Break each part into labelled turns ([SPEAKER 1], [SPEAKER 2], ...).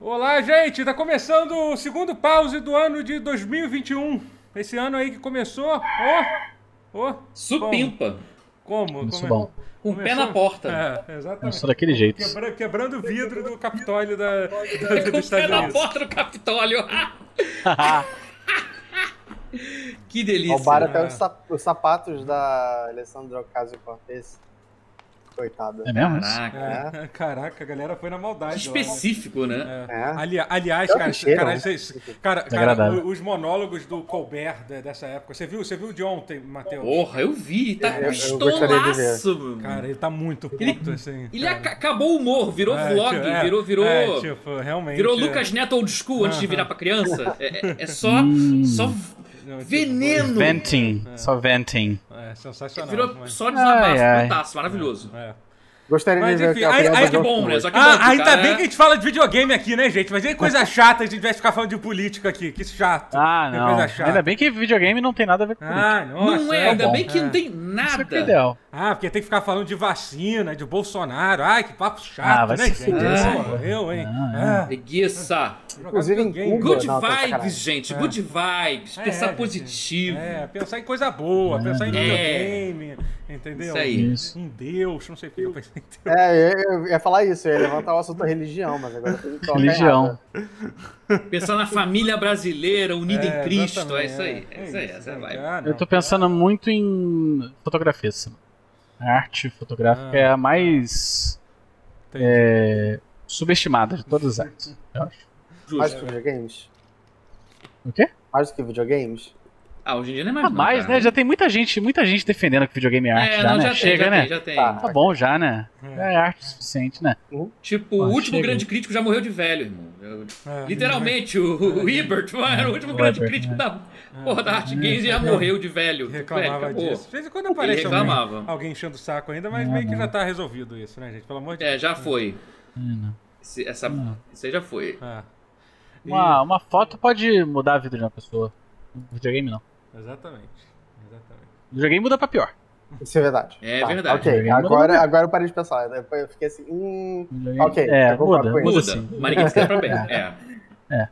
[SPEAKER 1] Olá, gente! Tá começando o segundo pause do ano de 2021. Esse ano aí que começou. Ô! Ô!
[SPEAKER 2] Supimpa.
[SPEAKER 1] Como?
[SPEAKER 3] Começou
[SPEAKER 1] Como é-
[SPEAKER 3] bom.
[SPEAKER 2] Com o pé na porta.
[SPEAKER 1] É, exatamente.
[SPEAKER 3] Começou daquele jeito.
[SPEAKER 1] Quebra- quebrando o vidro do Capitólio da, da-
[SPEAKER 2] Tá Com
[SPEAKER 1] dos
[SPEAKER 2] o pé
[SPEAKER 1] Estados
[SPEAKER 2] na
[SPEAKER 1] Unidos.
[SPEAKER 2] porta do Capitólio. que delícia.
[SPEAKER 4] Roubaram até
[SPEAKER 1] Ah.
[SPEAKER 4] os, sap- os sapatos da Alessandra Ocasio-Cortez. Coitada.
[SPEAKER 3] É mesmo? isso?
[SPEAKER 2] Caraca.
[SPEAKER 1] É, Caraca, a galera foi na
[SPEAKER 2] Que
[SPEAKER 1] maldade. lá, né?
[SPEAKER 2] específico, né?
[SPEAKER 1] É.
[SPEAKER 4] É.
[SPEAKER 1] Ali- aliás,
[SPEAKER 4] Eu
[SPEAKER 1] cara,
[SPEAKER 4] não cheiro,
[SPEAKER 1] cara,
[SPEAKER 4] né?
[SPEAKER 1] vocês- cara, cara,
[SPEAKER 3] Desagradável.
[SPEAKER 1] o- os monólogos do Colbert de- dessa época. Você viu, você viu de ontem, Matheus?
[SPEAKER 2] Porra, eu vi. Tá
[SPEAKER 1] É,
[SPEAKER 4] Eu- eu gostaria de ver.
[SPEAKER 2] pistolaço, meu.
[SPEAKER 1] Cara, ele tá muito puto,
[SPEAKER 2] Ele-
[SPEAKER 1] assim.
[SPEAKER 2] Ele
[SPEAKER 1] cara.
[SPEAKER 2] aca- acabou o humor, virou
[SPEAKER 1] É,
[SPEAKER 2] vlog,
[SPEAKER 1] tipo, é,
[SPEAKER 2] virou, virou,
[SPEAKER 1] é, tipo, realmente.
[SPEAKER 2] virou
[SPEAKER 1] é.
[SPEAKER 2] Lucas Neto old school antes de virar pra criança. É, é- é só,
[SPEAKER 3] Hum.
[SPEAKER 2] só
[SPEAKER 1] Não, tipo,
[SPEAKER 2] veneno.
[SPEAKER 3] Venting.
[SPEAKER 1] Ah.
[SPEAKER 3] Só venting.
[SPEAKER 1] É, sensacional.
[SPEAKER 2] Virou
[SPEAKER 1] mas-
[SPEAKER 2] só desabafo,
[SPEAKER 3] Ai, ai.
[SPEAKER 2] putaço, maravilhoso.
[SPEAKER 1] é.
[SPEAKER 4] Gostaria
[SPEAKER 1] Mas,
[SPEAKER 4] de ver
[SPEAKER 1] enfim,
[SPEAKER 4] a
[SPEAKER 1] aí- aí
[SPEAKER 4] opinião do
[SPEAKER 1] que
[SPEAKER 2] Que
[SPEAKER 4] John
[SPEAKER 2] bom,
[SPEAKER 4] Cena.
[SPEAKER 2] né? Só que bom,
[SPEAKER 1] Ah,
[SPEAKER 2] que o
[SPEAKER 1] ainda
[SPEAKER 2] cara-
[SPEAKER 1] bem que a gente fala de videogame aqui, né, gente? Mas é coisa chata se a gente tivesse ficar falando de política aqui. Que chato.
[SPEAKER 3] Ah,
[SPEAKER 1] Que
[SPEAKER 3] não.
[SPEAKER 1] Coisa chata.
[SPEAKER 3] Ainda bem que videogame não tem nada a ver com política.
[SPEAKER 1] Ah, nossa.
[SPEAKER 2] Não é, ainda
[SPEAKER 3] bom.
[SPEAKER 2] bem que não tem
[SPEAKER 3] Isso é que
[SPEAKER 2] nada.
[SPEAKER 3] é ideal.
[SPEAKER 1] Ah, porque tem que ficar falando de vacina, de Bolsonaro. Ai, que papo chato,
[SPEAKER 3] Ah, vai
[SPEAKER 1] né,
[SPEAKER 3] se
[SPEAKER 1] gente?
[SPEAKER 3] fuder,
[SPEAKER 1] Ah,
[SPEAKER 3] essa porra.
[SPEAKER 1] eu, hein?
[SPEAKER 3] Ah,
[SPEAKER 1] Ah,
[SPEAKER 2] Preguiça.
[SPEAKER 1] jogar
[SPEAKER 4] Inclusive em
[SPEAKER 1] videogame.
[SPEAKER 4] Cuba,
[SPEAKER 2] Good
[SPEAKER 4] Não, tá de caralho.
[SPEAKER 2] vibes, gente. Good vibes.
[SPEAKER 1] É,
[SPEAKER 2] Pensar
[SPEAKER 1] gente.
[SPEAKER 2] positivo.
[SPEAKER 1] É, pensar em coisa boa, pensar em
[SPEAKER 2] É.
[SPEAKER 1] videogame, entendeu?
[SPEAKER 2] Isso aí.
[SPEAKER 3] Isso.
[SPEAKER 1] Em Deus, não sei o que eu pensei em Deus.
[SPEAKER 4] É, eu, eu ia falar isso, eu ia levantar o assunto da religião, mas agora tem que tocar em
[SPEAKER 3] Religião.
[SPEAKER 4] nada.
[SPEAKER 2] Pensar na família brasileira unida em Cristo. É
[SPEAKER 1] exatamente,
[SPEAKER 2] isso aí. É isso aí. Essa é a
[SPEAKER 1] gente.
[SPEAKER 2] vibe.
[SPEAKER 1] Ah, não.
[SPEAKER 3] Eu tô pensando muito em fotografia. essa semana. A arte fotográfica
[SPEAKER 1] Ah.
[SPEAKER 3] é a mais
[SPEAKER 1] Entendi.
[SPEAKER 3] é, subestimada de todas as artes. eu acho.
[SPEAKER 4] Mais do
[SPEAKER 2] Justo.
[SPEAKER 4] que videogames?
[SPEAKER 3] O quê?
[SPEAKER 4] Mais do que videogames?
[SPEAKER 2] Ah, hoje em dia não é mais.
[SPEAKER 3] Ah, mais,
[SPEAKER 2] não,
[SPEAKER 3] né? Já tem muita gente, muita gente defendendo que videogame é arte
[SPEAKER 2] É,
[SPEAKER 3] já,
[SPEAKER 2] não,
[SPEAKER 3] né?
[SPEAKER 2] já tem,
[SPEAKER 3] Chega,
[SPEAKER 2] já
[SPEAKER 3] né?
[SPEAKER 2] tem, já tem.
[SPEAKER 4] Tá.
[SPEAKER 3] Tá bom já, né?
[SPEAKER 1] É.
[SPEAKER 3] Já é arte o suficiente, né?
[SPEAKER 2] Tipo, o
[SPEAKER 3] Ah,
[SPEAKER 2] último
[SPEAKER 3] chega.
[SPEAKER 2] grande crítico já morreu de velho, irmão. Eu-
[SPEAKER 1] É.
[SPEAKER 2] Literalmente, o, o Ebert mano, era o último
[SPEAKER 3] O
[SPEAKER 2] grande
[SPEAKER 3] Ebert,
[SPEAKER 2] crítico
[SPEAKER 3] né?
[SPEAKER 2] da porra da Art Games e já morreu de velho.
[SPEAKER 1] Reclamava
[SPEAKER 2] Velho, É, acabou.
[SPEAKER 1] disso. De vez em quando aparece
[SPEAKER 2] Ele
[SPEAKER 1] alguém,
[SPEAKER 2] reclamava.
[SPEAKER 1] alguém enchendo o saco ainda, mas meio que já tá resolvido isso, né, gente? Pelo amor de Deus.
[SPEAKER 2] É, já foi.
[SPEAKER 3] Hum,
[SPEAKER 2] Esse, essa, isso aí já foi.
[SPEAKER 1] Ah. E-
[SPEAKER 3] Uma, uma foto pode mudar a vida de uma pessoa. Videogame não.
[SPEAKER 1] Exatamente. Exatamente.
[SPEAKER 3] Videogame muda pra pior.
[SPEAKER 4] Isso é verdade.
[SPEAKER 2] É
[SPEAKER 4] Tá,
[SPEAKER 2] verdade.
[SPEAKER 4] Ok, agora, agora eu parei de pensar. Depois eu fiquei assim, hum,
[SPEAKER 3] Videogame-
[SPEAKER 4] ok.
[SPEAKER 3] É,
[SPEAKER 4] eu concordo
[SPEAKER 3] muda,
[SPEAKER 4] com
[SPEAKER 3] muda assim.
[SPEAKER 4] isso.
[SPEAKER 2] Muda.
[SPEAKER 3] sim.
[SPEAKER 2] Mariguinhos quer pra bem. É.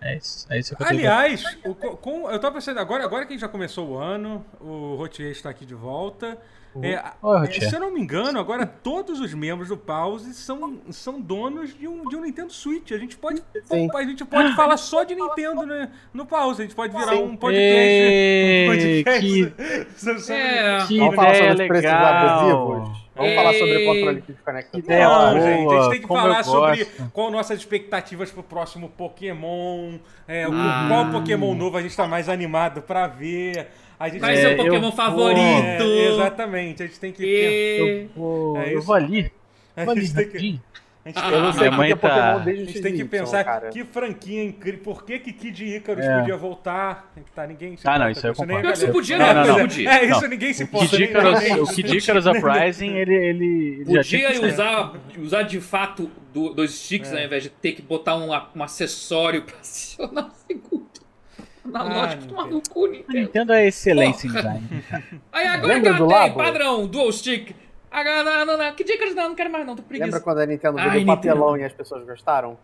[SPEAKER 3] É isso, é isso que eu tô
[SPEAKER 1] Aliás, o co- com- eu tava pensando, agora, agora que a gente já começou o ano, o Rotier está aqui de volta. É, a-
[SPEAKER 3] Oi,
[SPEAKER 1] é,
[SPEAKER 3] Rotier.
[SPEAKER 1] se eu não me engano, agora todos os membros do Pause são, são donos de um, de um Nintendo Switch. A gente pode,
[SPEAKER 4] Sim.
[SPEAKER 1] a gente pode falar só de Nintendo né, no Pause. A gente pode virar
[SPEAKER 4] Sim.
[SPEAKER 1] um podcast. Um
[SPEAKER 3] Ei,
[SPEAKER 1] podcast. sobre-
[SPEAKER 2] É.
[SPEAKER 3] Que
[SPEAKER 4] Vamos falar sobre
[SPEAKER 3] ideia
[SPEAKER 4] os preços
[SPEAKER 3] legal.
[SPEAKER 4] abusivos? Vamos falar sobre o controle que conecta.
[SPEAKER 3] Que
[SPEAKER 4] tudo.
[SPEAKER 3] ideia
[SPEAKER 1] Não,
[SPEAKER 3] É, boa,
[SPEAKER 1] gente, a gente tem que
[SPEAKER 3] como
[SPEAKER 1] falar
[SPEAKER 3] eu
[SPEAKER 1] sobre
[SPEAKER 3] gosto.
[SPEAKER 1] qual nossas expectativas pro próximo Pokémon, é, o-
[SPEAKER 2] Ah.
[SPEAKER 3] Uhum.
[SPEAKER 1] qual Pokémon novo a gente tá mais animado pra ver. A gente
[SPEAKER 2] Qual é
[SPEAKER 3] É,
[SPEAKER 2] seu
[SPEAKER 3] eu
[SPEAKER 2] Pokémon
[SPEAKER 3] vou-
[SPEAKER 2] favorito?
[SPEAKER 1] É, exatamente, a gente tem que.
[SPEAKER 2] E...
[SPEAKER 3] Vou-
[SPEAKER 1] É
[SPEAKER 3] eu
[SPEAKER 1] isso.
[SPEAKER 3] vou ali.
[SPEAKER 1] A
[SPEAKER 3] Vou ali,
[SPEAKER 1] gente tem que,
[SPEAKER 3] rapidinho.
[SPEAKER 1] a gente tem
[SPEAKER 4] Eu não sei
[SPEAKER 3] Minha mãe
[SPEAKER 4] porque
[SPEAKER 3] tá-
[SPEAKER 4] Pokémon
[SPEAKER 1] a
[SPEAKER 4] desde o
[SPEAKER 1] gente tem que
[SPEAKER 4] XY,
[SPEAKER 1] pensar
[SPEAKER 4] cara.
[SPEAKER 1] que franquia incrível, por que que Kid Icarus
[SPEAKER 3] É.
[SPEAKER 1] podia voltar? Tá, ninguém se
[SPEAKER 3] Ah,
[SPEAKER 1] importa
[SPEAKER 3] não, isso
[SPEAKER 1] com nem
[SPEAKER 3] eu
[SPEAKER 1] a
[SPEAKER 2] Pior
[SPEAKER 3] concordo.
[SPEAKER 2] que você
[SPEAKER 1] galera.
[SPEAKER 2] podia,
[SPEAKER 3] Não,
[SPEAKER 2] né?
[SPEAKER 3] não,
[SPEAKER 2] Você
[SPEAKER 3] não.
[SPEAKER 2] podia.
[SPEAKER 1] É, isso
[SPEAKER 3] Não.
[SPEAKER 1] ninguém se
[SPEAKER 3] O
[SPEAKER 1] importa.
[SPEAKER 3] Kid
[SPEAKER 1] nem-
[SPEAKER 3] Icarus,
[SPEAKER 1] nem- né?
[SPEAKER 3] o Kid Icarus Uprising, ele, ele, ele já
[SPEAKER 2] Podia
[SPEAKER 3] tinha que ser.
[SPEAKER 2] usar, usar de fato do- dois
[SPEAKER 3] É.
[SPEAKER 2] sticks né, ao invés de ter que botar um, a- um acessório pra acionar o segundo. Na
[SPEAKER 1] Ah,
[SPEAKER 2] lógica,
[SPEAKER 1] Nintendo.
[SPEAKER 2] tomar no cu,
[SPEAKER 3] A
[SPEAKER 2] Nintendo.
[SPEAKER 3] Nintendo é excelência em design.
[SPEAKER 2] Aí agora
[SPEAKER 4] Lembra
[SPEAKER 2] que eu
[SPEAKER 4] do
[SPEAKER 2] tenho,
[SPEAKER 4] Labo?
[SPEAKER 2] padrão, dual stick. Agora, não, não, não. Que dicas não, não quero mais não, tô
[SPEAKER 4] Lembra
[SPEAKER 2] preguiça.
[SPEAKER 4] quando a Nintendo
[SPEAKER 2] Ai,
[SPEAKER 4] viu o papelão
[SPEAKER 2] Nintendo.
[SPEAKER 4] e as pessoas gostaram?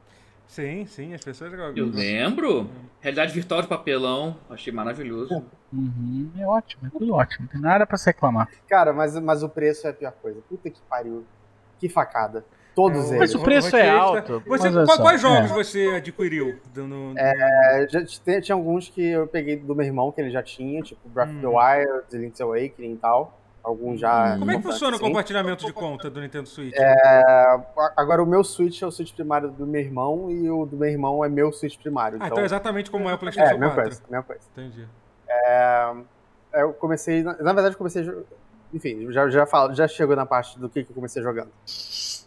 [SPEAKER 1] Sim, sim, as pessoas
[SPEAKER 2] Eu lembro. Realidade virtual de papelão. Achei maravilhoso.
[SPEAKER 3] Uhum, é ótimo, é tudo ótimo. Não tem nada pra se reclamar.
[SPEAKER 4] Cara, mas, mas o preço é a pior coisa. Puta que pariu. Que facada. Todos
[SPEAKER 1] É,
[SPEAKER 4] eles.
[SPEAKER 3] Mas o preço é alto.
[SPEAKER 1] Você,
[SPEAKER 3] mas olha
[SPEAKER 1] qual-
[SPEAKER 3] só,
[SPEAKER 1] quais jogos
[SPEAKER 3] é.
[SPEAKER 1] você adquiriu? do- no-
[SPEAKER 4] É, já t- tinha, tinha alguns que eu peguei do meu irmão, que ele já tinha, tipo Breath of the Wild, Link's Awakening e tal. Alguns já.
[SPEAKER 1] Hum. Como é que funciona o
[SPEAKER 4] assim.
[SPEAKER 1] compartilhamento de conta do Nintendo Switch?
[SPEAKER 4] A- Agora, o meu Switch é o Switch primário do meu irmão e o do meu irmão é meu Switch primário.
[SPEAKER 1] Ah, então é
[SPEAKER 4] então,
[SPEAKER 1] exatamente como é o PlayStation
[SPEAKER 4] é,
[SPEAKER 1] 4.
[SPEAKER 4] mesma coisa, mesma coisa.
[SPEAKER 1] Entendi.
[SPEAKER 4] É, Eu comecei, na, na verdade, eu comecei. a jo- Enfim, já, já, falo, já chegou na parte do que, que eu comecei jogando.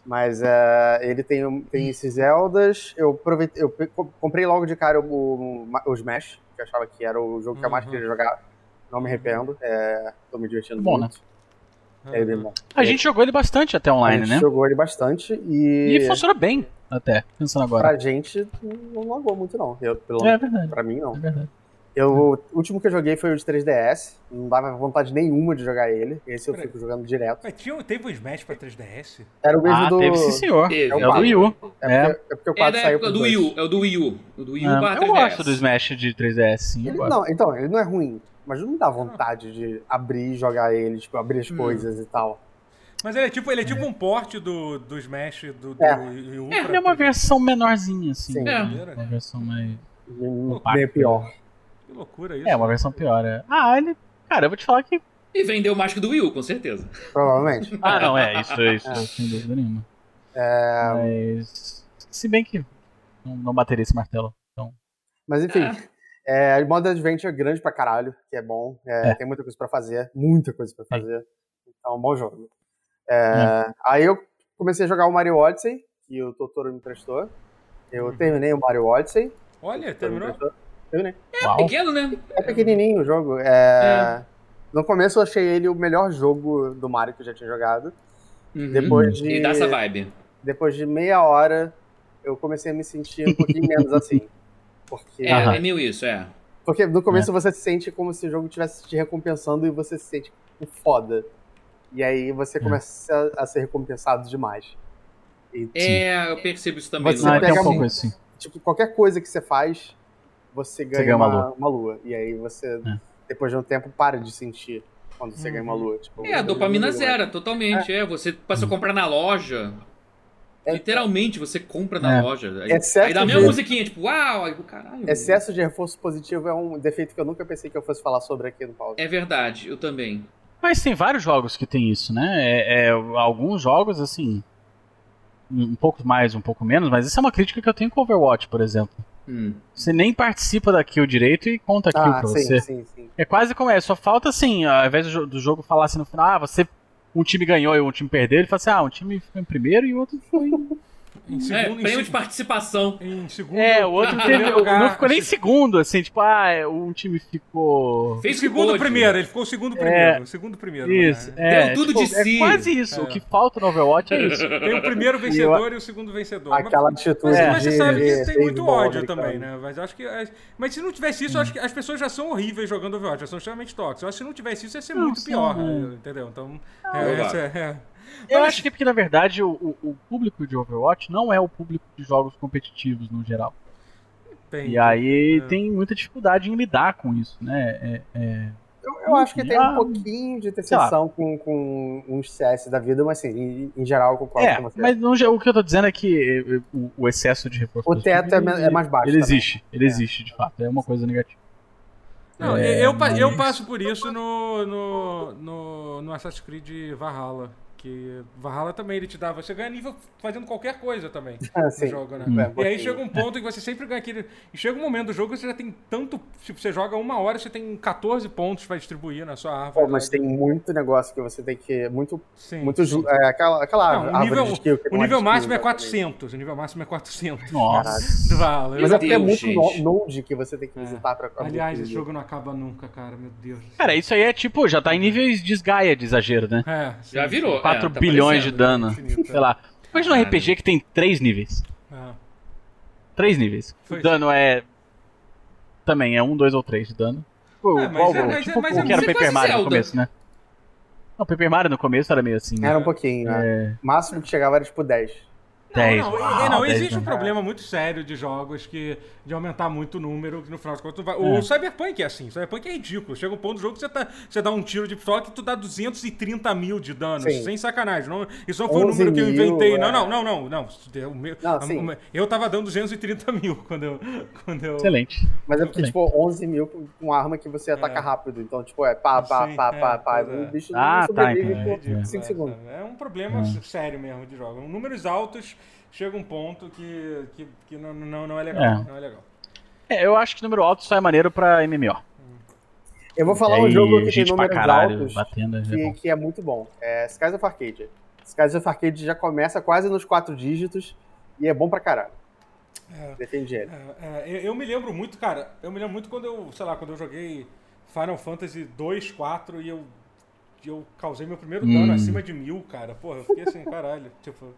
[SPEAKER 4] Mas é, ele tem, um- tem esses Zeldas. Eu, aproveitei, eu pe- co- comprei logo de cara o, o Smash, que eu achava que era o jogo que eu mais
[SPEAKER 1] Uhum.
[SPEAKER 4] queria jogar. Não me arrependo. É, tô me divertindo
[SPEAKER 3] Bom,
[SPEAKER 4] muito.
[SPEAKER 1] Ah,
[SPEAKER 4] É bem bom.
[SPEAKER 3] A gente jogou ele bastante até
[SPEAKER 4] a
[SPEAKER 3] online,
[SPEAKER 4] gente
[SPEAKER 3] né?
[SPEAKER 4] jogou ele bastante
[SPEAKER 3] E
[SPEAKER 4] e.
[SPEAKER 3] ele funciona bem, até, pensando agora.
[SPEAKER 4] pra gente, não lagou muito, não. Eu, pelo
[SPEAKER 3] É
[SPEAKER 4] menos
[SPEAKER 3] verdade,
[SPEAKER 4] pra mim, não.
[SPEAKER 3] é verdade.
[SPEAKER 4] Porque Eu, o último que eu joguei foi o de 3DS. Não dava vontade nenhuma de jogar ele. Esse eu
[SPEAKER 1] Peraí.
[SPEAKER 4] fico jogando direto.
[SPEAKER 1] Mas tinha, um, teve o Smash pra 3DS?
[SPEAKER 4] Era o mesmo
[SPEAKER 3] Ah,
[SPEAKER 4] do.
[SPEAKER 3] teve sim, senhor.
[SPEAKER 2] Teve,
[SPEAKER 3] É o do
[SPEAKER 2] teve.
[SPEAKER 3] Wii U.
[SPEAKER 4] É,
[SPEAKER 3] É.
[SPEAKER 4] porque, é porque o
[SPEAKER 2] É
[SPEAKER 4] 4
[SPEAKER 2] da
[SPEAKER 4] saiu
[SPEAKER 2] época
[SPEAKER 4] pro
[SPEAKER 2] do
[SPEAKER 4] dois.
[SPEAKER 2] Wii U. É o do Wii U. O do Wii U
[SPEAKER 3] Ah,
[SPEAKER 2] barra
[SPEAKER 3] Eu
[SPEAKER 2] 3DS.
[SPEAKER 3] gosto do Smash de 3DS, sim. Eu
[SPEAKER 4] Ele-
[SPEAKER 3] gosto.
[SPEAKER 4] não, então, ele não é ruim. Mas não dá vontade de abrir e jogar ele, tipo, abrir
[SPEAKER 2] Hum.
[SPEAKER 4] as coisas e tal.
[SPEAKER 1] Mas ele é tipo, ele é tipo um porte do, do Smash do, do
[SPEAKER 4] É.
[SPEAKER 1] Wii U.
[SPEAKER 3] Ele é uma versão menorzinha, assim.
[SPEAKER 4] Sim.
[SPEAKER 3] né?
[SPEAKER 1] É.
[SPEAKER 3] Uma versão mais.
[SPEAKER 4] Hum, Meio
[SPEAKER 3] Pá.
[SPEAKER 4] pior.
[SPEAKER 1] Que loucura isso.
[SPEAKER 3] É, uma versão pior. É. Ah, ele. Cara, eu vou te falar que.
[SPEAKER 2] E vendeu mais que o do Wii U, com certeza.
[SPEAKER 4] Provavelmente.
[SPEAKER 3] Ah, não, é, isso, isso, sem dúvida nenhuma. É... Mas. Se bem que. Não, não bateria esse martelo.
[SPEAKER 4] Mas enfim. É, modo Adventure é grande pra caralho, que é bom. É,
[SPEAKER 3] É.
[SPEAKER 4] Tem muita coisa pra fazer, muita coisa pra
[SPEAKER 3] Tem.
[SPEAKER 4] fazer. Então, é um bom jogo. É,
[SPEAKER 3] Né?
[SPEAKER 4] Aí eu comecei a jogar o Mario Odyssey, que o Totoro me prestou. Eu
[SPEAKER 2] Uhum.
[SPEAKER 4] terminei o Mario Odyssey.
[SPEAKER 1] Olha,
[SPEAKER 4] Totoro me
[SPEAKER 1] terminou?
[SPEAKER 4] prestou.
[SPEAKER 3] Uau.
[SPEAKER 2] Pequeno, né?
[SPEAKER 4] É pequenininho o jogo. É, No começo eu achei ele o melhor jogo do Mario que eu já tinha jogado.
[SPEAKER 2] Uhum.
[SPEAKER 4] Depois
[SPEAKER 2] E
[SPEAKER 4] de,
[SPEAKER 2] dá essa vibe.
[SPEAKER 4] depois de meia hora, eu comecei a me sentir um pouquinho menos assim. Porque...
[SPEAKER 2] É,
[SPEAKER 3] Aham.
[SPEAKER 2] é meio isso, é.
[SPEAKER 4] Porque no começo você se sente como se o jogo estivesse te recompensando e você se sente tipo, foda. E aí
[SPEAKER 2] É.
[SPEAKER 4] você começa a, a ser recompensado demais. E,
[SPEAKER 2] É, eu percebo isso também.
[SPEAKER 4] Você
[SPEAKER 2] no
[SPEAKER 3] Ah, tem
[SPEAKER 4] pega
[SPEAKER 3] um pouco
[SPEAKER 4] muito.
[SPEAKER 3] assim.
[SPEAKER 4] tipo, qualquer coisa que você faz, você ganha,
[SPEAKER 3] ganha
[SPEAKER 4] uma,
[SPEAKER 3] uma
[SPEAKER 4] uma lua. E aí você,
[SPEAKER 3] É.
[SPEAKER 4] depois de um tempo, para de sentir quando você ganha uma lua. Tipo,
[SPEAKER 2] É, a
[SPEAKER 4] você
[SPEAKER 2] dopamina
[SPEAKER 4] ganha uma lua.
[SPEAKER 2] zera, totalmente. É, você passa
[SPEAKER 3] Hum.
[SPEAKER 2] a comprar na loja.
[SPEAKER 4] É.
[SPEAKER 2] Literalmente, você compra na
[SPEAKER 3] É.
[SPEAKER 2] loja. Aí,
[SPEAKER 4] Excesso
[SPEAKER 2] aí dá a
[SPEAKER 4] de-
[SPEAKER 2] mesma musiquinha, tipo, uau, aí, caralho.
[SPEAKER 4] Excesso de reforço positivo é um defeito que eu nunca pensei que eu fosse falar sobre aqui no pause.
[SPEAKER 2] É verdade, eu também.
[SPEAKER 3] Mas tem vários jogos que tem isso, né? É, é, alguns jogos, assim. Um pouco mais, um pouco menos, mas isso é uma crítica que eu tenho com Overwatch, por exemplo.
[SPEAKER 2] Hum.
[SPEAKER 3] Você nem participa da kill direito e conta a kill
[SPEAKER 4] Ah,
[SPEAKER 3] Tá, pra
[SPEAKER 4] sim,
[SPEAKER 3] você.
[SPEAKER 4] sim, sim.
[SPEAKER 3] É quase como é, só falta assim, ao invés do jo- do jogo falar assim no final, ah, você. Um time ganhou e um time perdeu, ele fala assim, ah, um time ficou em primeiro e o outro foi.
[SPEAKER 1] Em
[SPEAKER 2] É,
[SPEAKER 1] segundo, em,
[SPEAKER 2] prêmio de
[SPEAKER 1] se-
[SPEAKER 2] participação.
[SPEAKER 1] em segundo.
[SPEAKER 3] É, o outro teve.
[SPEAKER 1] primeiro
[SPEAKER 3] o-
[SPEAKER 1] lugar,
[SPEAKER 3] Não ficou nem
[SPEAKER 1] em
[SPEAKER 3] segundo, assim, tipo, ah, é, um time ficou.
[SPEAKER 2] Fez o que né?
[SPEAKER 1] segundo
[SPEAKER 2] pôde.
[SPEAKER 1] primeiro, ele ficou o segundo primeiro. O segundo primeiro.
[SPEAKER 3] Isso,
[SPEAKER 1] né?
[SPEAKER 3] é.
[SPEAKER 2] Deu tudo de
[SPEAKER 3] é
[SPEAKER 2] si.
[SPEAKER 3] quase isso.
[SPEAKER 1] É.
[SPEAKER 3] O que falta no Overwatch é isso.
[SPEAKER 1] Tem o primeiro vencedor e o segundo vencedor. Mas-
[SPEAKER 4] Aquela atitude
[SPEAKER 1] Mas,
[SPEAKER 3] É.
[SPEAKER 1] mas você
[SPEAKER 4] de-
[SPEAKER 1] sabe que
[SPEAKER 4] de
[SPEAKER 1] tem muito
[SPEAKER 4] beisebol
[SPEAKER 1] ódio
[SPEAKER 4] americano.
[SPEAKER 1] também, né? Mas acho que. as- Mas se não tivesse isso, eu acho que as pessoas já são horríveis jogando Overwatch, já são extremamente tóxicas. Eu acho que se não tivesse isso, ia ser
[SPEAKER 3] Não,
[SPEAKER 1] muito
[SPEAKER 3] sim,
[SPEAKER 1] pior.
[SPEAKER 3] é.
[SPEAKER 1] Entendeu? Então.
[SPEAKER 2] eu
[SPEAKER 1] É,
[SPEAKER 2] acho.
[SPEAKER 1] essa é-
[SPEAKER 3] Eu acho que é porque, na verdade, o, o- o público de Overwatch não é o público de jogos competitivos no geral.
[SPEAKER 1] tem-
[SPEAKER 3] E aí tem muita dificuldade em lidar com isso, né? É,
[SPEAKER 4] Eu, eu acho que tem um
[SPEAKER 3] Ah,
[SPEAKER 4] pouquinho
[SPEAKER 3] sei lá.
[SPEAKER 4] de interseção com, com uns CS da vida, mas assim, em, em geral eu concordo
[SPEAKER 3] é,
[SPEAKER 4] com você.
[SPEAKER 3] mas no ge- o que eu tô dizendo é que é, é, o, o excesso de reforço.
[SPEAKER 4] O teto é,
[SPEAKER 3] positivo,
[SPEAKER 4] me-
[SPEAKER 3] ele-
[SPEAKER 4] é mais baixo.
[SPEAKER 3] Ele
[SPEAKER 4] também.
[SPEAKER 3] existe, ele existe, de fato. É uma coisa negativa.
[SPEAKER 1] Não,
[SPEAKER 3] É,
[SPEAKER 1] eu, pa- eu
[SPEAKER 3] mas-
[SPEAKER 1] passo por isso no, no, no, no Assassin's Creed Valhalla. Que Valhalla também ele te dá. Você ganha nível fazendo qualquer coisa também
[SPEAKER 4] Ah,
[SPEAKER 1] no
[SPEAKER 4] sim.
[SPEAKER 1] jogo,
[SPEAKER 3] Uhum.
[SPEAKER 1] né?
[SPEAKER 4] É, um
[SPEAKER 1] E aí
[SPEAKER 4] pouquinho.
[SPEAKER 1] chega um ponto que você sempre ganha aquele. E chega um momento do jogo que você já tem tanto. Tipo, você joga uma hora, você tem 14 pontos pra distribuir na sua árvore. né?
[SPEAKER 4] Pô, mas tem muito negócio que você tem que. Muito.
[SPEAKER 1] Sim.
[SPEAKER 4] muito ju- é, aquela aquela
[SPEAKER 1] Não, o
[SPEAKER 4] árvore
[SPEAKER 1] nível-
[SPEAKER 4] de skill que
[SPEAKER 1] O
[SPEAKER 4] não
[SPEAKER 1] nível
[SPEAKER 4] de
[SPEAKER 1] máximo é
[SPEAKER 4] skill, exatamente.
[SPEAKER 1] 400. O nível máximo é 400
[SPEAKER 3] Nossa.
[SPEAKER 1] do Valhalla.
[SPEAKER 4] Mas é porque é
[SPEAKER 2] Meu
[SPEAKER 4] muito
[SPEAKER 2] Deus,
[SPEAKER 4] no-
[SPEAKER 2] gente.
[SPEAKER 4] node que você tem que
[SPEAKER 1] É.
[SPEAKER 4] visitar pra pra
[SPEAKER 1] Aliás,
[SPEAKER 4] abrir
[SPEAKER 1] esse
[SPEAKER 4] tudo.
[SPEAKER 1] jogo não acaba nunca, cara. Meu Deus.
[SPEAKER 3] Cara, isso aí é tipo, já tá em níveis de esgaia de exagero, né?
[SPEAKER 1] É, sim,
[SPEAKER 2] Já virou.
[SPEAKER 3] 4
[SPEAKER 2] é, tá
[SPEAKER 3] bilhões de
[SPEAKER 2] parecendo.
[SPEAKER 3] dano.
[SPEAKER 1] Infinito,
[SPEAKER 3] Sei lá. Imagina um
[SPEAKER 2] Caralho.
[SPEAKER 3] RPG que tem 3 níveis.
[SPEAKER 1] é.
[SPEAKER 3] 3 níveis.
[SPEAKER 1] Pois.
[SPEAKER 3] O dano é. Também é 1, 2 ou 3 de dano. Pô,
[SPEAKER 1] É,
[SPEAKER 3] o
[SPEAKER 1] mas
[SPEAKER 3] qual-
[SPEAKER 1] é- mas é-
[SPEAKER 3] tipo
[SPEAKER 1] mas é-
[SPEAKER 3] o que era
[SPEAKER 2] você
[SPEAKER 3] Paper
[SPEAKER 2] faz
[SPEAKER 3] Mario no
[SPEAKER 2] Zelda.
[SPEAKER 3] começo, né? Não, Paper Mario no começo era meio assim.
[SPEAKER 1] é
[SPEAKER 3] né?
[SPEAKER 4] Era um pouquinho, né? O máximo que chegava era tipo 10.
[SPEAKER 3] 10.
[SPEAKER 1] Não,
[SPEAKER 3] uau,
[SPEAKER 4] Ah,
[SPEAKER 1] e- não,
[SPEAKER 3] 10,
[SPEAKER 1] existe um
[SPEAKER 3] né?
[SPEAKER 1] problema muito sério de jogos que de aumentar muito o número, que no final de contas não vai. O Cyberpunk é assim, o Cyberpunk é ridículo. Chega um ponto do jogo que você, tá, você dá um tiro de pistola que tu dá 230 mil de dano,
[SPEAKER 4] Sim.
[SPEAKER 1] sem sacanagem. Não, isso não foi o
[SPEAKER 4] 11
[SPEAKER 1] número que eu
[SPEAKER 4] mil,
[SPEAKER 1] inventei.
[SPEAKER 4] é.
[SPEAKER 1] Não, não, não, não, não. isso deu o meu-
[SPEAKER 4] Não,
[SPEAKER 1] a-
[SPEAKER 4] sim.
[SPEAKER 1] uma- eu tava dando 230 mil quando eu. Quando eu
[SPEAKER 3] Excelente.
[SPEAKER 4] Mas é porque,
[SPEAKER 3] Bem.
[SPEAKER 4] tipo, 11 mil com- com arma que você ataca rápido. Então, tipo, é pá, pá,
[SPEAKER 1] Sim,
[SPEAKER 4] pá,
[SPEAKER 1] é,
[SPEAKER 4] pá, pá.
[SPEAKER 1] pois é.
[SPEAKER 4] O bicho
[SPEAKER 3] Ah,
[SPEAKER 4] não
[SPEAKER 3] tá,
[SPEAKER 4] sobrevive
[SPEAKER 3] entendi.
[SPEAKER 4] por
[SPEAKER 1] ridículo,
[SPEAKER 4] 5
[SPEAKER 1] é,
[SPEAKER 4] segundos.
[SPEAKER 1] sabe? É um problema sério mesmo de jogos. Números altos chega um ponto que, que, que não, não, não é legal.
[SPEAKER 3] É.
[SPEAKER 1] Não é legal.
[SPEAKER 3] É, eu acho que número alto só é maneiro pra MMO.
[SPEAKER 4] Eu vou falar
[SPEAKER 3] E
[SPEAKER 4] um
[SPEAKER 3] aí,
[SPEAKER 4] jogo que tem
[SPEAKER 3] É gente pra
[SPEAKER 4] números
[SPEAKER 3] caralho
[SPEAKER 4] altos.
[SPEAKER 3] batendo.
[SPEAKER 1] né?
[SPEAKER 3] é
[SPEAKER 4] que,
[SPEAKER 3] bom.
[SPEAKER 4] que é muito bom. É Skies of Arcadia. Skies of Arcadia já começa quase nos quatro dígitos e é bom pra caralho.
[SPEAKER 1] É.
[SPEAKER 4] Defende ele.
[SPEAKER 1] É, é, eu, eu me lembro muito, cara, eu me lembro muito quando eu, sei lá, quando eu joguei Final Fantasy 2, 4 e eu, eu causei meu primeiro dano
[SPEAKER 3] Hum.
[SPEAKER 1] acima de mil, cara. Porra, eu fiquei assim, caralho. Tipo,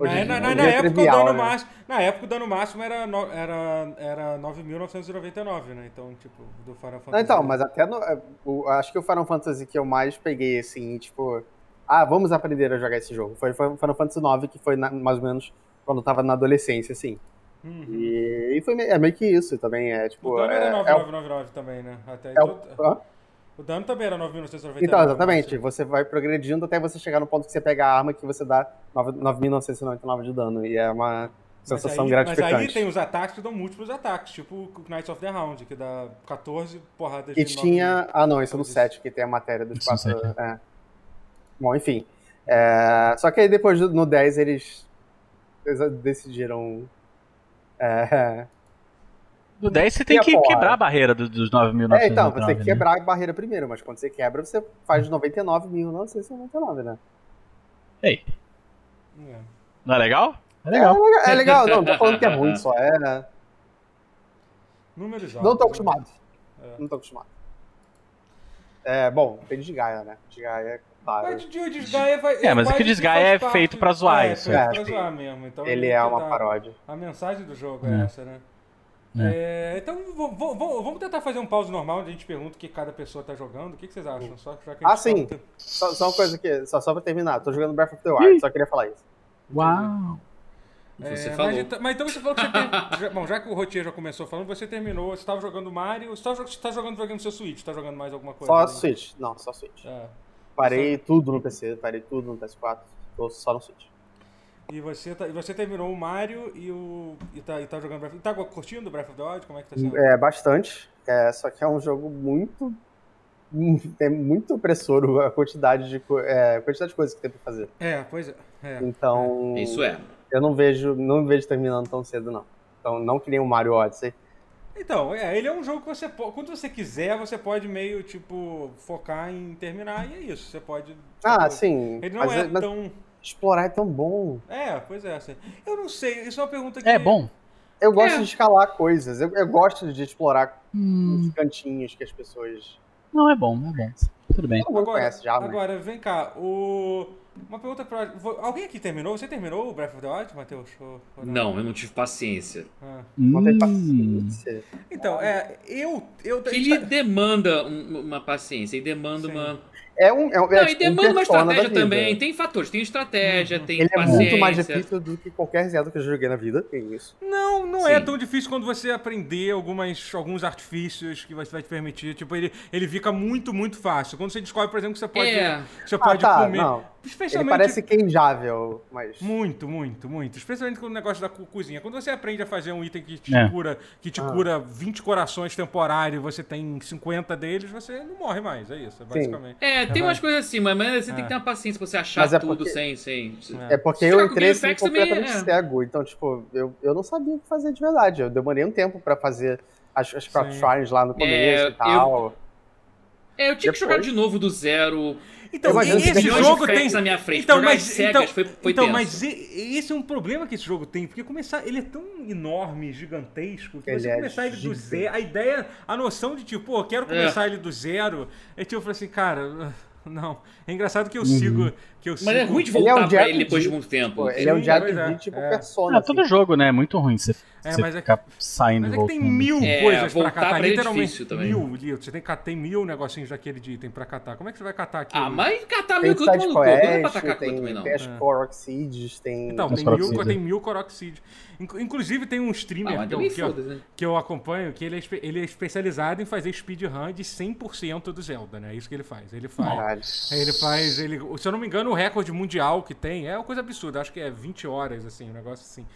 [SPEAKER 1] Na,
[SPEAKER 4] Hoje em
[SPEAKER 1] na,
[SPEAKER 4] dia
[SPEAKER 1] na- na
[SPEAKER 4] é
[SPEAKER 1] época, o
[SPEAKER 4] trivial,
[SPEAKER 1] dano
[SPEAKER 4] né?
[SPEAKER 1] máximo, na época o dano máximo era, no, era, era 9.999, né? Então, tipo, do Final Fantasy.
[SPEAKER 4] Não, então, mas até no, é, o- acho que o Final Fantasy que eu mais peguei, assim, tipo, ah, vamos aprender a jogar esse jogo. Foi foi Final Fantasy IX, que foi na- mais ou menos quando eu tava na adolescência, assim.
[SPEAKER 1] Uhum.
[SPEAKER 4] E, e foi me- é meio que isso também, é
[SPEAKER 1] O
[SPEAKER 4] tipo.
[SPEAKER 1] dano
[SPEAKER 4] é-
[SPEAKER 1] era
[SPEAKER 4] é o-
[SPEAKER 1] 9.999 também, né? Até
[SPEAKER 4] é
[SPEAKER 1] então,
[SPEAKER 4] o- hã?
[SPEAKER 1] O dano também era 9.999.
[SPEAKER 4] Então, exatamente.
[SPEAKER 1] né?
[SPEAKER 4] Você vai progredindo até você chegar no ponto que você pega a arma que você dá 9- 9.999 de dano. E é uma
[SPEAKER 1] Mas
[SPEAKER 4] sensação
[SPEAKER 1] aí-
[SPEAKER 4] gratificante.
[SPEAKER 1] Mas aí tem um os ataques que dão múltiplos ataques, tipo o Knights of the Round, que dá 14 porradas
[SPEAKER 4] E
[SPEAKER 1] de
[SPEAKER 4] tinha. Ah, não, isso é no
[SPEAKER 1] Isso.
[SPEAKER 4] 7, que tem a matéria dos
[SPEAKER 3] Isso no
[SPEAKER 4] quatro. é. Bom, enfim. É, Só que aí depois do- no 10 eles eles decidiram. É...
[SPEAKER 3] No 10 você tem
[SPEAKER 4] E a
[SPEAKER 3] que
[SPEAKER 4] porra?
[SPEAKER 3] quebrar a barreira do- dos 9.999.
[SPEAKER 4] é, então, você tem que
[SPEAKER 3] né? Hum.
[SPEAKER 4] quebrar a barreira primeiro, mas quando você quebra, você faz 99.999, né?
[SPEAKER 1] nove. É.
[SPEAKER 3] Não é legal? É
[SPEAKER 4] É
[SPEAKER 3] legal.
[SPEAKER 4] legal, é legal, não, tô falando que é ruim só. É...
[SPEAKER 1] Números altos.
[SPEAKER 4] Não tô
[SPEAKER 1] né?
[SPEAKER 4] acostumado.
[SPEAKER 1] É.
[SPEAKER 4] Não tô acostumado. É, bom, tem de Gaia, né? De Gaia, claro.
[SPEAKER 1] Mas o Desgaia vai.
[SPEAKER 3] É, mas é que o
[SPEAKER 1] quase
[SPEAKER 3] Disgaea
[SPEAKER 1] faz
[SPEAKER 3] é
[SPEAKER 1] parte-
[SPEAKER 3] feito pra zoar
[SPEAKER 1] é,
[SPEAKER 3] isso,
[SPEAKER 1] É, feito
[SPEAKER 4] é.
[SPEAKER 1] pra zoar mesmo. Então
[SPEAKER 4] Ele
[SPEAKER 1] tem
[SPEAKER 4] é
[SPEAKER 1] que
[SPEAKER 4] uma
[SPEAKER 1] dar-
[SPEAKER 4] paródia.
[SPEAKER 1] A mensagem do jogo é,
[SPEAKER 3] É.
[SPEAKER 1] essa, né? É, então vo- vo- vo- vamos tentar fazer um pause normal onde a gente pergunta o que cada pessoa tá jogando. O que, que vocês acham? Só, já que a gente
[SPEAKER 4] Ah, sim.
[SPEAKER 1] tá-
[SPEAKER 4] Só, só uma coisa aqui, só, só pra terminar. Tô jogando Breath of the Wild, só queria falar isso.
[SPEAKER 3] Uau.
[SPEAKER 1] É,
[SPEAKER 2] Você
[SPEAKER 1] mas
[SPEAKER 2] falou.
[SPEAKER 1] então- Mas, então você falou que você tem, já- Bom, já que o Rotier já começou falando, você terminou, você tava jogando Mario, você tá, jo- você tá jogando joguinho no seu Switch, tá jogando mais alguma coisa?
[SPEAKER 4] Só
[SPEAKER 1] né?
[SPEAKER 4] Switch. Não, só Switch.
[SPEAKER 1] É.
[SPEAKER 4] Parei tudo no PC, parei tudo no PS4. Tô só no Switch.
[SPEAKER 1] E você, tá- e você terminou o Mario e o. E tá, e tá jogando Breath of Tá go- curtindo Breath of the Wild? Como é que tá sendo?
[SPEAKER 4] É, bastante. É, só que é um jogo muito... É muito opressor a quantidade de, co- é, a quantidade de coisas que tem pra fazer.
[SPEAKER 1] É, pois é. é.
[SPEAKER 4] Então...
[SPEAKER 2] Isso é.
[SPEAKER 4] Eu não vejo, não vejo terminando tão cedo, não. Então, não que nem o Mario Odyssey.
[SPEAKER 1] Então, é, ele é um jogo que você pode. Quando você quiser, você pode meio, tipo, focar em terminar e é isso. Você pode.
[SPEAKER 4] Ah,
[SPEAKER 1] tipo,
[SPEAKER 4] sim.
[SPEAKER 1] Ele não
[SPEAKER 4] mas,
[SPEAKER 1] é
[SPEAKER 4] mas
[SPEAKER 1] tão.
[SPEAKER 4] explorar é tão bom.
[SPEAKER 1] É, pois é. Assim. Eu não sei, isso é uma pergunta que.
[SPEAKER 3] É bom.
[SPEAKER 4] Eu gosto
[SPEAKER 2] É.
[SPEAKER 4] de escalar coisas. Eu, eu gosto de explorar
[SPEAKER 3] Hum,
[SPEAKER 4] os cantinhos que as pessoas.
[SPEAKER 3] não, é bom, é bom. Tudo bem.
[SPEAKER 4] Todo mundo conhece já, né?
[SPEAKER 1] agora, vem cá, o. Uma pergunta pra. vo- Alguém aqui terminou? Você terminou o Breath of the Wild, Matheus? Ou- ou
[SPEAKER 2] Não, eu não tive paciência.
[SPEAKER 1] Ah.
[SPEAKER 4] Não tem
[SPEAKER 3] Hum,
[SPEAKER 4] paciência.
[SPEAKER 1] Então, é, eu. eu
[SPEAKER 2] Que ele demanda um- uma paciência e
[SPEAKER 1] tá-
[SPEAKER 2] demanda
[SPEAKER 1] Sim.
[SPEAKER 2] uma.
[SPEAKER 4] É um. É, um- é
[SPEAKER 2] Não, e
[SPEAKER 4] tipo um
[SPEAKER 2] demanda uma
[SPEAKER 4] Persona da
[SPEAKER 2] estratégia
[SPEAKER 4] vida.
[SPEAKER 2] também. Tem fatores, tem estratégia, tem
[SPEAKER 4] Ele é
[SPEAKER 2] paciência.
[SPEAKER 4] muito mais difícil do que qualquer Zelda que eu joguei na vida. Ah, Que isso.
[SPEAKER 1] Não, não é
[SPEAKER 2] Sim.
[SPEAKER 1] tão difícil quando você aprender algumas, alguns artifícios que vai, vai te permitir. Tipo, ele, ele fica muito, muito fácil. Quando você descobre, por exemplo, que você pode,
[SPEAKER 2] É.
[SPEAKER 1] você pode
[SPEAKER 4] tá,
[SPEAKER 1] comer.
[SPEAKER 4] não. Ele
[SPEAKER 1] Especialmente. Hum.
[SPEAKER 4] parece queijável, mas.
[SPEAKER 1] Muito, muito, muito. Especialmente com o negócio da cu- cozinha. Quando você aprende a fazer um item que te
[SPEAKER 3] É.
[SPEAKER 1] cura, que te
[SPEAKER 4] Ah.
[SPEAKER 1] cura 20 corações temporário, você tem 50 deles, você não morre mais. É isso, basicamente.
[SPEAKER 2] É, tem
[SPEAKER 1] Aham.
[SPEAKER 2] umas coisas assim, mas mas você
[SPEAKER 1] É.
[SPEAKER 2] tem que ter uma paciência pra você achar
[SPEAKER 4] Mas é
[SPEAKER 2] tudo
[SPEAKER 4] porque-
[SPEAKER 2] sem, sem.
[SPEAKER 4] É porque
[SPEAKER 2] Jogar
[SPEAKER 4] eu
[SPEAKER 2] com
[SPEAKER 4] entrei
[SPEAKER 2] Game
[SPEAKER 4] assim,
[SPEAKER 2] Facts também
[SPEAKER 4] completamente
[SPEAKER 2] é-
[SPEAKER 4] cego. Então, tipo, eu, eu não sabia o que fazer de verdade. Eu demorei um tempo pra fazer as, as quatro
[SPEAKER 1] Sim.
[SPEAKER 4] shrines lá no começo
[SPEAKER 2] eu-
[SPEAKER 4] e tal.
[SPEAKER 2] É, eu tinha que
[SPEAKER 4] Depois-
[SPEAKER 2] jogar de novo do zero.
[SPEAKER 1] Então,
[SPEAKER 4] Eu imagino que
[SPEAKER 1] esse
[SPEAKER 4] tem milhões de
[SPEAKER 1] jogo
[SPEAKER 2] facts
[SPEAKER 1] tem.
[SPEAKER 2] na minha frente.
[SPEAKER 1] Então,
[SPEAKER 2] Jogar
[SPEAKER 1] mas,
[SPEAKER 2] às cegas
[SPEAKER 1] então,
[SPEAKER 2] foi, né? foi
[SPEAKER 1] então
[SPEAKER 2] tenso.
[SPEAKER 1] mas e- esse é um problema que esse jogo tem, porque começar, ele é tão enorme, gigantesco, que
[SPEAKER 4] Ele
[SPEAKER 1] você
[SPEAKER 4] é
[SPEAKER 1] começar ele do
[SPEAKER 4] gigante.
[SPEAKER 1] zero, a ideia, a noção de tipo, pô, eu
[SPEAKER 2] É.
[SPEAKER 1] quero começar ele do zero, é tipo, eu falei assim, cara, não. É engraçado que eu
[SPEAKER 4] Uhum.
[SPEAKER 1] sigo, que eu
[SPEAKER 2] Mas é ruim de
[SPEAKER 4] Ele é
[SPEAKER 2] voltar
[SPEAKER 4] um
[SPEAKER 2] pra
[SPEAKER 4] Jack
[SPEAKER 2] ele depois de
[SPEAKER 4] Jill,
[SPEAKER 2] muito tempo.
[SPEAKER 4] Pô, ele é um
[SPEAKER 1] Sim,
[SPEAKER 4] Jack
[SPEAKER 1] pois é.
[SPEAKER 4] V tipo
[SPEAKER 1] É.
[SPEAKER 4] persona.
[SPEAKER 3] Ah, todo jogo, né? É muito ruim você,
[SPEAKER 1] É,
[SPEAKER 3] você
[SPEAKER 1] mas é que-
[SPEAKER 3] ficar saindo
[SPEAKER 1] Mas
[SPEAKER 3] e
[SPEAKER 1] é que tem
[SPEAKER 3] voltando.
[SPEAKER 4] né?
[SPEAKER 1] mil
[SPEAKER 2] É,
[SPEAKER 1] coisas pra
[SPEAKER 2] voltar
[SPEAKER 1] catar,
[SPEAKER 2] pra ele é
[SPEAKER 1] literalmente.
[SPEAKER 2] difícil também.
[SPEAKER 1] mil, li- você tem que catar- tem mil negocinhos daquele de item pra catar. Como é que você vai catar aqui?
[SPEAKER 2] Ah, mas catar
[SPEAKER 4] Tem
[SPEAKER 2] meio que todo
[SPEAKER 4] Side
[SPEAKER 2] mundo todo. Não dá pra
[SPEAKER 4] Quest,
[SPEAKER 2] atacar
[SPEAKER 4] tem
[SPEAKER 2] com também, não.
[SPEAKER 4] Cash
[SPEAKER 3] É.
[SPEAKER 4] Korok Seeds, tem...
[SPEAKER 1] Então,
[SPEAKER 3] Mas
[SPEAKER 1] tem
[SPEAKER 3] Korok
[SPEAKER 1] mil,
[SPEAKER 3] Seed,
[SPEAKER 1] tem mil Korok Seed. Inclu- Inclusive tem um
[SPEAKER 2] Ah,
[SPEAKER 1] streamer
[SPEAKER 2] mas
[SPEAKER 1] que, eu,
[SPEAKER 2] também
[SPEAKER 1] que eu-
[SPEAKER 2] foda-se, né?
[SPEAKER 1] que eu acompanho, que ele é, espe- ele é especializado em fazer speedrun de 100% do Zelda, né? É isso que ele faz. Ele faz. é,
[SPEAKER 4] Caralho.
[SPEAKER 1] Ele faz, ele, se eu não me engano, o recorde mundial que tem é uma coisa absurda, acho que é 20 horas, assim, um negócio assim.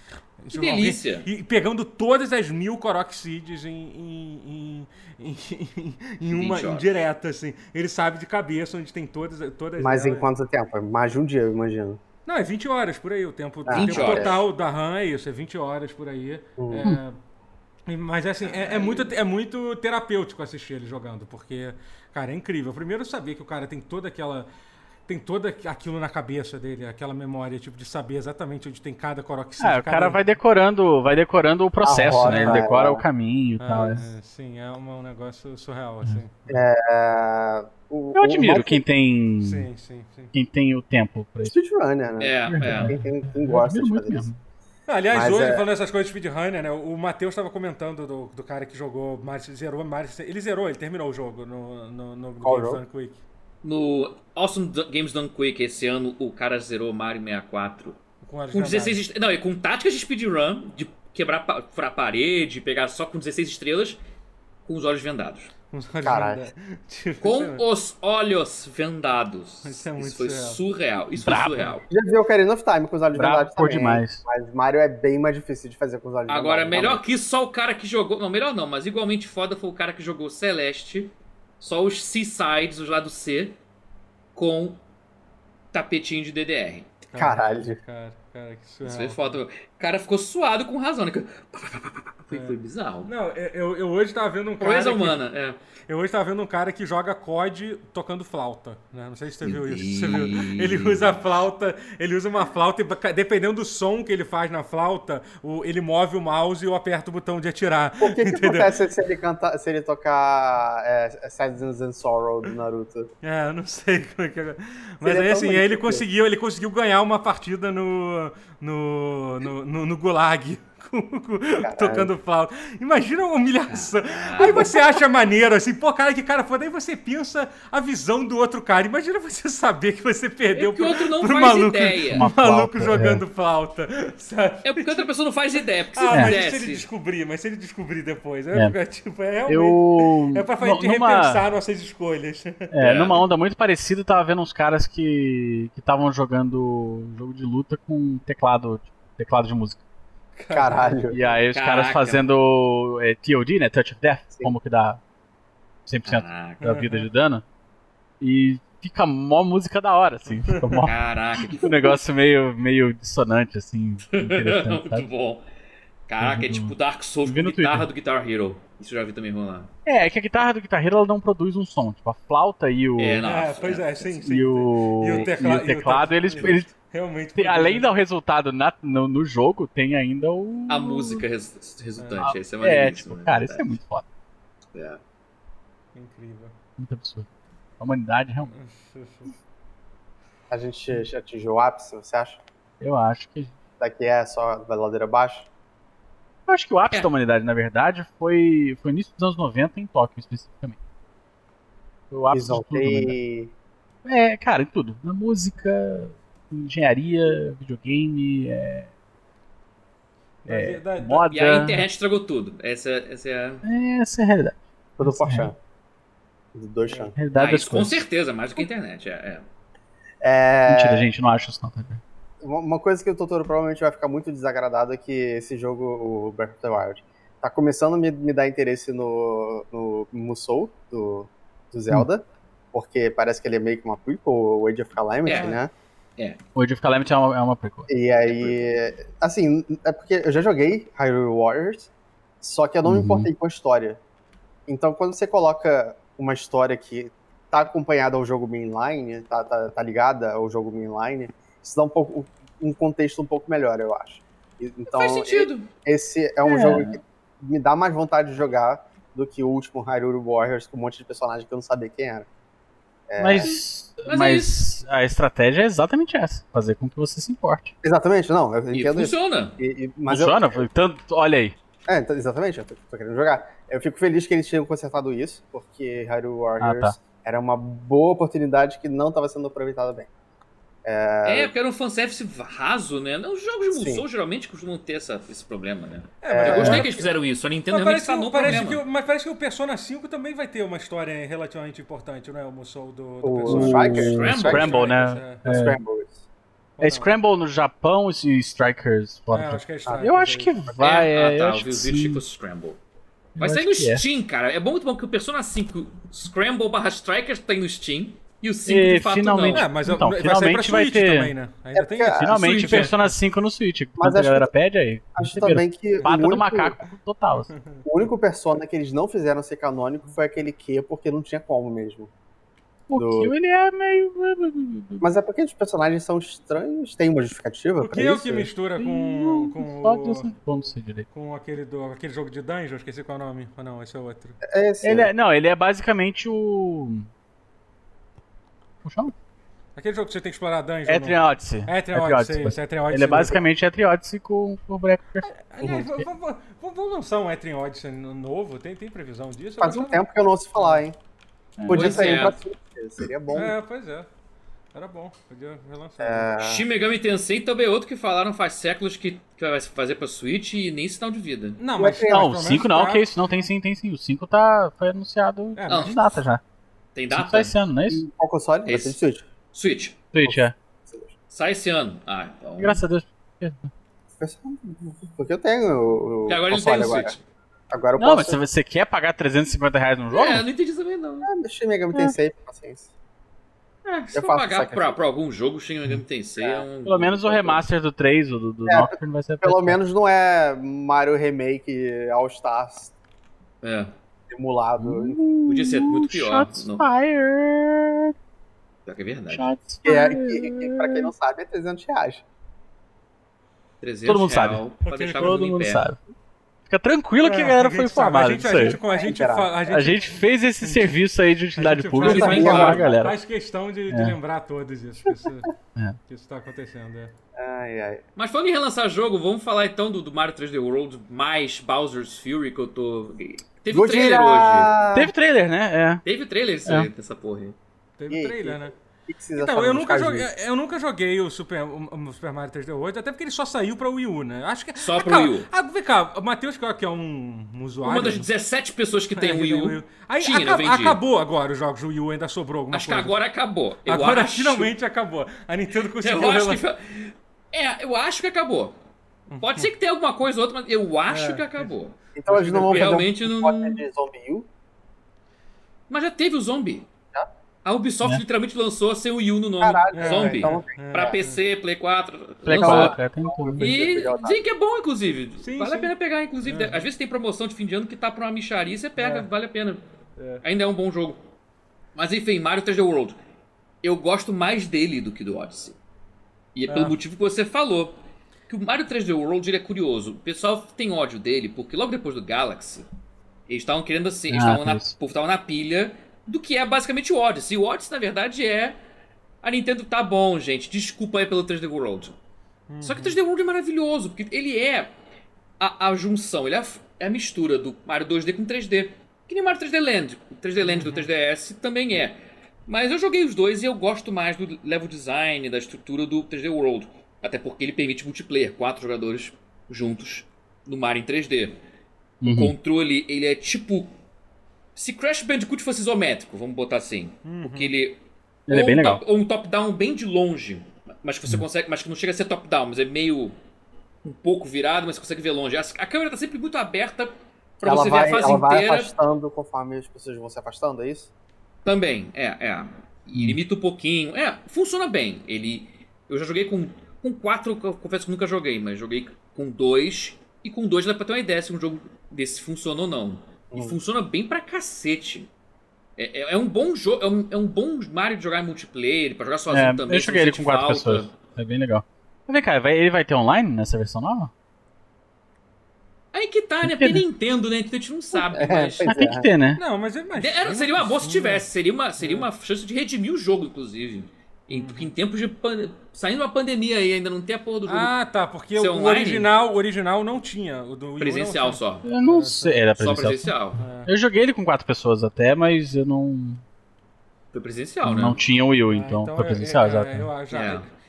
[SPEAKER 2] Que delícia.
[SPEAKER 1] E pegando todas as mil Korok Seeds em, em, em, em- em uma
[SPEAKER 2] 20 horas.
[SPEAKER 1] indireta, assim. Ele sabe de cabeça onde tem todas, todas
[SPEAKER 4] Mas em
[SPEAKER 1] elas.
[SPEAKER 4] quanto tempo? É Mais de um dia, eu imagino.
[SPEAKER 1] Não, é 20 horas por aí. O tempo,
[SPEAKER 4] Ah,
[SPEAKER 1] o
[SPEAKER 2] 20
[SPEAKER 1] tempo
[SPEAKER 2] horas.
[SPEAKER 1] total da RAM é isso, é 20 horas por aí. É, e- mas assim, é, é muito, é muito terapêutico assistir ele jogando, porque, cara, é incrível. Primeiro saber que o cara tem toda aquela. tem tem toda aquilo na cabeça dele, aquela memória, tipo, de saber exatamente onde tem cada um. coroxina.
[SPEAKER 3] Ah, o cara vai decorando, vai decorando o processo,
[SPEAKER 4] roda,
[SPEAKER 3] né? Ele
[SPEAKER 4] vai,
[SPEAKER 3] decora
[SPEAKER 4] vai.
[SPEAKER 3] o caminho e tal. Uhum.
[SPEAKER 1] Ah,
[SPEAKER 3] é.
[SPEAKER 1] é, sim, é uma- um negócio surreal, assim.
[SPEAKER 4] É, o,
[SPEAKER 3] Eu
[SPEAKER 4] o
[SPEAKER 3] admiro
[SPEAKER 4] Mike-
[SPEAKER 3] quem tem,
[SPEAKER 1] Sim, sim, sim.
[SPEAKER 3] quem tem o tempo pra isso.
[SPEAKER 4] Speedrunner, né?
[SPEAKER 2] É, é.
[SPEAKER 4] Quem, quem- quem
[SPEAKER 3] Eu
[SPEAKER 4] gosta
[SPEAKER 3] admiro
[SPEAKER 4] de
[SPEAKER 3] muito
[SPEAKER 4] fazer isso.
[SPEAKER 3] mesmo.
[SPEAKER 1] Ah, Aliás,
[SPEAKER 4] Mas
[SPEAKER 1] hoje,
[SPEAKER 4] é-
[SPEAKER 1] falando essas coisas de speedrunner, né? O Matheus estava comentando do, do cara que jogou, Mario, zerou Mario. Ele zerou, ele terminou o jogo no, no, no
[SPEAKER 4] Qual
[SPEAKER 1] Games
[SPEAKER 4] jogo?
[SPEAKER 1] Done Quick.
[SPEAKER 2] No Awesome Dun- Games Done Quick, esse ano, o cara zerou Mario 64.
[SPEAKER 1] Com, as
[SPEAKER 2] Com
[SPEAKER 1] granadas.
[SPEAKER 2] 16 est- Não, é com táticas de speedrun, de quebrar pa- furar a parede, pegar só com 16 estrelas, com os olhos vendados.
[SPEAKER 1] Com as granadas.
[SPEAKER 4] Caralho.
[SPEAKER 1] Tipo,
[SPEAKER 2] Com
[SPEAKER 1] isso é-
[SPEAKER 2] os olhos vendados.
[SPEAKER 1] Isso é muito
[SPEAKER 2] foi
[SPEAKER 1] surreal.
[SPEAKER 2] surreal. Isso
[SPEAKER 3] Brabo.
[SPEAKER 2] foi surreal.
[SPEAKER 4] Já vi o Ocarina of Time com os olhos
[SPEAKER 3] Brabo
[SPEAKER 4] vendados
[SPEAKER 3] por
[SPEAKER 4] também.
[SPEAKER 3] demais.
[SPEAKER 4] Mas Mario é bem mais difícil de fazer com os olhos
[SPEAKER 2] Agora, é
[SPEAKER 4] vendados.
[SPEAKER 2] melhor que isso, só o cara que jogou. Não, melhor não, mas igualmente foda foi o cara que jogou Celeste, só os Seasides, os lados C, com tapetinho de DDR.
[SPEAKER 4] Caralho.
[SPEAKER 1] Cara, cara, que
[SPEAKER 2] Isso foi
[SPEAKER 1] surreal.
[SPEAKER 2] foda. O cara ficou suado com razão, né? Que- Foi, foi bizarro.
[SPEAKER 1] É. Não, eu, eu hoje tava vendo um cara.
[SPEAKER 2] Proeza
[SPEAKER 1] que-
[SPEAKER 2] humana, é.
[SPEAKER 1] Eu hoje tava vendo um cara que joga COD tocando flauta, né? Não sei se você
[SPEAKER 2] Meu
[SPEAKER 1] viu isso. Você viu?
[SPEAKER 2] Deus.
[SPEAKER 1] Ele usa a flauta, ele usa uma flauta e ba- dependendo do som que ele faz na flauta, o- ele move o mouse e eu aperto o botão de atirar.
[SPEAKER 4] O que, que acontece se ele, cantar, se ele tocar é, Sadness and Sorrow do Naruto?
[SPEAKER 1] É, eu não sei como é que é. Mas
[SPEAKER 4] Seria
[SPEAKER 1] aí
[SPEAKER 4] tão
[SPEAKER 1] assim, aí ele
[SPEAKER 4] bonito.
[SPEAKER 3] né?
[SPEAKER 1] conseguiu, ele conseguiu ganhar uma partida no. no. no, no- no Gulag. com- com- Tocando flauta. Imagina a humilhação. Aí você acha maneiro, assim, pô, cara, que cara foda. Aí você pensa a visão do outro cara. Imagina você saber que você perdeu
[SPEAKER 2] É que o outro não
[SPEAKER 1] pro
[SPEAKER 2] faz
[SPEAKER 1] maluco,
[SPEAKER 2] ideia.
[SPEAKER 1] um
[SPEAKER 3] Uma
[SPEAKER 1] maluco
[SPEAKER 3] flauta, é.
[SPEAKER 1] jogando flauta. Sabe?
[SPEAKER 2] É porque outra pessoa não faz ideia, porque se
[SPEAKER 1] Ah, mas e se ele
[SPEAKER 2] fizesse.
[SPEAKER 1] descobrir, mas se ele descobrir depois,
[SPEAKER 3] É.
[SPEAKER 1] é, é. tipo, é realmente.
[SPEAKER 3] Eu.
[SPEAKER 1] É pra fazer
[SPEAKER 3] nu-
[SPEAKER 1] de
[SPEAKER 3] numa-
[SPEAKER 1] repensar nossas escolhas.
[SPEAKER 3] É,
[SPEAKER 2] É.
[SPEAKER 3] numa onda muito parecida, eu tava vendo uns caras que que estavam jogando jogo de luta com teclado, tipo, teclado de música.
[SPEAKER 4] Caralho.
[SPEAKER 3] E aí os caras
[SPEAKER 2] Caraca.
[SPEAKER 3] fazendo é, TOD, né, Touch of Death,
[SPEAKER 4] Sim.
[SPEAKER 3] como que dá 100%
[SPEAKER 2] Caraca,
[SPEAKER 3] da vida de dano. E fica mó música da hora, assim, fica mó
[SPEAKER 2] caraca, que
[SPEAKER 3] um negócio meio meio dissonante assim, interessante,
[SPEAKER 2] Muito
[SPEAKER 3] sabe?
[SPEAKER 2] bom. Caraca, é
[SPEAKER 3] Uhum.
[SPEAKER 2] tipo Dark Souls
[SPEAKER 3] Vi
[SPEAKER 2] com
[SPEAKER 3] no
[SPEAKER 2] guitarra do Guitar Hero. Isso eu já vi também rolar.
[SPEAKER 3] É, é que a guitarra do Guitar Hero ela não produz um som, tipo a flauta e o
[SPEAKER 2] É, não.
[SPEAKER 1] É,
[SPEAKER 2] Nossa,
[SPEAKER 1] pois é, sim, sim.
[SPEAKER 3] e o,
[SPEAKER 1] E o tecla-
[SPEAKER 3] e o teclado,
[SPEAKER 1] e o
[SPEAKER 3] eles,
[SPEAKER 1] tec-
[SPEAKER 3] eles
[SPEAKER 1] Realmente.
[SPEAKER 3] Tem-
[SPEAKER 1] produz,
[SPEAKER 3] além
[SPEAKER 1] né?
[SPEAKER 3] do resultado na- no, no jogo, tem ainda o.
[SPEAKER 2] A música res- resultante, isso é
[SPEAKER 3] É,
[SPEAKER 2] maravilhoso.
[SPEAKER 3] tipo,
[SPEAKER 2] né?
[SPEAKER 3] cara, isso é muito foda.
[SPEAKER 2] É.
[SPEAKER 1] Incrível.
[SPEAKER 3] Muito absurdo. A humanidade, realmente.
[SPEAKER 4] A gente atingiu o ápice, você acha?
[SPEAKER 3] Eu acho que.
[SPEAKER 4] Daqui é só da ladeira abaixo?
[SPEAKER 3] Eu acho que o ápice
[SPEAKER 2] É.
[SPEAKER 3] da humanidade, na verdade, foi, foi no início dos anos 90 em Tóquio, especificamente. Foi o ápice de tudo. na verdade.
[SPEAKER 4] Pisoteio.
[SPEAKER 3] É, cara, em tudo. Na música, engenharia, videogame, é,
[SPEAKER 1] Da- da- da-
[SPEAKER 3] moda.
[SPEAKER 2] é, E aí a internet estragou tudo. Essa, essa é a.
[SPEAKER 3] É, essa é a realidade. é
[SPEAKER 4] Tudo por chan. Do dois chan.
[SPEAKER 3] A realidade
[SPEAKER 2] Ah,
[SPEAKER 3] das
[SPEAKER 2] isso com
[SPEAKER 3] coisas.
[SPEAKER 2] certeza, mais do que a internet. É, é.
[SPEAKER 4] É,
[SPEAKER 3] Mentira, gente, não acho isso não. tá?
[SPEAKER 4] uma- uma coisa que o Totoro provavelmente vai ficar muito desagradado é que esse jogo, o Breath of the Wild, tá começando a me, me dar interesse no, no Musou, do, do Zelda.
[SPEAKER 3] Hum.
[SPEAKER 4] Porque parece que ele é meio que uma prequel, o Age of Calamity,
[SPEAKER 2] É.
[SPEAKER 4] né?
[SPEAKER 3] Hoje o Calamity é uma, é uma prequel.
[SPEAKER 4] E aí, assim, é porque eu já joguei Hyrule Warriors, só que eu não me
[SPEAKER 3] Uhum.
[SPEAKER 4] importei com a história. Então, quando você coloca uma história que tá acompanhada ao jogo mainline, tá, tá, tá ligada ao jogo mainline, isso dá um pouco um contexto um pouco melhor, eu acho. E- Então,
[SPEAKER 2] Faz sentido.
[SPEAKER 4] esse é um
[SPEAKER 3] É.
[SPEAKER 4] jogo que me dá mais vontade de jogar do que o último Hyrule Warriors com um monte de personagem que eu não sabia quem era.
[SPEAKER 3] Mas,
[SPEAKER 2] Mas é
[SPEAKER 3] mas, a estratégia é exatamente essa: fazer com que você se importe.
[SPEAKER 4] Exatamente, não, eu
[SPEAKER 2] E
[SPEAKER 4] entendo isso.
[SPEAKER 2] funciona.
[SPEAKER 4] E- e- mas eu-
[SPEAKER 3] Funciona? Foi Tanto, olha aí.
[SPEAKER 4] É, então, exatamente, eu tô, tô querendo jogar. Eu fico feliz que eles tenham consertado isso, porque Hyrule Warriors
[SPEAKER 3] Ah,
[SPEAKER 4] era uma boa oportunidade que não estava sendo aproveitada bem.
[SPEAKER 2] É, porque era um fanservice raso, né? Não, Os jogos de
[SPEAKER 4] Sim.
[SPEAKER 2] Musou geralmente costumam ter essa- esse problema, né?
[SPEAKER 1] É, mas
[SPEAKER 2] Eu
[SPEAKER 1] agora-
[SPEAKER 2] gostei que eles fizeram isso. A Nintendo
[SPEAKER 1] Mas parece,
[SPEAKER 2] realmente
[SPEAKER 1] que,
[SPEAKER 2] sanou
[SPEAKER 1] o-
[SPEAKER 2] o
[SPEAKER 1] parece
[SPEAKER 2] problema.
[SPEAKER 1] que, o- mas parece que o Persona 5 também vai ter uma história relativamente importante, não é? O Musou do, do
[SPEAKER 4] O
[SPEAKER 1] Persona.
[SPEAKER 4] Strikers?
[SPEAKER 3] Scramble,
[SPEAKER 1] Strikers,
[SPEAKER 3] né?
[SPEAKER 1] é.
[SPEAKER 4] Os Scrambles.
[SPEAKER 1] Ou
[SPEAKER 3] É
[SPEAKER 1] não?
[SPEAKER 3] Scramble no Japão e Strikers
[SPEAKER 1] É,
[SPEAKER 3] fora.
[SPEAKER 1] acho que é Strikers.
[SPEAKER 3] eu acho
[SPEAKER 1] é
[SPEAKER 3] que
[SPEAKER 1] isso.
[SPEAKER 3] vai.
[SPEAKER 2] é,
[SPEAKER 3] é,
[SPEAKER 2] ah,
[SPEAKER 3] eu
[SPEAKER 2] tá.
[SPEAKER 3] acho
[SPEAKER 2] Eu vi
[SPEAKER 3] que
[SPEAKER 2] os
[SPEAKER 3] sim.
[SPEAKER 2] vídeos tipo Scramble.
[SPEAKER 3] Eu
[SPEAKER 2] Vai sair
[SPEAKER 3] acho
[SPEAKER 2] no
[SPEAKER 3] que é.
[SPEAKER 2] Steam, cara. É bom, muito bom que o Persona 5 Scramble barra Strikers tem no Steam. E o 5
[SPEAKER 3] E,
[SPEAKER 2] de fato
[SPEAKER 3] finalmente.
[SPEAKER 1] É, mas
[SPEAKER 3] Então,
[SPEAKER 1] vai sair pra
[SPEAKER 3] finalmente vai
[SPEAKER 1] Switch
[SPEAKER 3] ter-
[SPEAKER 1] também, né? Ainda
[SPEAKER 4] É
[SPEAKER 1] tem
[SPEAKER 4] porque-
[SPEAKER 1] isso.
[SPEAKER 3] Finalmente,
[SPEAKER 2] Switch,
[SPEAKER 3] Persona 5 no Switch.
[SPEAKER 4] Mas
[SPEAKER 3] Mas a
[SPEAKER 4] acho
[SPEAKER 3] galera pede aí.
[SPEAKER 4] Acho
[SPEAKER 3] receberam.
[SPEAKER 4] também que o
[SPEAKER 3] Pata do
[SPEAKER 4] único,
[SPEAKER 3] macaco total. assim.
[SPEAKER 4] o único persona que eles não fizeram ser canônico foi aquele que, porque não tinha como mesmo.
[SPEAKER 3] pouquinho ele é meio.
[SPEAKER 4] Mas é porque os personagens são estranhos? Tem uma justificativa
[SPEAKER 1] O
[SPEAKER 4] pra
[SPEAKER 1] que é o
[SPEAKER 4] isso?
[SPEAKER 1] que mistura com,
[SPEAKER 3] Hum,
[SPEAKER 1] com,
[SPEAKER 3] Só
[SPEAKER 1] o-
[SPEAKER 3] disso eu não sei direito.
[SPEAKER 1] com aquele, do, aquele jogo de dungeon? Esqueci qual é o nome. Ah, não, esse é outro.
[SPEAKER 4] É esse.
[SPEAKER 3] Ele é- não, ele é basicamente o. Como chama?
[SPEAKER 1] Aquele jogo que você tem que explorar dungeon. não?
[SPEAKER 3] Etrian Odyssey.
[SPEAKER 1] Etrian
[SPEAKER 3] Etrian
[SPEAKER 1] Odyssey, isso, Etrian Odyssey.
[SPEAKER 3] Ele é basicamente Etrian Odyssey com o boneco
[SPEAKER 1] Aliás, v- v- v- v- vamos lançar um Etrian Odyssey no- novo? Tem, tem previsão disso? Eu
[SPEAKER 4] Faz um
[SPEAKER 1] gostava-
[SPEAKER 4] tempo que eu não ouço falar, hein? Podia
[SPEAKER 2] Pois
[SPEAKER 4] sair
[SPEAKER 2] é.
[SPEAKER 4] pra Switch, seria bom. É,
[SPEAKER 1] É, pois é. Era bom, podia relançar.
[SPEAKER 4] Ah.
[SPEAKER 2] Shin Megami Tensei também é outro que falaram faz séculos que, que vai se fazer pra Switch e nem sinal de vida.
[SPEAKER 1] Não,
[SPEAKER 4] O
[SPEAKER 1] mas.
[SPEAKER 4] Etrian-
[SPEAKER 1] mas
[SPEAKER 3] Não, o
[SPEAKER 1] pelo
[SPEAKER 3] 5
[SPEAKER 1] menos
[SPEAKER 3] não,
[SPEAKER 1] tá-
[SPEAKER 3] que isso. Não, tem sim, tem sim. O 5 tá, foi anunciado
[SPEAKER 1] É,
[SPEAKER 2] Não.
[SPEAKER 1] mas
[SPEAKER 3] de data já.
[SPEAKER 2] Tem
[SPEAKER 3] 5
[SPEAKER 2] data?
[SPEAKER 3] tá esse ano, não é isso?
[SPEAKER 4] E Qual console? Vai
[SPEAKER 2] Esse.
[SPEAKER 4] ser de Switch.
[SPEAKER 2] Switch.
[SPEAKER 3] Twitch, é.
[SPEAKER 2] Sai esse ano. Ah, então.
[SPEAKER 3] Graças a Deus.
[SPEAKER 4] Porque eu tenho o,
[SPEAKER 2] Porque
[SPEAKER 4] o
[SPEAKER 2] agora ele tem
[SPEAKER 4] console
[SPEAKER 2] o
[SPEAKER 4] agora.
[SPEAKER 2] Switch.
[SPEAKER 4] Agora eu
[SPEAKER 3] Não, mas
[SPEAKER 4] posso.
[SPEAKER 3] você- você quer pagar 350 reais num jogo?
[SPEAKER 2] É, eu não entendi também não.
[SPEAKER 4] Ah, deixa o Megami Tensei, paciência.
[SPEAKER 2] É, se
[SPEAKER 4] Eu
[SPEAKER 2] for
[SPEAKER 4] faço
[SPEAKER 2] pagar
[SPEAKER 4] sacrifício.
[SPEAKER 2] pra, pra algum jogo, Shin Megami Tensei é, um...
[SPEAKER 3] Pelo menos o remaster do 3, o do, do
[SPEAKER 4] É,
[SPEAKER 3] Nocturne, vai ser
[SPEAKER 4] Pelo
[SPEAKER 3] apertado.
[SPEAKER 4] menos não é Mario Remake All Stars
[SPEAKER 2] É.
[SPEAKER 4] emulado.
[SPEAKER 2] Hum. Podia ser muito
[SPEAKER 3] Uh,
[SPEAKER 2] pior. né?
[SPEAKER 3] Shots
[SPEAKER 2] Não,
[SPEAKER 3] fired!
[SPEAKER 2] pior que é verdade.
[SPEAKER 3] Shots
[SPEAKER 4] Que é,
[SPEAKER 3] fired!
[SPEAKER 4] que, que, pra quem não sabe, é 300 reais.
[SPEAKER 2] 300
[SPEAKER 3] Todo mundo
[SPEAKER 2] real
[SPEAKER 3] sabe.
[SPEAKER 2] Pra deixar o
[SPEAKER 3] Todo
[SPEAKER 2] mundo
[SPEAKER 3] mundo
[SPEAKER 2] em pé.
[SPEAKER 3] sabe. Fica tranquilo que
[SPEAKER 1] É,
[SPEAKER 3] a galera
[SPEAKER 1] gente
[SPEAKER 3] foi
[SPEAKER 1] sabe,
[SPEAKER 3] informada
[SPEAKER 1] A gente,
[SPEAKER 3] disso
[SPEAKER 1] a
[SPEAKER 3] aí.
[SPEAKER 1] gente, a gente,
[SPEAKER 4] Esperar.
[SPEAKER 1] fa- a gente, tipo,
[SPEAKER 3] A gente fez esse serviço aí de
[SPEAKER 1] a
[SPEAKER 3] utilidade
[SPEAKER 1] gente
[SPEAKER 3] pública
[SPEAKER 1] faz-
[SPEAKER 3] pra
[SPEAKER 4] sabia,
[SPEAKER 3] informar a
[SPEAKER 4] cara.
[SPEAKER 3] galera. É.
[SPEAKER 1] Faz questão de, de lembrar a todos isso, que isso, que isso tá acontecendo. é.
[SPEAKER 4] Ai, ai.
[SPEAKER 2] Mas falando em relançar jogo, vamos falar então do, do Mario 3D World mais Bowser's Fury que eu tô. Teve trailer hoje.
[SPEAKER 1] tá.
[SPEAKER 4] Gojira!
[SPEAKER 3] Teve trailer, né? É.
[SPEAKER 2] Teve trailer esse,
[SPEAKER 3] É.
[SPEAKER 2] dessa porra aí.
[SPEAKER 1] Teve
[SPEAKER 4] E aí,
[SPEAKER 1] trailer, né?
[SPEAKER 4] O que que vocês
[SPEAKER 1] Então,
[SPEAKER 4] acharam
[SPEAKER 1] eu
[SPEAKER 4] dos
[SPEAKER 1] nunca,
[SPEAKER 4] cajus?
[SPEAKER 1] joguei, eu nunca joguei o Super, o- o Super Mario 3D World, até porque ele só saiu pra Wii U, né? Acho que,
[SPEAKER 2] Só
[SPEAKER 1] ah,
[SPEAKER 2] pro
[SPEAKER 1] cara,
[SPEAKER 2] Wii U.
[SPEAKER 1] Ah, vem cá, o Matheus, que é- que é um, um usuário...
[SPEAKER 2] Uma das 17 pessoas que tem
[SPEAKER 1] é,
[SPEAKER 2] o
[SPEAKER 1] que
[SPEAKER 2] Wii U.
[SPEAKER 1] Aí
[SPEAKER 2] tinha,
[SPEAKER 1] acab-
[SPEAKER 2] eu vendi.
[SPEAKER 1] acabou agora os jogos do Wii U, ainda sobrou alguma
[SPEAKER 2] Acho que
[SPEAKER 1] coisa.
[SPEAKER 2] agora acabou. Eu
[SPEAKER 1] Agora
[SPEAKER 2] acho-
[SPEAKER 1] finalmente acabou. A Nintendo conseguiu
[SPEAKER 2] Eu acho
[SPEAKER 1] relan-
[SPEAKER 2] que. É, eu acho que acabou. Pode ser que tenha alguma coisa ou outra, mas eu
[SPEAKER 1] É,
[SPEAKER 2] acho que acabou.
[SPEAKER 4] Então eles não vão fazer um
[SPEAKER 2] Realmente não.
[SPEAKER 4] cópia de Zombie U?
[SPEAKER 2] Mas já teve o Zombie.
[SPEAKER 4] Já?
[SPEAKER 2] A Ubisoft literalmente lançou seu Wii U no nome.
[SPEAKER 4] Caralho,
[SPEAKER 1] É,
[SPEAKER 2] Zombie.
[SPEAKER 4] então não tem.
[SPEAKER 1] É.
[SPEAKER 2] Pra PC, Play 4.
[SPEAKER 3] Play
[SPEAKER 2] lançou.
[SPEAKER 3] 4, é, tem tudo.
[SPEAKER 2] E dizem que é bom, inclusive.
[SPEAKER 1] Sim,
[SPEAKER 2] vale
[SPEAKER 1] sim. É.
[SPEAKER 2] a pena pegar, inclusive. Às vezes tem promoção de fim de ano que tá pra uma micharia, você pega, vale a pena.
[SPEAKER 1] É.
[SPEAKER 2] Ainda é um bom jogo. Mas enfim, Mario 3D World. Eu gosto mais dele do que do Odyssey. E é pelo
[SPEAKER 1] É.
[SPEAKER 2] motivo que você falou. Que o Mario 3D World ele é curioso. O pessoal tem ódio dele, porque logo depois do Galaxy, eles estavam querendo assim. Eles
[SPEAKER 3] Ah,
[SPEAKER 2] estavam na,
[SPEAKER 3] isso.
[SPEAKER 2] o povo tava na pilha do que é basicamente o Odyssey. O Odyssey, na verdade, é. A Nintendo tá bom, gente. Desculpa aí pelo 3D World. Só que o 3D World é maravilhoso, porque ele é a, a junção, ele é a, f- é a mistura do Mario 2D com 3D. Que nem Mario 3D Land. O 3D Land do 3DS também é. Mas eu joguei os dois e eu gosto mais do level design, da estrutura do 3D World. Até porque ele permite multiplayer, quatro jogadores juntos no Mario em 3D. O
[SPEAKER 3] Uhum.
[SPEAKER 2] controle, ele é tipo. Se Crash Bandicoot fosse isométrico, vamos botar assim.
[SPEAKER 4] Uhum.
[SPEAKER 2] Porque ele.
[SPEAKER 3] Ele é
[SPEAKER 2] ou
[SPEAKER 3] bem
[SPEAKER 2] um
[SPEAKER 3] legal. Uhum.
[SPEAKER 2] top- ou um top-down bem de longe. Mas que você consegue. Mas que não chega a ser top-down, mas é meio. um pouco virado, mas você consegue ver longe. A, a câmera tá sempre muito aberta pra
[SPEAKER 4] ela
[SPEAKER 2] você
[SPEAKER 4] vai,
[SPEAKER 2] ver a fase
[SPEAKER 4] ela vai
[SPEAKER 2] inteira.
[SPEAKER 4] afastando conforme as pessoas vão se afastando, é isso?
[SPEAKER 2] Também, é,
[SPEAKER 3] Hum.
[SPEAKER 2] é. E limita um pouquinho. É, funciona bem. Ele. Eu já joguei com. Com quatro, eu confesso que nunca joguei, mas joguei com dois. E com dois dá pra ter uma ideia se um jogo desse funciona ou não. E
[SPEAKER 4] Hum.
[SPEAKER 2] funciona bem pra cacete. É, é- é um bom jogo, é um, é um bom Mario de jogar em multiplayer, pra jogar sozinho
[SPEAKER 3] É,
[SPEAKER 2] também.
[SPEAKER 3] eu
[SPEAKER 2] se
[SPEAKER 3] joguei
[SPEAKER 2] não
[SPEAKER 3] ele
[SPEAKER 2] sente
[SPEAKER 3] com 4
[SPEAKER 2] então, falta.
[SPEAKER 3] pessoas. É bem legal. Mas vem cá, vai- ele vai ter online nessa versão nova?
[SPEAKER 2] Aí que tá, né? Porque é Nintendo, né? A gente não sabe, mas.
[SPEAKER 4] pois
[SPEAKER 3] Ah, tem
[SPEAKER 4] é.
[SPEAKER 3] que ter, né?
[SPEAKER 1] Não, mas imagina.
[SPEAKER 2] É, Era, seria uma boa se
[SPEAKER 1] Sim.
[SPEAKER 2] tivesse, seria uma,
[SPEAKER 3] é.
[SPEAKER 2] seria uma chance de redimir o jogo, inclusive. Em,
[SPEAKER 3] Uhum.
[SPEAKER 2] porque em tempos de. pan- Saindo uma pandemia aí, ainda não tem a porra do jogo
[SPEAKER 1] Ah, tá, porque
[SPEAKER 2] Ser
[SPEAKER 1] o
[SPEAKER 2] online?
[SPEAKER 1] original, o original não tinha. O do Wii U não
[SPEAKER 2] presencial
[SPEAKER 1] tinha.
[SPEAKER 2] só.
[SPEAKER 3] Eu não sei. É, Era
[SPEAKER 2] É, Só
[SPEAKER 3] presencial.
[SPEAKER 2] presencial.
[SPEAKER 3] Eu joguei ele com 4 pessoas até, mas eu não.
[SPEAKER 1] É.
[SPEAKER 2] Foi presencial, né?
[SPEAKER 3] Não tinha o Wii U,
[SPEAKER 1] Ah,
[SPEAKER 3] então.
[SPEAKER 1] então
[SPEAKER 3] foi
[SPEAKER 1] é-
[SPEAKER 3] presencial,
[SPEAKER 1] é,
[SPEAKER 3] exato.
[SPEAKER 1] É, eu acho, já-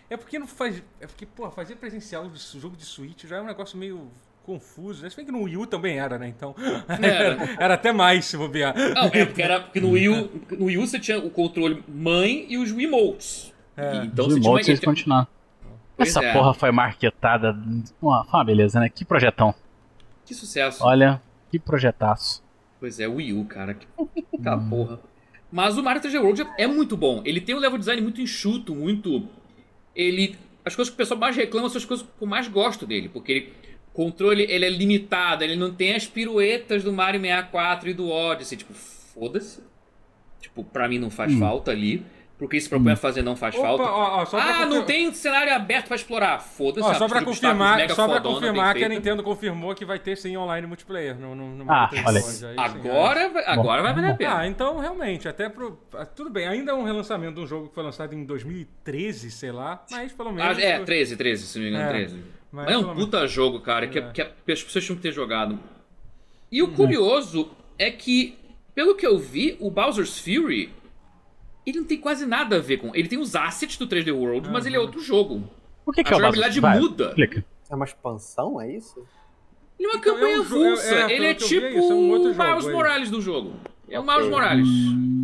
[SPEAKER 2] É.
[SPEAKER 1] é porque não faz. É porque, pô, fazer presencial de su- jogo de Switch já é um negócio meio confuso. né? Se bem que no Wii U também era, né? Então. Era,
[SPEAKER 2] É, Era.
[SPEAKER 1] até mais se bobear.
[SPEAKER 2] Não, é porque era porque no Wii, U, no Wii U você tinha o controle mãe e os Wiimotes.
[SPEAKER 1] É.
[SPEAKER 2] E Então
[SPEAKER 3] Os
[SPEAKER 2] você tinha uma...
[SPEAKER 3] emotes, eles continuaram.
[SPEAKER 2] Pois
[SPEAKER 3] Essa
[SPEAKER 2] é.
[SPEAKER 3] porra foi marketada. Uma, foi uma beleza, né? Que projetão.
[SPEAKER 2] Que sucesso.
[SPEAKER 3] Olha, que projetaço.
[SPEAKER 2] Pois é, Wii U, cara. Que tá
[SPEAKER 1] Hum.
[SPEAKER 2] porra. Mas o Mario 3D World é muito bom. Ele tem um level design muito enxuto, muito. Ele. As coisas que o pessoal mais reclama são as coisas que eu mais gosto dele, porque ele. o Controle, ele é limitado, ele não tem as piruetas do Mario 64 e do Odyssey. Tipo, foda-se. Tipo, pra mim não
[SPEAKER 1] Hum.
[SPEAKER 2] faz falta ali. Porque se propõe a fazer não faz
[SPEAKER 1] Opa,
[SPEAKER 2] falta.
[SPEAKER 1] ó, ó, só pra
[SPEAKER 2] ah, não
[SPEAKER 1] confirmar-
[SPEAKER 2] tem cenário aberto pra explorar. Foda-se.
[SPEAKER 1] Ó,
[SPEAKER 2] a
[SPEAKER 1] só
[SPEAKER 2] pista
[SPEAKER 1] pra
[SPEAKER 2] de obstáculos
[SPEAKER 1] confirmar,
[SPEAKER 2] assim, mega
[SPEAKER 1] só pra
[SPEAKER 2] fodona, bem
[SPEAKER 1] confirmar que a
[SPEAKER 2] feita.
[SPEAKER 1] Nintendo confirmou que vai ter sim online multiplayer no, no, no
[SPEAKER 3] Ah,
[SPEAKER 1] Mario
[SPEAKER 3] olha aí.
[SPEAKER 1] 32, aí, sim,
[SPEAKER 2] Agora, vai- agora vai valer a
[SPEAKER 1] é.
[SPEAKER 2] pena.
[SPEAKER 1] Ah, então realmente, até pro. ah, Tudo bem, ainda é um relançamento de um jogo que foi lançado em 2013, sei lá, mas pelo menos.
[SPEAKER 2] Ah, é, 13, 13, se não me engano,
[SPEAKER 1] É,
[SPEAKER 2] 13.
[SPEAKER 1] mas
[SPEAKER 2] Mas é um
[SPEAKER 1] pelo menos-
[SPEAKER 2] puta jogo, cara, que,
[SPEAKER 1] É. Hum.
[SPEAKER 2] que as pessoas tinham que ter jogado. E o curioso é que, pelo que eu vi, o Bowser's Fury, ele não tem quase nada a ver com... Ele tem os assets do 3D World, mas ele é outro jogo.
[SPEAKER 3] O que,
[SPEAKER 2] A
[SPEAKER 3] que é o Basil?
[SPEAKER 2] jogabilidade
[SPEAKER 3] Vai,
[SPEAKER 2] muda.
[SPEAKER 3] Explica.
[SPEAKER 4] É uma expansão, é isso?
[SPEAKER 2] Ele é uma
[SPEAKER 1] Então,
[SPEAKER 2] campanha
[SPEAKER 1] é um jo-
[SPEAKER 2] avulsa.
[SPEAKER 1] é- é,
[SPEAKER 2] ele
[SPEAKER 1] pelo
[SPEAKER 2] é
[SPEAKER 1] que eu vi,
[SPEAKER 2] tipo
[SPEAKER 1] isso é um outro
[SPEAKER 2] o
[SPEAKER 1] jogo,
[SPEAKER 2] Miles
[SPEAKER 1] é.
[SPEAKER 2] Morales do jogo. É o
[SPEAKER 4] Ok.
[SPEAKER 2] Miles Morales.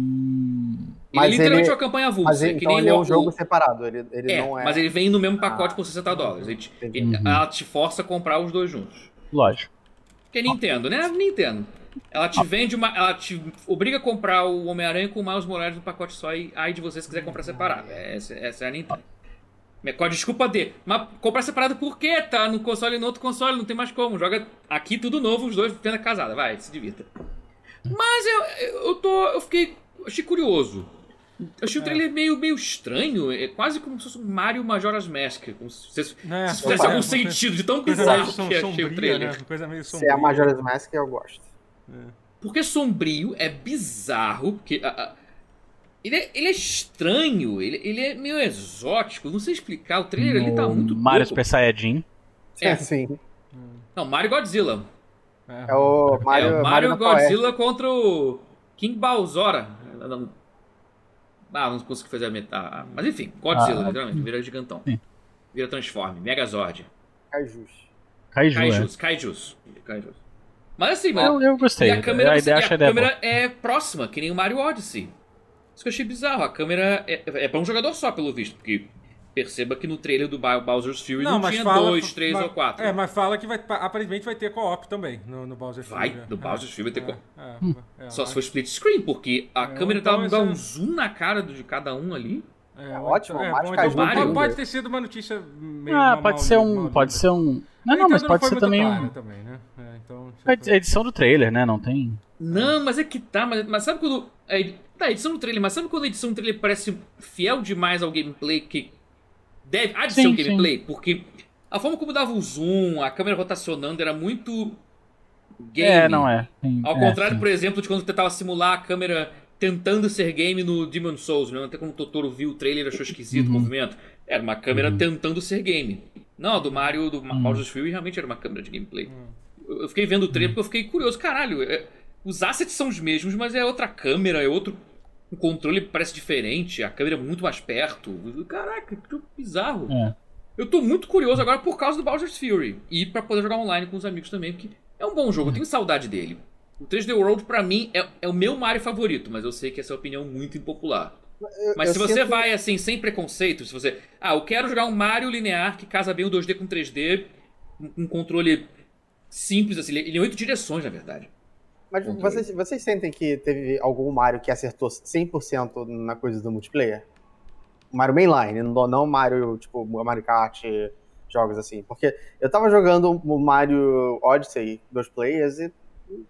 [SPEAKER 3] Hum,
[SPEAKER 2] Ele é
[SPEAKER 4] Mas
[SPEAKER 2] literalmente
[SPEAKER 4] ele-
[SPEAKER 2] uma campanha avulsa.
[SPEAKER 4] Mas
[SPEAKER 2] que
[SPEAKER 4] então
[SPEAKER 2] nem
[SPEAKER 4] ele
[SPEAKER 2] o-
[SPEAKER 4] é um jogo
[SPEAKER 2] o-
[SPEAKER 4] separado, ele, ele
[SPEAKER 2] É,
[SPEAKER 4] não é. Ah,
[SPEAKER 2] mas ele vem no mesmo pacote por 60 dólares. Ele te-
[SPEAKER 4] entendi. Uhum.
[SPEAKER 2] ele- Ela te força a comprar os dois juntos.
[SPEAKER 3] Lógico.
[SPEAKER 2] Porque é Nintendo, né? Nintendo. Ela te vende uma. Ela te obriga a comprar o Homem-Aranha com o Miles Morales no pacote só e aí de vocês quiser comprar separado. Essa, essa é a Nintendo. Mas Qual a desculpa de? Mas comprar separado por quê? Tá no console e no outro console, não tem mais como. Joga aqui tudo novo, os dois tendo casada. Vai, se divirta. Mas eu, eu tô. Eu fiquei. Achei curioso. Eu achei o
[SPEAKER 1] É.
[SPEAKER 2] trailer meio, meio estranho. É quase como se fosse um Mario Majora's Mask. Como se, se, se,
[SPEAKER 1] Né?
[SPEAKER 2] isso fizesse algum
[SPEAKER 1] Uma
[SPEAKER 2] sentido de tão
[SPEAKER 1] Coisa meio
[SPEAKER 2] bizarro
[SPEAKER 1] som,
[SPEAKER 2] que eu achei o
[SPEAKER 1] sombria,
[SPEAKER 2] trailer.
[SPEAKER 1] né? Uma Coisa meio
[SPEAKER 2] um
[SPEAKER 4] Se é
[SPEAKER 1] sombria.
[SPEAKER 4] a Majora's Mask, eu gosto.
[SPEAKER 2] Porque é sombrio, é bizarro, porque. a- a- ele, é, ele é estranho, ele, ele é meio exótico, não sei explicar. O trailer ali tá
[SPEAKER 3] No
[SPEAKER 2] muito
[SPEAKER 3] Mario
[SPEAKER 2] louco.
[SPEAKER 3] Super Saiyajin.
[SPEAKER 2] É.
[SPEAKER 4] Sim.
[SPEAKER 2] Não, Mario Godzilla.
[SPEAKER 4] É o Mario,
[SPEAKER 2] é, o
[SPEAKER 4] Mario
[SPEAKER 2] Mario
[SPEAKER 4] Natal é.
[SPEAKER 2] Godzilla contra o King Balzora. Ah, não- Ah, não consegui fazer a metade. Mas enfim, Godzilla,
[SPEAKER 3] Ah.
[SPEAKER 2] literalmente, vira gigantão.
[SPEAKER 3] Sim.
[SPEAKER 2] Vira Transform, Megazord.
[SPEAKER 4] Kaijus.
[SPEAKER 3] Kaiju, é.
[SPEAKER 2] Kaijus, Kaijus. Kaijus. Mas
[SPEAKER 4] É
[SPEAKER 2] assim,
[SPEAKER 4] um
[SPEAKER 2] mano.
[SPEAKER 3] Eu, eu gostei.
[SPEAKER 2] E a câmera,
[SPEAKER 3] a
[SPEAKER 2] você-
[SPEAKER 3] ideia,
[SPEAKER 2] e
[SPEAKER 3] acho
[SPEAKER 2] a
[SPEAKER 3] a ideia boa.
[SPEAKER 2] câmera é próxima, que nem o Mario Odyssey. Isso que eu achei bizarro. A câmera é, é pra um jogador só, pelo visto. Porque perceba que no trailer do Bio- Bowser's Fury não, tinha dois, três
[SPEAKER 1] mas-
[SPEAKER 2] ou quatro.
[SPEAKER 1] É, mas fala que vai, aparentemente vai ter co-op também no, no Bowser
[SPEAKER 2] Vai,
[SPEAKER 1] Fury.
[SPEAKER 2] no Bowser's Fury vai ter co-op.
[SPEAKER 4] Hum.
[SPEAKER 1] é, é, é,
[SPEAKER 2] só se for split screen, porque a
[SPEAKER 1] É,
[SPEAKER 2] câmera
[SPEAKER 1] então
[SPEAKER 2] tava dá um
[SPEAKER 1] esse-
[SPEAKER 2] zoom na cara do- de cada um ali.
[SPEAKER 1] é,
[SPEAKER 4] É ótimo,
[SPEAKER 1] é,
[SPEAKER 4] Mario
[SPEAKER 1] bom,
[SPEAKER 4] Kart
[SPEAKER 1] então,
[SPEAKER 2] Mario.
[SPEAKER 1] pode- Pode ter sido uma notícia meio.
[SPEAKER 3] Ah,
[SPEAKER 1] mal-
[SPEAKER 3] pode ser
[SPEAKER 1] mal-
[SPEAKER 3] um. Pode ser um. Não, não,
[SPEAKER 1] Nintendo
[SPEAKER 3] mas pode
[SPEAKER 1] então foi muito
[SPEAKER 3] ser também
[SPEAKER 1] clara
[SPEAKER 3] um.
[SPEAKER 1] também, né? É, então,
[SPEAKER 3] A edi- a edição do trailer, né? Não tem.
[SPEAKER 2] Não, mas é que tá, mas, mas sabe quando. A edi- tá, a edição do trailer, mas sabe quando a edição do trailer parece fiel demais ao gameplay que. Deve. Há de ser
[SPEAKER 3] Sim,
[SPEAKER 2] um
[SPEAKER 3] sim.
[SPEAKER 2] gameplay, porque a forma como dava o zoom, a câmera rotacionando era muito. Game.
[SPEAKER 3] É, não é. Tem-
[SPEAKER 2] Ao
[SPEAKER 3] é,
[SPEAKER 2] contrário,
[SPEAKER 3] sim.
[SPEAKER 2] por exemplo, de quando tentava simular a câmera tentando ser game no Demon Souls, né? Até quando o Totoro viu o trailer achou esquisito
[SPEAKER 3] Uhum.
[SPEAKER 2] o movimento. Era uma câmera tentando ser game. Não, a do Mario, do Ma-
[SPEAKER 3] Uhum.
[SPEAKER 2] Bowser's Fury realmente era uma câmera de gameplay.
[SPEAKER 3] é-
[SPEAKER 1] hum.
[SPEAKER 2] Eu eu fiquei vendo o
[SPEAKER 3] Uhum.
[SPEAKER 2] trailer porque eu fiquei curioso. Caralho, é- os assets são os mesmos, mas é outra câmera, é outro. O controle parece diferente, a câmera é muito mais perto. Caraca, que bizarro.
[SPEAKER 3] É.
[SPEAKER 2] Eu tô muito curioso agora por causa do Bowser's Fury. E pra poder jogar online com os amigos também, porque é um bom jogo, eu tenho saudade dele. O 3D World, pra mim, é, é o meu Mario favorito, mas eu sei que essa é uma opinião muito impopular. Mas
[SPEAKER 4] eu
[SPEAKER 2] se você
[SPEAKER 4] sinto-
[SPEAKER 2] vai, assim, sem preconceito, se você... Ah, eu quero jogar um Mario linear que casa bem o 2D com 3D, um- um controle simples, assim, ele ele é oito direções, na verdade.
[SPEAKER 4] Mas vocês, vocês sentem que teve algum Mario que acertou 100% na coisa do multiplayer? Mario mainline, não, não Mario, tipo, Mario Kart, jogos assim. Porque eu tava jogando o Mario Odyssey, dois players, e.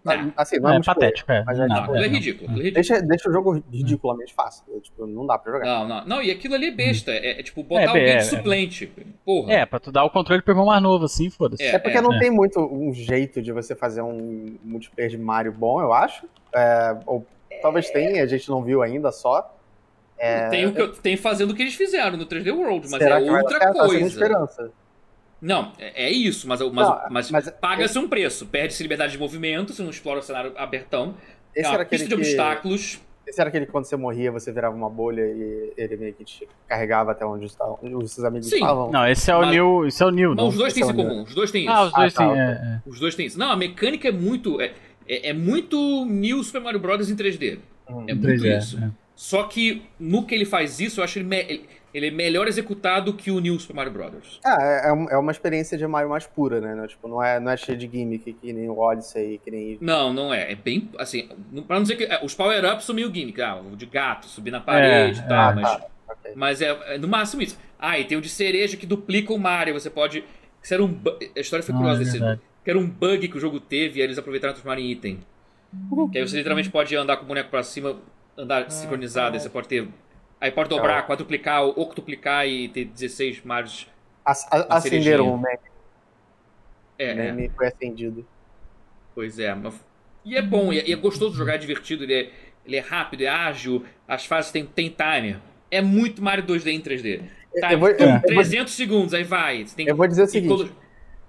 [SPEAKER 2] É.
[SPEAKER 4] Assim, não é,
[SPEAKER 3] É,
[SPEAKER 4] multiplayer.
[SPEAKER 3] patético, é.
[SPEAKER 4] mas é
[SPEAKER 3] Não,
[SPEAKER 2] Não,
[SPEAKER 4] tipo,
[SPEAKER 2] aquilo é
[SPEAKER 3] não.
[SPEAKER 2] ridículo, aquilo é ridículo.
[SPEAKER 4] Deixa, deixa o jogo ridiculamente fácil. eu, tipo, não dá pra jogar.
[SPEAKER 2] Não, não, não, e aquilo ali é besta, é, é tipo botar alguém
[SPEAKER 3] é,
[SPEAKER 2] de
[SPEAKER 3] é.
[SPEAKER 2] suplente. Porra.
[SPEAKER 3] É, pra tu dar o controle pro irmão mais novo, assim, foda-se.
[SPEAKER 2] É.
[SPEAKER 4] É porque não
[SPEAKER 3] é.
[SPEAKER 4] tem muito um jeito de você fazer um multiplayer de Mario bom, eu acho. É, ou talvez tenha, a gente não viu ainda só.
[SPEAKER 2] Tem, o que eu- tem fazendo o que eles fizeram no 3D World, mas
[SPEAKER 4] É. Será
[SPEAKER 2] é
[SPEAKER 4] que vai dar
[SPEAKER 2] outra
[SPEAKER 4] certo? Tá sem
[SPEAKER 2] coisa.
[SPEAKER 4] esperança.
[SPEAKER 2] Não, é, é isso, mas, mas,
[SPEAKER 4] Não,
[SPEAKER 2] mas
[SPEAKER 4] mas-
[SPEAKER 2] paga-se um preço. Perde-se liberdade de movimento, você não explora o cenário abertão.
[SPEAKER 4] Esse
[SPEAKER 2] é
[SPEAKER 4] era
[SPEAKER 2] uma
[SPEAKER 4] aquele
[SPEAKER 2] pista
[SPEAKER 4] que,
[SPEAKER 2] de obstáculos.
[SPEAKER 4] esse era aquele que quando você morria, você virava uma bolha e ele meio que te carregava até onde estavam, os seus amigos
[SPEAKER 2] Sim.
[SPEAKER 4] estavam.
[SPEAKER 3] Não, esse é o
[SPEAKER 2] Mas-
[SPEAKER 3] New. Esse é o
[SPEAKER 2] Não,
[SPEAKER 3] New. Não.
[SPEAKER 2] os dois têm isso em
[SPEAKER 4] esse é o
[SPEAKER 2] comum. Os dois têm isso.
[SPEAKER 3] Ah, os dois
[SPEAKER 4] Ah, tá,
[SPEAKER 3] têm.
[SPEAKER 4] ok.
[SPEAKER 3] é, é.
[SPEAKER 2] Os dois têm isso. Não, a mecânica é muito. É, é, é muito New Super Mario Bros. em 3D.
[SPEAKER 4] Hum.
[SPEAKER 2] é muito
[SPEAKER 3] 3D,
[SPEAKER 2] isso.
[SPEAKER 3] é.
[SPEAKER 2] Só que no que ele faz isso, eu acho ele, me- ele- ele é melhor executado que o New Super Mario Bros.
[SPEAKER 4] Ah, é, é um- é uma experiência de Mario mais pura, né? Não é, Tipo, não é, não é cheio de gimmick que nem o Odyssey, que nem.
[SPEAKER 2] Não, não é. É bem. Assim, não- pra não dizer que. é, os power-ups são meio gimmick. Ah, o de gato, subir na parede
[SPEAKER 3] É,
[SPEAKER 2] e tal.
[SPEAKER 4] é.
[SPEAKER 2] mas
[SPEAKER 4] Ah, ok.
[SPEAKER 2] mas é, é no máximo isso. Ah, e tem o de cereja que duplica o Mario. Você pode. Isso era um bu- A história foi
[SPEAKER 3] Ah,
[SPEAKER 2] curiosa
[SPEAKER 3] é
[SPEAKER 2] desse.
[SPEAKER 3] verdade.
[SPEAKER 2] Que era um bug que o jogo teve e aí eles aproveitaram e transformaram em item. Que aí você literalmente pode andar com o boneco pra cima, andar
[SPEAKER 3] Ah,
[SPEAKER 2] sincronizada,
[SPEAKER 3] tá.
[SPEAKER 2] você pode ter. Aí pode dobrar,
[SPEAKER 4] Não.
[SPEAKER 2] quadruplicar, octuplicar e ter 16 Marios.
[SPEAKER 4] Ac- a-
[SPEAKER 2] Uma
[SPEAKER 4] Acenderam
[SPEAKER 2] cerejinha.
[SPEAKER 4] o meme, né?
[SPEAKER 2] É, é,
[SPEAKER 4] meme foi acendido.
[SPEAKER 2] pois é. mas- E é bom, e é, e é gostoso jogar, é divertido, ele é, ele é rápido, é ágil, as fases tem, tem timer. É muito Mario 2D em 3D. Tá,
[SPEAKER 4] eu vou- eu-
[SPEAKER 2] tum,
[SPEAKER 4] eu vou-
[SPEAKER 2] 300 segundos, aí vai. Você tem
[SPEAKER 4] Eu vou dizer o
[SPEAKER 2] e
[SPEAKER 4] seguinte,
[SPEAKER 2] quando-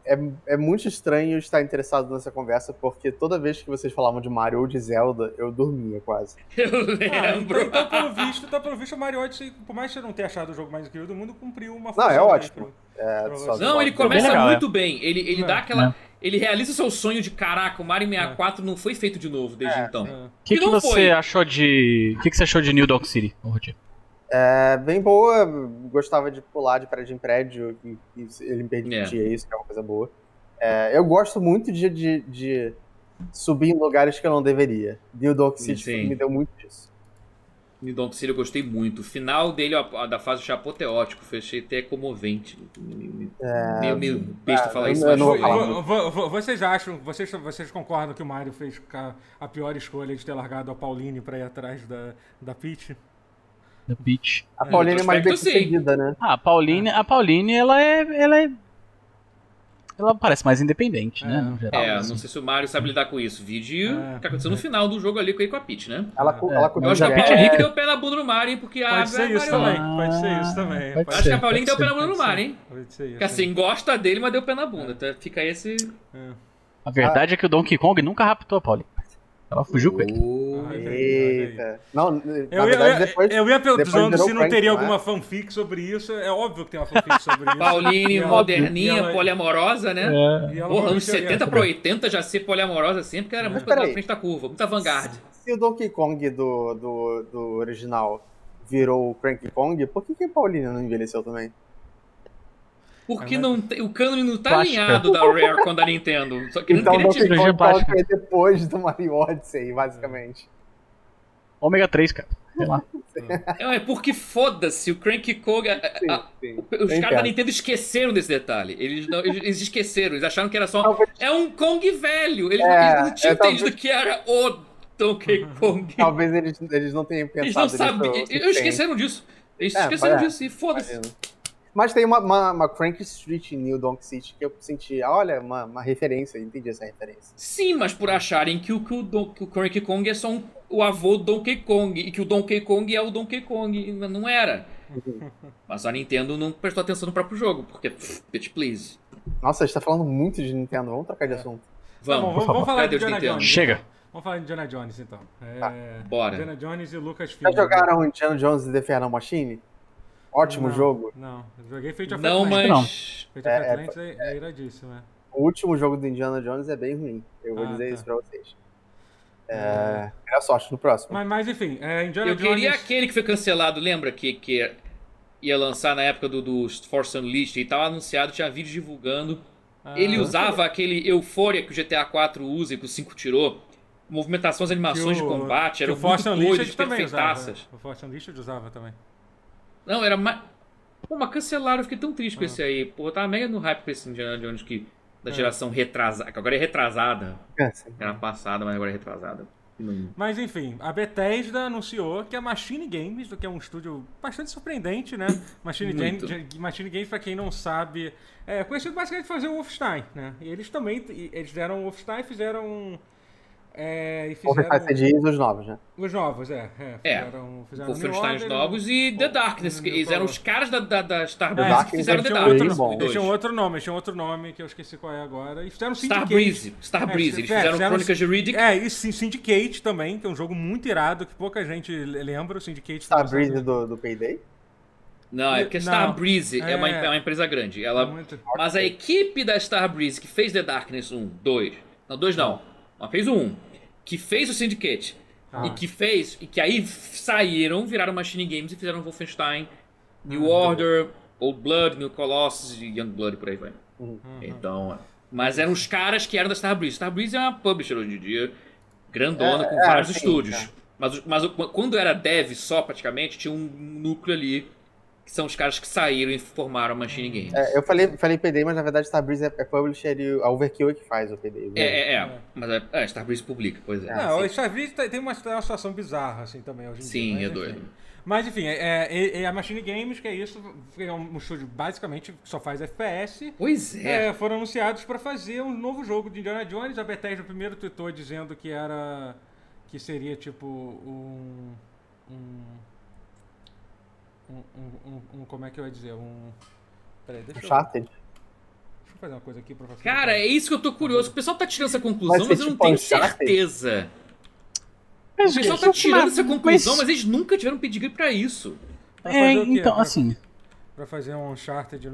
[SPEAKER 4] é, é muito estranho estar interessado nessa conversa, porque toda vez que vocês falavam de Mario ou de Zelda, eu dormia quase.
[SPEAKER 2] Eu
[SPEAKER 1] Ah, então,
[SPEAKER 2] lembro.
[SPEAKER 1] então, pelo visto, então, pelo visto, o Mario Odyssey, por mais que você não tenha achado o jogo mais incrível do mundo, cumpriu uma função.
[SPEAKER 4] é
[SPEAKER 1] aí
[SPEAKER 4] ótimo.
[SPEAKER 1] pro-
[SPEAKER 4] É,
[SPEAKER 1] Não,
[SPEAKER 4] só-
[SPEAKER 2] Não, ele
[SPEAKER 4] só-
[SPEAKER 2] começa
[SPEAKER 3] legal,
[SPEAKER 2] muito bem. Ele, ele
[SPEAKER 1] É.
[SPEAKER 2] dá aquela. Ele realiza o seu sonho de caraca, o Mario 64 não foi feito de novo desde então.
[SPEAKER 1] É.
[SPEAKER 3] O que,
[SPEAKER 2] E
[SPEAKER 3] que
[SPEAKER 2] não
[SPEAKER 3] você
[SPEAKER 2] foi.
[SPEAKER 3] achou de. O que, que você achou de New Dog City, ô, Roger?
[SPEAKER 4] É bem boa, gostava de pular de prédio em prédio, e, e ele me permitia isso, que é uma coisa boa. É, eu gosto muito de, de- de subir em lugares que eu não deveria. New Donk City
[SPEAKER 2] Sim.
[SPEAKER 4] me deu muito disso.
[SPEAKER 2] Me Don City então, eu gostei muito. O final dele, ó, da fase do é chapoteótico, fechei até comovente. Meio, meio besta
[SPEAKER 4] Ah,
[SPEAKER 2] falar
[SPEAKER 4] É, eu
[SPEAKER 2] isso,
[SPEAKER 4] não- eu
[SPEAKER 2] mas
[SPEAKER 4] não vou
[SPEAKER 2] foi.
[SPEAKER 4] falar.
[SPEAKER 1] Vo- vo- vo- Vocês acham, vocês, vocês concordam que o Mario fez ca- a pior escolha de ter largado a Pauline pra ir atrás da, da Peach?
[SPEAKER 3] The Beach.
[SPEAKER 4] A
[SPEAKER 2] É,
[SPEAKER 4] Pauline é mais bem
[SPEAKER 2] retrospecto, sim.
[SPEAKER 4] sucedida, né?
[SPEAKER 3] Ah, a Pauline, a Pauline, ela é. Ela é. Ela parece mais independente, né?
[SPEAKER 1] É.
[SPEAKER 3] No geral.
[SPEAKER 2] É,
[SPEAKER 3] assim.
[SPEAKER 2] não sei se o Mario sabe lidar com isso. Vídeo
[SPEAKER 1] É.
[SPEAKER 2] que aconteceu no final do jogo ali com ele com a Peach, né?
[SPEAKER 4] Ela, cu-
[SPEAKER 3] É,
[SPEAKER 4] ela
[SPEAKER 2] Eu
[SPEAKER 4] cuida
[SPEAKER 2] acho que a
[SPEAKER 4] de-
[SPEAKER 2] Peach
[SPEAKER 3] É.
[SPEAKER 2] ali que deu o pé na bunda do Mario, hein? Porque a
[SPEAKER 1] Pode ser isso
[SPEAKER 2] Ah, Mario-
[SPEAKER 1] também, pode ser isso também.
[SPEAKER 3] Pode
[SPEAKER 2] Acho que a
[SPEAKER 3] Sim,
[SPEAKER 2] Pauline
[SPEAKER 3] pode
[SPEAKER 2] deu o pé
[SPEAKER 3] ser,
[SPEAKER 2] na bunda do
[SPEAKER 3] pode ser.
[SPEAKER 2] Mario, hein?
[SPEAKER 1] Pode ser
[SPEAKER 2] Que
[SPEAKER 1] isso.
[SPEAKER 2] assim, gosta dele, mas deu o pé na bunda. Então fica esse.
[SPEAKER 1] É.
[SPEAKER 3] A verdade é que o Donkey Kong nunca raptou a Pauline. Ela fugiu com ele.
[SPEAKER 1] Olha aí, olha aí.
[SPEAKER 4] Eita. Não, na
[SPEAKER 1] Eu ia,
[SPEAKER 4] verdade,
[SPEAKER 1] eu ia-
[SPEAKER 4] depois.
[SPEAKER 1] eu ia perguntando
[SPEAKER 4] depois virou
[SPEAKER 1] se não
[SPEAKER 4] Frank,
[SPEAKER 1] teria
[SPEAKER 4] não é?
[SPEAKER 1] alguma fanfic sobre isso. É óbvio que tem uma fanfic sobre isso. E
[SPEAKER 2] Pauline,
[SPEAKER 1] ela-
[SPEAKER 2] moderninha,
[SPEAKER 1] e ela-
[SPEAKER 2] poliamorosa,
[SPEAKER 1] É.
[SPEAKER 2] né?
[SPEAKER 3] É.
[SPEAKER 1] e ela
[SPEAKER 2] Porra, anos é
[SPEAKER 1] provavelmente-
[SPEAKER 2] 70 pra 80 já ser poliamorosa sempre, porque era muito
[SPEAKER 4] Mas
[SPEAKER 2] pra
[SPEAKER 4] peraí.
[SPEAKER 2] frente da curva, muita vanguarda.
[SPEAKER 4] Se o Donkey Kong do, do, do original virou o Cranky Kong, por que, que a Pauline não envelheceu também?
[SPEAKER 2] Porque
[SPEAKER 1] É, mas-
[SPEAKER 2] não tem- o cânone não tá
[SPEAKER 3] Plástica.
[SPEAKER 2] alinhado da Rare com a da Nintendo. Só que ele
[SPEAKER 4] Então
[SPEAKER 2] não
[SPEAKER 4] o
[SPEAKER 2] queria
[SPEAKER 4] Donkey
[SPEAKER 2] te...
[SPEAKER 3] tirar
[SPEAKER 4] Kong
[SPEAKER 3] cirurgia plástica.
[SPEAKER 4] Kong é depois do Mario Odyssey, basicamente.
[SPEAKER 3] Ômega 3, cara. Sei lá.
[SPEAKER 2] É porque foda-se, o Cranky Kong. a- a- a-
[SPEAKER 4] sim.
[SPEAKER 2] os
[SPEAKER 4] Eu
[SPEAKER 2] caras da
[SPEAKER 4] entendo.
[SPEAKER 2] Nintendo esqueceram desse detalhe. Eles, não- eles- eles esqueceram, eles acharam que era só.
[SPEAKER 4] Talvez-
[SPEAKER 2] É um Kong velho. Eles,
[SPEAKER 4] É, Uhum.
[SPEAKER 2] eles não tinham
[SPEAKER 4] é, talvez-
[SPEAKER 2] entendido que era o Donkey Kong.
[SPEAKER 4] Talvez eles, eles não tenham pensado
[SPEAKER 2] Eles não
[SPEAKER 4] nisso
[SPEAKER 2] sabiam.
[SPEAKER 4] o
[SPEAKER 2] Eles
[SPEAKER 4] suficiente.
[SPEAKER 2] esqueceram disso. Eles
[SPEAKER 4] É,
[SPEAKER 2] esqueceram
[SPEAKER 4] vai-
[SPEAKER 2] disso e foda-se.
[SPEAKER 4] Imagino. Mas tem uma, uma, uma Crank Street em New Donk City que eu senti, ah, olha, uma, uma referência, eu entendi essa referência.
[SPEAKER 2] Sim, mas por acharem que o, que o, Don, que o Cranky Kong é só um- o avô do Donkey Kong e que o Donkey Kong é o Donkey Kong. mas Não era.
[SPEAKER 4] Uhum.
[SPEAKER 2] Mas a Nintendo não prestou atenção no próprio jogo, porque, pff, bitch, please.
[SPEAKER 4] Nossa, a gente tá falando muito de Nintendo, vamos trocar de assunto.
[SPEAKER 1] Tá bom,
[SPEAKER 2] Vamos,
[SPEAKER 1] vamos, vamos falar de
[SPEAKER 2] Cadê os
[SPEAKER 1] Indiana
[SPEAKER 2] Nintendo?
[SPEAKER 1] Jones.
[SPEAKER 3] Chega.
[SPEAKER 1] Vamos falar de Indiana Jones então. É,
[SPEAKER 2] bora.
[SPEAKER 1] Indiana Jones e Lucas Filho.
[SPEAKER 4] Já jogaram Indiana Jones e The Ferno Machine? um Ótimo
[SPEAKER 1] Não,
[SPEAKER 4] jogo.
[SPEAKER 1] Não, joguei Fate of
[SPEAKER 2] Não,
[SPEAKER 1] Atlantis.
[SPEAKER 2] mas.
[SPEAKER 1] Fate of
[SPEAKER 4] É, é,
[SPEAKER 1] Atlantis é, é iradíssimo, é.
[SPEAKER 4] O último jogo do Indiana Jones é bem ruim, eu vou
[SPEAKER 1] Ah,
[SPEAKER 4] dizer
[SPEAKER 1] tá.
[SPEAKER 4] isso pra vocês. É, melhor sorte no próximo.
[SPEAKER 1] Mas, mas enfim, é, Indiana
[SPEAKER 2] Eu
[SPEAKER 1] Jones...
[SPEAKER 2] queria aquele que foi cancelado, lembra? Que, que ia lançar na época do, do Force Unleashed e tal, anunciado, tinha vídeo divulgando.
[SPEAKER 1] Ah,
[SPEAKER 2] Ele usava aquele euforia que o GTA IV usa e que o 5 tirou. Movimentações, animações
[SPEAKER 1] que o-
[SPEAKER 2] de combate,
[SPEAKER 1] que
[SPEAKER 2] eram
[SPEAKER 1] o Force
[SPEAKER 2] muito doidas,
[SPEAKER 1] Unleashed também usava.
[SPEAKER 2] perfeitaças.
[SPEAKER 1] O Force Unleashed usava também.
[SPEAKER 2] Não, era mais. Pô, mas cancelaram, eu fiquei tão triste com esse aí. Pô, eu tava mega no hype com esse Indiana Jones que. Da
[SPEAKER 1] Ah. É.
[SPEAKER 2] geração retrasada. Que agora é retrasada.
[SPEAKER 4] Câncer.
[SPEAKER 2] Era passada, mas agora é retrasada. Não.
[SPEAKER 1] Mas enfim, a Bethesda anunciou que a Machine Games, que é um estúdio bastante surpreendente, né? Machine,
[SPEAKER 2] Muito.
[SPEAKER 1] Games, Machine Games, pra quem não sabe, é conhecido basicamente por fazer o Wolfenstein, né? E eles também, e eles fizeram o Wolfenstein e fizeram... É, e
[SPEAKER 4] Vamos
[SPEAKER 1] fizeram
[SPEAKER 4] pensar se diz os novos, né?
[SPEAKER 1] os novos, é.
[SPEAKER 2] É,
[SPEAKER 1] é fizeram, fizeram New
[SPEAKER 2] Wolfenstein
[SPEAKER 1] Order,
[SPEAKER 2] novos e The Darkness. Que
[SPEAKER 1] New
[SPEAKER 2] eles eram
[SPEAKER 1] Order.
[SPEAKER 2] os caras da, da, da Star
[SPEAKER 1] É,
[SPEAKER 2] Breeze
[SPEAKER 4] Darkness
[SPEAKER 2] que fizeram The
[SPEAKER 1] tinha
[SPEAKER 4] bem
[SPEAKER 2] Darkness.
[SPEAKER 4] bom.
[SPEAKER 2] os
[SPEAKER 1] Eles
[SPEAKER 2] dois.
[SPEAKER 1] tinham outro nome, eles tinham outro nome que eu esqueci qual é agora. E fizeram
[SPEAKER 2] Star
[SPEAKER 1] Syndicate.
[SPEAKER 2] Breeze. Star
[SPEAKER 1] É,
[SPEAKER 2] Breeze. Eles
[SPEAKER 1] é,
[SPEAKER 2] fizeram Crônicas de Riddick.
[SPEAKER 1] É, e Sy- Syndicate também, que é um jogo muito irado, que pouca gente le- lembra. O Syndicate
[SPEAKER 4] Tá,
[SPEAKER 1] foi lançado-
[SPEAKER 4] Breeze do, do Payday?
[SPEAKER 2] Não, é porque a Star
[SPEAKER 1] Não.
[SPEAKER 2] Breeze é, uma,
[SPEAKER 1] É.
[SPEAKER 2] é uma empresa grande. Ela,
[SPEAKER 1] Muito.
[SPEAKER 2] Mas a equipe da Star Breeze que fez The Darkness 1, 2, não, 2 não, mas fez o 1, que fez o Syndicate,
[SPEAKER 1] Ah.
[SPEAKER 2] e que fez, e que aí saíram, viraram Machine Games e fizeram Wolfenstein, New
[SPEAKER 1] Ah,
[SPEAKER 2] Order, Old Blood, New Colossus e Young Blood, por aí vai.
[SPEAKER 4] Uhum.
[SPEAKER 2] Então, é. mas eram os caras que eram da Star Breeze. Star Breeze é uma publisher hoje em dia, grandona, com
[SPEAKER 4] é,
[SPEAKER 2] vários
[SPEAKER 4] sim,
[SPEAKER 2] estúdios.
[SPEAKER 4] é.
[SPEAKER 2] Mas, o- mas o- quando era dev só, praticamente, tinha um núcleo ali que que são os caras que saíram e formaram a Machine Games.
[SPEAKER 4] É, eu falei, falei PD, mas na verdade Starbreeze é, é publisher e a Overkill é que faz o PD.
[SPEAKER 2] É, é, é. Mas é, é Starbreeze publica, pois é.
[SPEAKER 1] Não,
[SPEAKER 2] Sim.
[SPEAKER 1] o Xavier tem uma, uma situação bizarra, assim, também, hoje em dia.
[SPEAKER 2] Sim,
[SPEAKER 1] mas
[SPEAKER 2] é
[SPEAKER 1] enfim.
[SPEAKER 2] doido.
[SPEAKER 1] Mas, enfim, é, é- é a Machine Games, que é isso, é um estúdio basicamente que só faz FPS.
[SPEAKER 2] Pois é.
[SPEAKER 1] É, foram anunciados para fazer um novo jogo de Indiana Jones. A Bethesda primeiro tweetou dizendo que era que seria tipo um um um, um- um- um- como é que eu ia dizer um peraí deixa eu, deixa
[SPEAKER 4] Uncharted.
[SPEAKER 1] eu fazer um uma coisa aqui para você.
[SPEAKER 2] Cara, é isso que eu tô curioso. O pessoal tá tirando essa conclusão,
[SPEAKER 4] Vai ser
[SPEAKER 2] mas eu não
[SPEAKER 4] tipo
[SPEAKER 2] tenho
[SPEAKER 4] Uncharted?
[SPEAKER 2] certeza.
[SPEAKER 3] Mas,
[SPEAKER 2] O pessoal
[SPEAKER 3] gente,
[SPEAKER 2] tá
[SPEAKER 3] é
[SPEAKER 2] tirando essa
[SPEAKER 3] mas-
[SPEAKER 2] conclusão, mas eles nunca tiveram um pedigree pra isso.
[SPEAKER 1] Pra
[SPEAKER 3] É,
[SPEAKER 1] fazer o quê?
[SPEAKER 3] então,
[SPEAKER 1] Pra-
[SPEAKER 3] assim.
[SPEAKER 1] para fazer um Uncharted.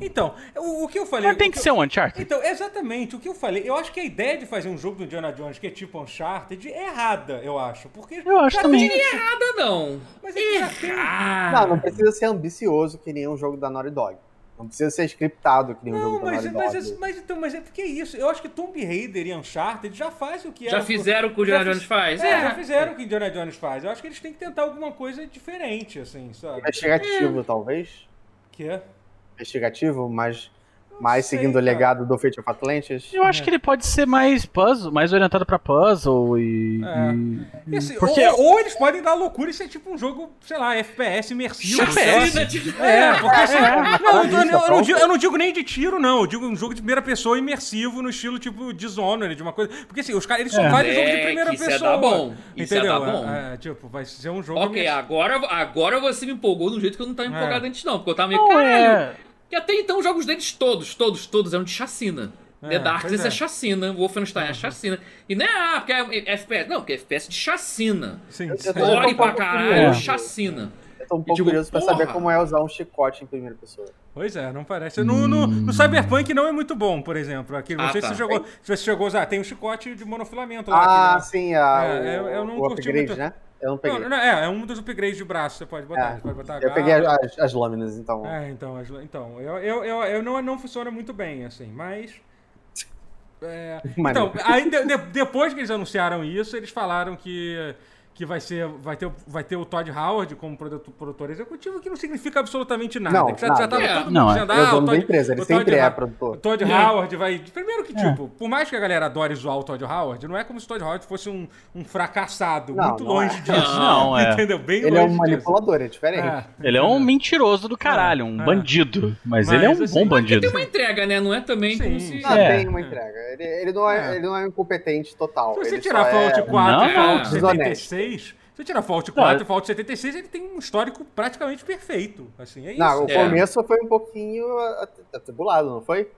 [SPEAKER 1] Então, o, o que eu falei
[SPEAKER 3] Mas tem
[SPEAKER 1] o
[SPEAKER 3] que
[SPEAKER 1] eu-
[SPEAKER 3] ser um Uncharted.
[SPEAKER 1] Então, exatamente, o que eu falei, eu acho que a ideia de fazer um jogo do Indiana Jones que é tipo Uncharted é errada, eu acho. Porque
[SPEAKER 3] Eu acho
[SPEAKER 1] já
[SPEAKER 3] também.
[SPEAKER 1] tem-
[SPEAKER 2] Nada não. Ah,
[SPEAKER 1] mas é que já tem-
[SPEAKER 4] Não, não precisa ser ambicioso que nem um jogo da Naughty Dog. Não precisa ser scriptado que nem um
[SPEAKER 1] Não,
[SPEAKER 4] jogo
[SPEAKER 1] mas,
[SPEAKER 4] da Naughty
[SPEAKER 1] mas,
[SPEAKER 4] Dog.
[SPEAKER 1] mas, então, mas é porque é isso. Eu acho que Tomb Raider e Uncharted já fazem o que
[SPEAKER 2] Já
[SPEAKER 1] era-
[SPEAKER 2] fizeram o que o
[SPEAKER 1] já
[SPEAKER 2] Indiana Jones
[SPEAKER 1] fiz-
[SPEAKER 2] faz?
[SPEAKER 1] É,
[SPEAKER 2] É.
[SPEAKER 1] já fizeram o que Indiana Jones faz. Eu acho que eles têm que tentar alguma coisa diferente, assim, sabe?
[SPEAKER 4] É
[SPEAKER 1] é.
[SPEAKER 4] Investigativo, talvez.
[SPEAKER 1] Que é-
[SPEAKER 4] Investigativo, mas mais
[SPEAKER 1] sei,
[SPEAKER 4] seguindo o
[SPEAKER 1] cara.
[SPEAKER 4] legado do Fate of Atlantis.
[SPEAKER 3] Eu acho que ele pode ser mais puzzle, mais orientado pra puzzle e.
[SPEAKER 1] É.
[SPEAKER 3] e-
[SPEAKER 1] E assim,
[SPEAKER 3] Porque-
[SPEAKER 1] ou, ou eles podem dar loucura e ser tipo um jogo, sei lá, FPS imersivo.
[SPEAKER 2] né?
[SPEAKER 1] sei lá. É, porque assim.
[SPEAKER 4] tá
[SPEAKER 1] Não, eu, tô- eu não digo, eu não digo nem de tiro, não. Eu digo um jogo de primeira pessoa imersivo, no estilo tipo Dishonored, de uma coisa. Porque assim, os caras eles são
[SPEAKER 3] É.
[SPEAKER 1] vários jogos de
[SPEAKER 2] É,
[SPEAKER 1] primeira
[SPEAKER 2] que isso ia
[SPEAKER 1] pessoa.
[SPEAKER 2] dar bom. Isso ia
[SPEAKER 1] Entendeu?
[SPEAKER 2] dar bom.
[SPEAKER 1] É, é, tipo, vai ser um jogo.
[SPEAKER 2] Ok,
[SPEAKER 1] imersivo.
[SPEAKER 2] agora, agora você me empolgou de um jeito que eu não tava empolgado antes, não. Porque eu tava meio.
[SPEAKER 3] Não
[SPEAKER 2] Caralho!
[SPEAKER 3] é.
[SPEAKER 2] Que até então os jogos deles todos, todos, todos eram de chacina.
[SPEAKER 1] É,
[SPEAKER 2] The Darkness
[SPEAKER 1] pois
[SPEAKER 2] é.
[SPEAKER 1] é. Uhum.
[SPEAKER 2] chacina, Wolfenstein é chacina. E não é, ah, porque é FPS. Não, porque é FPS de chacina.
[SPEAKER 1] Sim,
[SPEAKER 4] Eu- eu
[SPEAKER 1] sim.
[SPEAKER 4] tô-
[SPEAKER 2] Gore pra
[SPEAKER 1] é,
[SPEAKER 4] concordo com
[SPEAKER 2] caralho,
[SPEAKER 4] ele.
[SPEAKER 2] chacina.
[SPEAKER 4] Eu tô um pouco
[SPEAKER 2] Digo,
[SPEAKER 4] curioso pra
[SPEAKER 2] porra.
[SPEAKER 4] saber como é usar um chicote em primeira pessoa.
[SPEAKER 1] Pois é, não parece. No, no, no Cyberpunk não é muito bom, por exemplo. Aquele, não
[SPEAKER 2] Ah,
[SPEAKER 1] sei se
[SPEAKER 2] tá.
[SPEAKER 1] você jogou. Se você chegou a usar, tem um chicote de monofilamento lá.
[SPEAKER 4] Ah,
[SPEAKER 1] aquele-
[SPEAKER 4] sim, a,
[SPEAKER 1] É,
[SPEAKER 4] o,
[SPEAKER 1] eu- eu não
[SPEAKER 4] o
[SPEAKER 1] curti
[SPEAKER 4] upgrade,
[SPEAKER 1] muito.
[SPEAKER 4] né? Eu não peguei.
[SPEAKER 1] Não, não, é, é um dos upgrades de braço, você pode botar.
[SPEAKER 4] É,
[SPEAKER 1] Você pode botar a
[SPEAKER 4] eu peguei
[SPEAKER 1] garra.
[SPEAKER 4] as, as lâminas, então.
[SPEAKER 1] É, então, as- então eu, eu, eu, eu não, não funciona muito bem, assim, mas. é, então,
[SPEAKER 4] Maneiro.
[SPEAKER 1] aí de- de- depois que eles anunciaram isso, eles falaram que, que vai, ser, vai, ter, o- vai ter o Todd Howard como produto- produtor executivo, que não significa absolutamente nada.
[SPEAKER 4] Não,
[SPEAKER 1] que já, já
[SPEAKER 4] nada.
[SPEAKER 1] tava
[SPEAKER 2] É.
[SPEAKER 1] todo mundo
[SPEAKER 3] Não, é.
[SPEAKER 1] dizendo,
[SPEAKER 4] É o
[SPEAKER 1] ah,
[SPEAKER 4] dono da
[SPEAKER 1] Todd-
[SPEAKER 4] empresa, ele
[SPEAKER 1] o Todd
[SPEAKER 4] sempre é
[SPEAKER 1] Howard-
[SPEAKER 4] produtor.
[SPEAKER 1] O Todd Howard vai. Primeiro que,
[SPEAKER 3] É.
[SPEAKER 1] tipo, por mais que a galera adore zoar o Todd Howard, não é como se o Todd Howard fosse um, um fracassado,
[SPEAKER 4] Não,
[SPEAKER 1] muito
[SPEAKER 4] não
[SPEAKER 1] longe
[SPEAKER 4] é.
[SPEAKER 1] disso.
[SPEAKER 3] Não, é.
[SPEAKER 1] Entendeu? Bem
[SPEAKER 4] Ele é
[SPEAKER 1] longe
[SPEAKER 4] um
[SPEAKER 1] disso.
[SPEAKER 4] manipulador, é
[SPEAKER 2] Ah.
[SPEAKER 4] diferente.
[SPEAKER 1] É.
[SPEAKER 3] Ele é um mentiroso do caralho, um
[SPEAKER 1] É.
[SPEAKER 3] bandido. Mas,
[SPEAKER 1] Mas,
[SPEAKER 3] ele é um
[SPEAKER 1] assim,
[SPEAKER 3] bom bandido.
[SPEAKER 2] Tem uma entrega, né? Não é também
[SPEAKER 1] Sim. Ah,
[SPEAKER 2] como se.
[SPEAKER 4] Não,
[SPEAKER 3] É.
[SPEAKER 4] Ah, tem uma entrega. Ele, ele não é,
[SPEAKER 1] É.
[SPEAKER 4] ele não é incompetente total.
[SPEAKER 1] Se você
[SPEAKER 4] ele
[SPEAKER 1] tirar
[SPEAKER 4] só é-
[SPEAKER 1] Fallout 4 e
[SPEAKER 3] Não,
[SPEAKER 1] Fallout
[SPEAKER 4] desonesto.
[SPEAKER 1] 76, se você tirar Fallout
[SPEAKER 3] Não,
[SPEAKER 1] 4
[SPEAKER 3] é-
[SPEAKER 1] e Fallout 76, ele tem um histórico praticamente perfeito. Assim, é isso.
[SPEAKER 4] Não, o
[SPEAKER 2] É.
[SPEAKER 4] começo foi um pouquinho at- atribulado, não foi?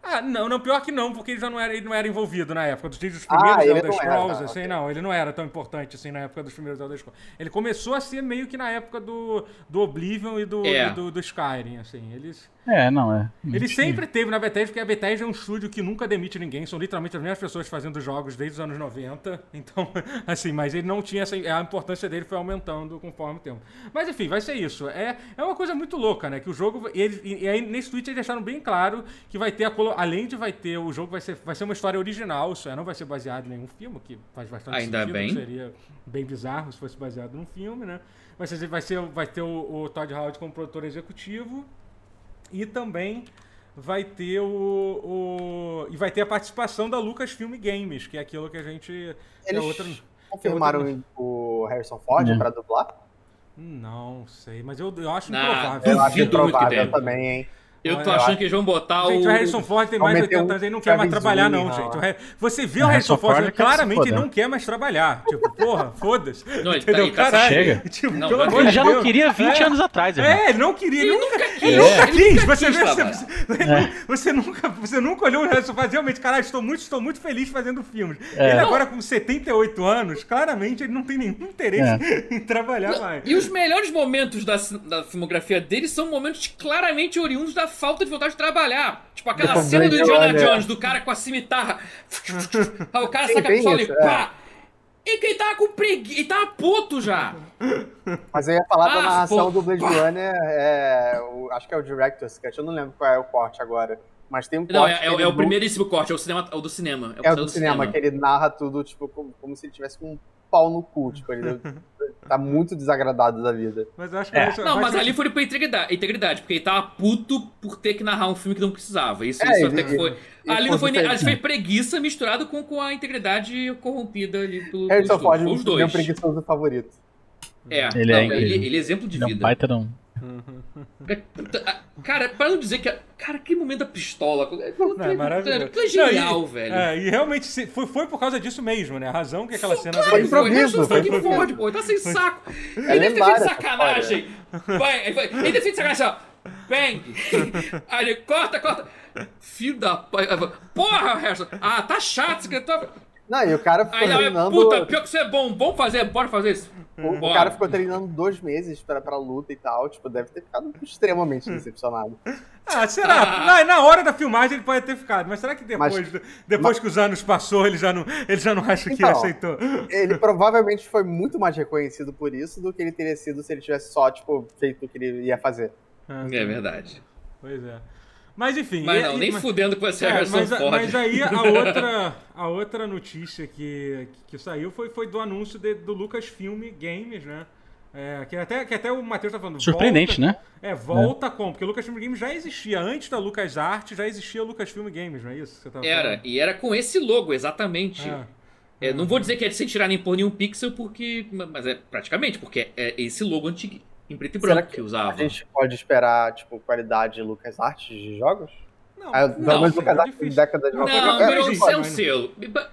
[SPEAKER 1] Ah, não, não, pior que não, porque ele já não era, ele não era envolvido na época dos, dos primeiros
[SPEAKER 4] Ah, ele
[SPEAKER 1] Elder
[SPEAKER 4] não era,
[SPEAKER 1] Scrolls,
[SPEAKER 4] tá,
[SPEAKER 1] assim,
[SPEAKER 4] ok.
[SPEAKER 1] não, ele não era tão importante assim na época dos primeiros Elder Scrolls. Ele começou a ser meio que na época do, do Oblivion e do,
[SPEAKER 2] É.
[SPEAKER 1] e do, do Skyrim, assim, eles...
[SPEAKER 3] É, não é.
[SPEAKER 1] Ele sempre teve na Bethesda, porque a Bethesda é um estúdio que nunca demite ninguém, são literalmente as mesmas pessoas fazendo jogos desde os anos 90. Então, assim, mas ele não tinha essa. A importância dele foi aumentando conforme o tempo. Mas enfim, vai ser isso. É, é uma coisa muito louca, né? Que o jogo. E, eles- e- e aí nesse tweet eles deixaram bem claro que vai ter a colo- Além de vai ter, o jogo vai ser, vai ser uma história original, isso é, não vai ser baseado em nenhum filme, que faz bastante
[SPEAKER 2] Ainda
[SPEAKER 1] sentido.
[SPEAKER 2] bem.
[SPEAKER 1] Seria bem bizarro se fosse baseado num filme, né? Mas assim, vai, ser, vai ter o, o Todd Howard como produtor executivo. E também vai ter o, o- E vai ter a participação da Lucasfilm Games, que é aquilo que a gente. que é
[SPEAKER 4] Eles
[SPEAKER 1] outra-
[SPEAKER 4] Confirmaram o Harrison Ford
[SPEAKER 3] Não.
[SPEAKER 4] pra dublar?
[SPEAKER 1] Não sei, mas eu, eu acho
[SPEAKER 2] Não,
[SPEAKER 1] improvável.
[SPEAKER 2] Eu
[SPEAKER 4] Eu acho
[SPEAKER 2] duvido muito que
[SPEAKER 4] improvável
[SPEAKER 2] deve.
[SPEAKER 4] também, hein?
[SPEAKER 2] Eu tô
[SPEAKER 1] Olha,
[SPEAKER 2] achando que eles vão botar
[SPEAKER 1] Gente, o
[SPEAKER 2] o.
[SPEAKER 1] Harrison Ford tem mais de
[SPEAKER 4] Prometeu
[SPEAKER 1] 80 anos, ele não
[SPEAKER 4] um
[SPEAKER 1] quer mais
[SPEAKER 4] Travis
[SPEAKER 1] trabalhar, não,
[SPEAKER 4] Bickle,
[SPEAKER 1] gente.
[SPEAKER 4] não.
[SPEAKER 1] O Har- Você vê o
[SPEAKER 3] O
[SPEAKER 1] Harrison
[SPEAKER 3] Harrison
[SPEAKER 1] Ford,
[SPEAKER 3] Ford
[SPEAKER 4] é
[SPEAKER 1] ele
[SPEAKER 3] quer se
[SPEAKER 1] claramente
[SPEAKER 3] foder.
[SPEAKER 1] não quer mais trabalhar. Tipo, porra, foda-se.
[SPEAKER 2] Não, ele tá-
[SPEAKER 1] Entendeu?
[SPEAKER 2] ele tá-
[SPEAKER 1] Caralho.
[SPEAKER 3] Chega.
[SPEAKER 1] Tipo,
[SPEAKER 2] Não,
[SPEAKER 1] pelo
[SPEAKER 2] mas-
[SPEAKER 1] amor
[SPEAKER 3] Ele
[SPEAKER 1] de
[SPEAKER 3] já não
[SPEAKER 1] Deus.
[SPEAKER 3] queria 20
[SPEAKER 1] É.
[SPEAKER 3] anos atrás, irmão.
[SPEAKER 1] É, ele não queria. Ele nunca, ele
[SPEAKER 3] quis.
[SPEAKER 1] nunca quis. É. Você
[SPEAKER 2] quis
[SPEAKER 1] vê, você,
[SPEAKER 2] trabalhar.
[SPEAKER 1] você- você nunca, você nunca olhou o Harrison Ford. Realmente, "Oh, caralho, estou muito, estou muito feliz fazendo filmes.
[SPEAKER 4] É.
[SPEAKER 1] Ele agora com 78 anos, claramente ele não tem nenhum interesse
[SPEAKER 4] É.
[SPEAKER 1] em trabalhar mais.
[SPEAKER 2] E os melhores momentos da, ci- da filmografia dele são momentos claramente oriundos da falta de vontade de trabalhar. Tipo aquela
[SPEAKER 4] Também
[SPEAKER 2] cena do
[SPEAKER 4] eu
[SPEAKER 2] Indiana
[SPEAKER 4] olho.
[SPEAKER 2] Jones, do cara com a cimitarra. Aí o cara
[SPEAKER 4] Sim,
[SPEAKER 2] saca a
[SPEAKER 4] tem
[SPEAKER 2] pistola
[SPEAKER 4] isso, é.
[SPEAKER 2] e pá! E que ele tava com preguiça. Ele tava puto já.
[SPEAKER 4] Mas eu ia falar da
[SPEAKER 2] Ah,
[SPEAKER 4] narração
[SPEAKER 2] pô.
[SPEAKER 4] do Blade Runner, é, o- acho que é o Director's Cut, eu não lembro qual é o corte agora, mas tem um corte...
[SPEAKER 2] Não, é, é,
[SPEAKER 4] que
[SPEAKER 2] o-
[SPEAKER 4] ele
[SPEAKER 2] é o
[SPEAKER 4] nu-
[SPEAKER 2] primeiríssimo corte, é o, cinema, é o do cinema.
[SPEAKER 4] É o
[SPEAKER 2] do
[SPEAKER 4] do cinema, que ele narra tudo, tipo, como, como se ele tivesse com um pau no cu, tipo, ele tá muito desagradado da vida.
[SPEAKER 1] Mas eu acho que
[SPEAKER 3] É.
[SPEAKER 1] vai ser-
[SPEAKER 2] Não,
[SPEAKER 1] vai
[SPEAKER 2] mas
[SPEAKER 1] ser- um
[SPEAKER 2] ali foi por integridade, integridade, porque ele tava puto por ter que narrar um filme que não precisava. Isso,
[SPEAKER 4] É,
[SPEAKER 2] isso
[SPEAKER 4] ele-
[SPEAKER 2] até que foi.
[SPEAKER 4] ele
[SPEAKER 2] ali não foi
[SPEAKER 4] foi
[SPEAKER 2] nem. Ali
[SPEAKER 4] diferente.
[SPEAKER 2] foi preguiça misturado com, com a integridade corrompida ali pelo. pelo
[SPEAKER 4] Harrison
[SPEAKER 2] estúdio.
[SPEAKER 4] Ford, é
[SPEAKER 2] Foi os
[SPEAKER 4] meu
[SPEAKER 2] dois.
[SPEAKER 4] preguiçoso favorito.
[SPEAKER 2] É,
[SPEAKER 3] Ele
[SPEAKER 2] não,
[SPEAKER 3] é
[SPEAKER 2] ele,
[SPEAKER 3] incrível.
[SPEAKER 2] ele é exemplo de
[SPEAKER 3] Ele é um
[SPEAKER 2] vida.
[SPEAKER 3] baita não.
[SPEAKER 2] Puta, a- Cara, pra não dizer que. a- Cara, que momento da pistola.
[SPEAKER 1] Não, é maravilhoso.
[SPEAKER 2] Aquilo é genial,
[SPEAKER 1] Não, e-
[SPEAKER 2] velho.
[SPEAKER 1] É, e realmente se- foi, foi por causa disso mesmo, né? A razão que aquela cena.
[SPEAKER 4] Foi improviso,
[SPEAKER 2] Foi
[SPEAKER 4] foi
[SPEAKER 2] improviso.
[SPEAKER 4] improviso.
[SPEAKER 2] Ford, pô. Ele tá sem saco.
[SPEAKER 4] É
[SPEAKER 2] Ele deve ter feito
[SPEAKER 4] lendária
[SPEAKER 2] sacanagem. Vai, ele, foi, ele deve ter feito sacanagem, assim, ó. Bang! Aí ele corta, corta. Filho da. pa- Porra, Harrison! Ah, tá chato esse cantor.
[SPEAKER 4] Não, e o cara ficou
[SPEAKER 2] Aí ele, olha,
[SPEAKER 4] treinando.
[SPEAKER 2] puta, pior que isso é bom. Vamos fazer, bora fazer isso.
[SPEAKER 4] o, o
[SPEAKER 2] Bora.
[SPEAKER 4] cara ficou treinando dois meses pra, pra luta e tal. Tipo, deve ter ficado extremamente decepcionado.
[SPEAKER 1] Ah, será? Na, na hora da filmagem ele pode ter ficado, mas será que depois,
[SPEAKER 4] Mas-
[SPEAKER 1] depois que os anos passou, ele já não, ele já não acha que
[SPEAKER 4] Então,
[SPEAKER 1] aceitou?
[SPEAKER 4] Ele provavelmente foi muito mais reconhecido por isso do que ele teria sido se ele tivesse só, tipo, feito o que ele ia fazer.
[SPEAKER 1] Ah,
[SPEAKER 2] É verdade.
[SPEAKER 1] Pois é. Mas enfim.
[SPEAKER 2] Mas
[SPEAKER 1] e- é-
[SPEAKER 2] não,
[SPEAKER 1] e-
[SPEAKER 2] nem
[SPEAKER 1] mas-
[SPEAKER 2] fudendo que vai ser
[SPEAKER 1] É,
[SPEAKER 2] Harrison
[SPEAKER 1] mas, a-
[SPEAKER 2] Ford.
[SPEAKER 1] mas aí a outra, a outra notícia que, que saiu foi, foi do anúncio de- do Lucasfilm Games, né? É, que, até, que até o Matheus tá falando.
[SPEAKER 3] Surpreendente,
[SPEAKER 1] volta-
[SPEAKER 3] né?
[SPEAKER 1] É, volta com, porque o Lucasfilm Games já existia. Antes da LucasArts já existia o Lucasfilm Games, não é isso? que você tava
[SPEAKER 2] Era,
[SPEAKER 1] falando?
[SPEAKER 2] e era com esse logo, exatamente.
[SPEAKER 1] É.
[SPEAKER 2] É, não vou dizer que é de sem tirar nem pôr nenhum pixel, porque. Mas é praticamente, porque é esse logo antigo, em preto e
[SPEAKER 4] Será
[SPEAKER 2] branco que,
[SPEAKER 4] que
[SPEAKER 2] usava.
[SPEAKER 4] A gente pode esperar, tipo, qualidade Lucas Artes de jogos?
[SPEAKER 1] Não,
[SPEAKER 4] Ah,
[SPEAKER 1] não,
[SPEAKER 4] pelo menos
[SPEAKER 1] é
[SPEAKER 4] Lucas Artes
[SPEAKER 1] difícil.
[SPEAKER 4] década de tipo,
[SPEAKER 1] Não,
[SPEAKER 2] Não,
[SPEAKER 4] 90.
[SPEAKER 1] não,
[SPEAKER 2] não,
[SPEAKER 1] é,
[SPEAKER 2] não,
[SPEAKER 1] existe,
[SPEAKER 2] isso é um
[SPEAKER 1] mas-
[SPEAKER 2] selo.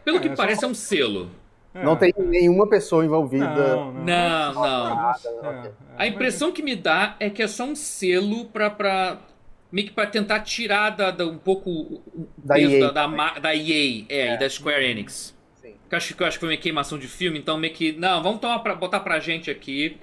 [SPEAKER 2] Pelo
[SPEAKER 1] É,
[SPEAKER 2] que
[SPEAKER 1] só-
[SPEAKER 2] parece, é um selo.
[SPEAKER 1] É,
[SPEAKER 4] Não tem
[SPEAKER 1] é.
[SPEAKER 4] nenhuma pessoa envolvida.
[SPEAKER 1] Não, não.
[SPEAKER 2] Não, não.
[SPEAKER 1] Nossa,
[SPEAKER 4] não.
[SPEAKER 1] é, é,
[SPEAKER 2] A impressão que me dá é que é só um selo pra. pra meio que pra tentar tirar da, da- um pouco o- o
[SPEAKER 4] Da
[SPEAKER 2] peso
[SPEAKER 4] EA.
[SPEAKER 2] da, da, ma- da EA é, e da Square Enix.
[SPEAKER 4] Sim.
[SPEAKER 2] Que eu acho que eu acho que foi meio queimação de filme, então meio que. Não, vamos tomar pra, botar pra gente aqui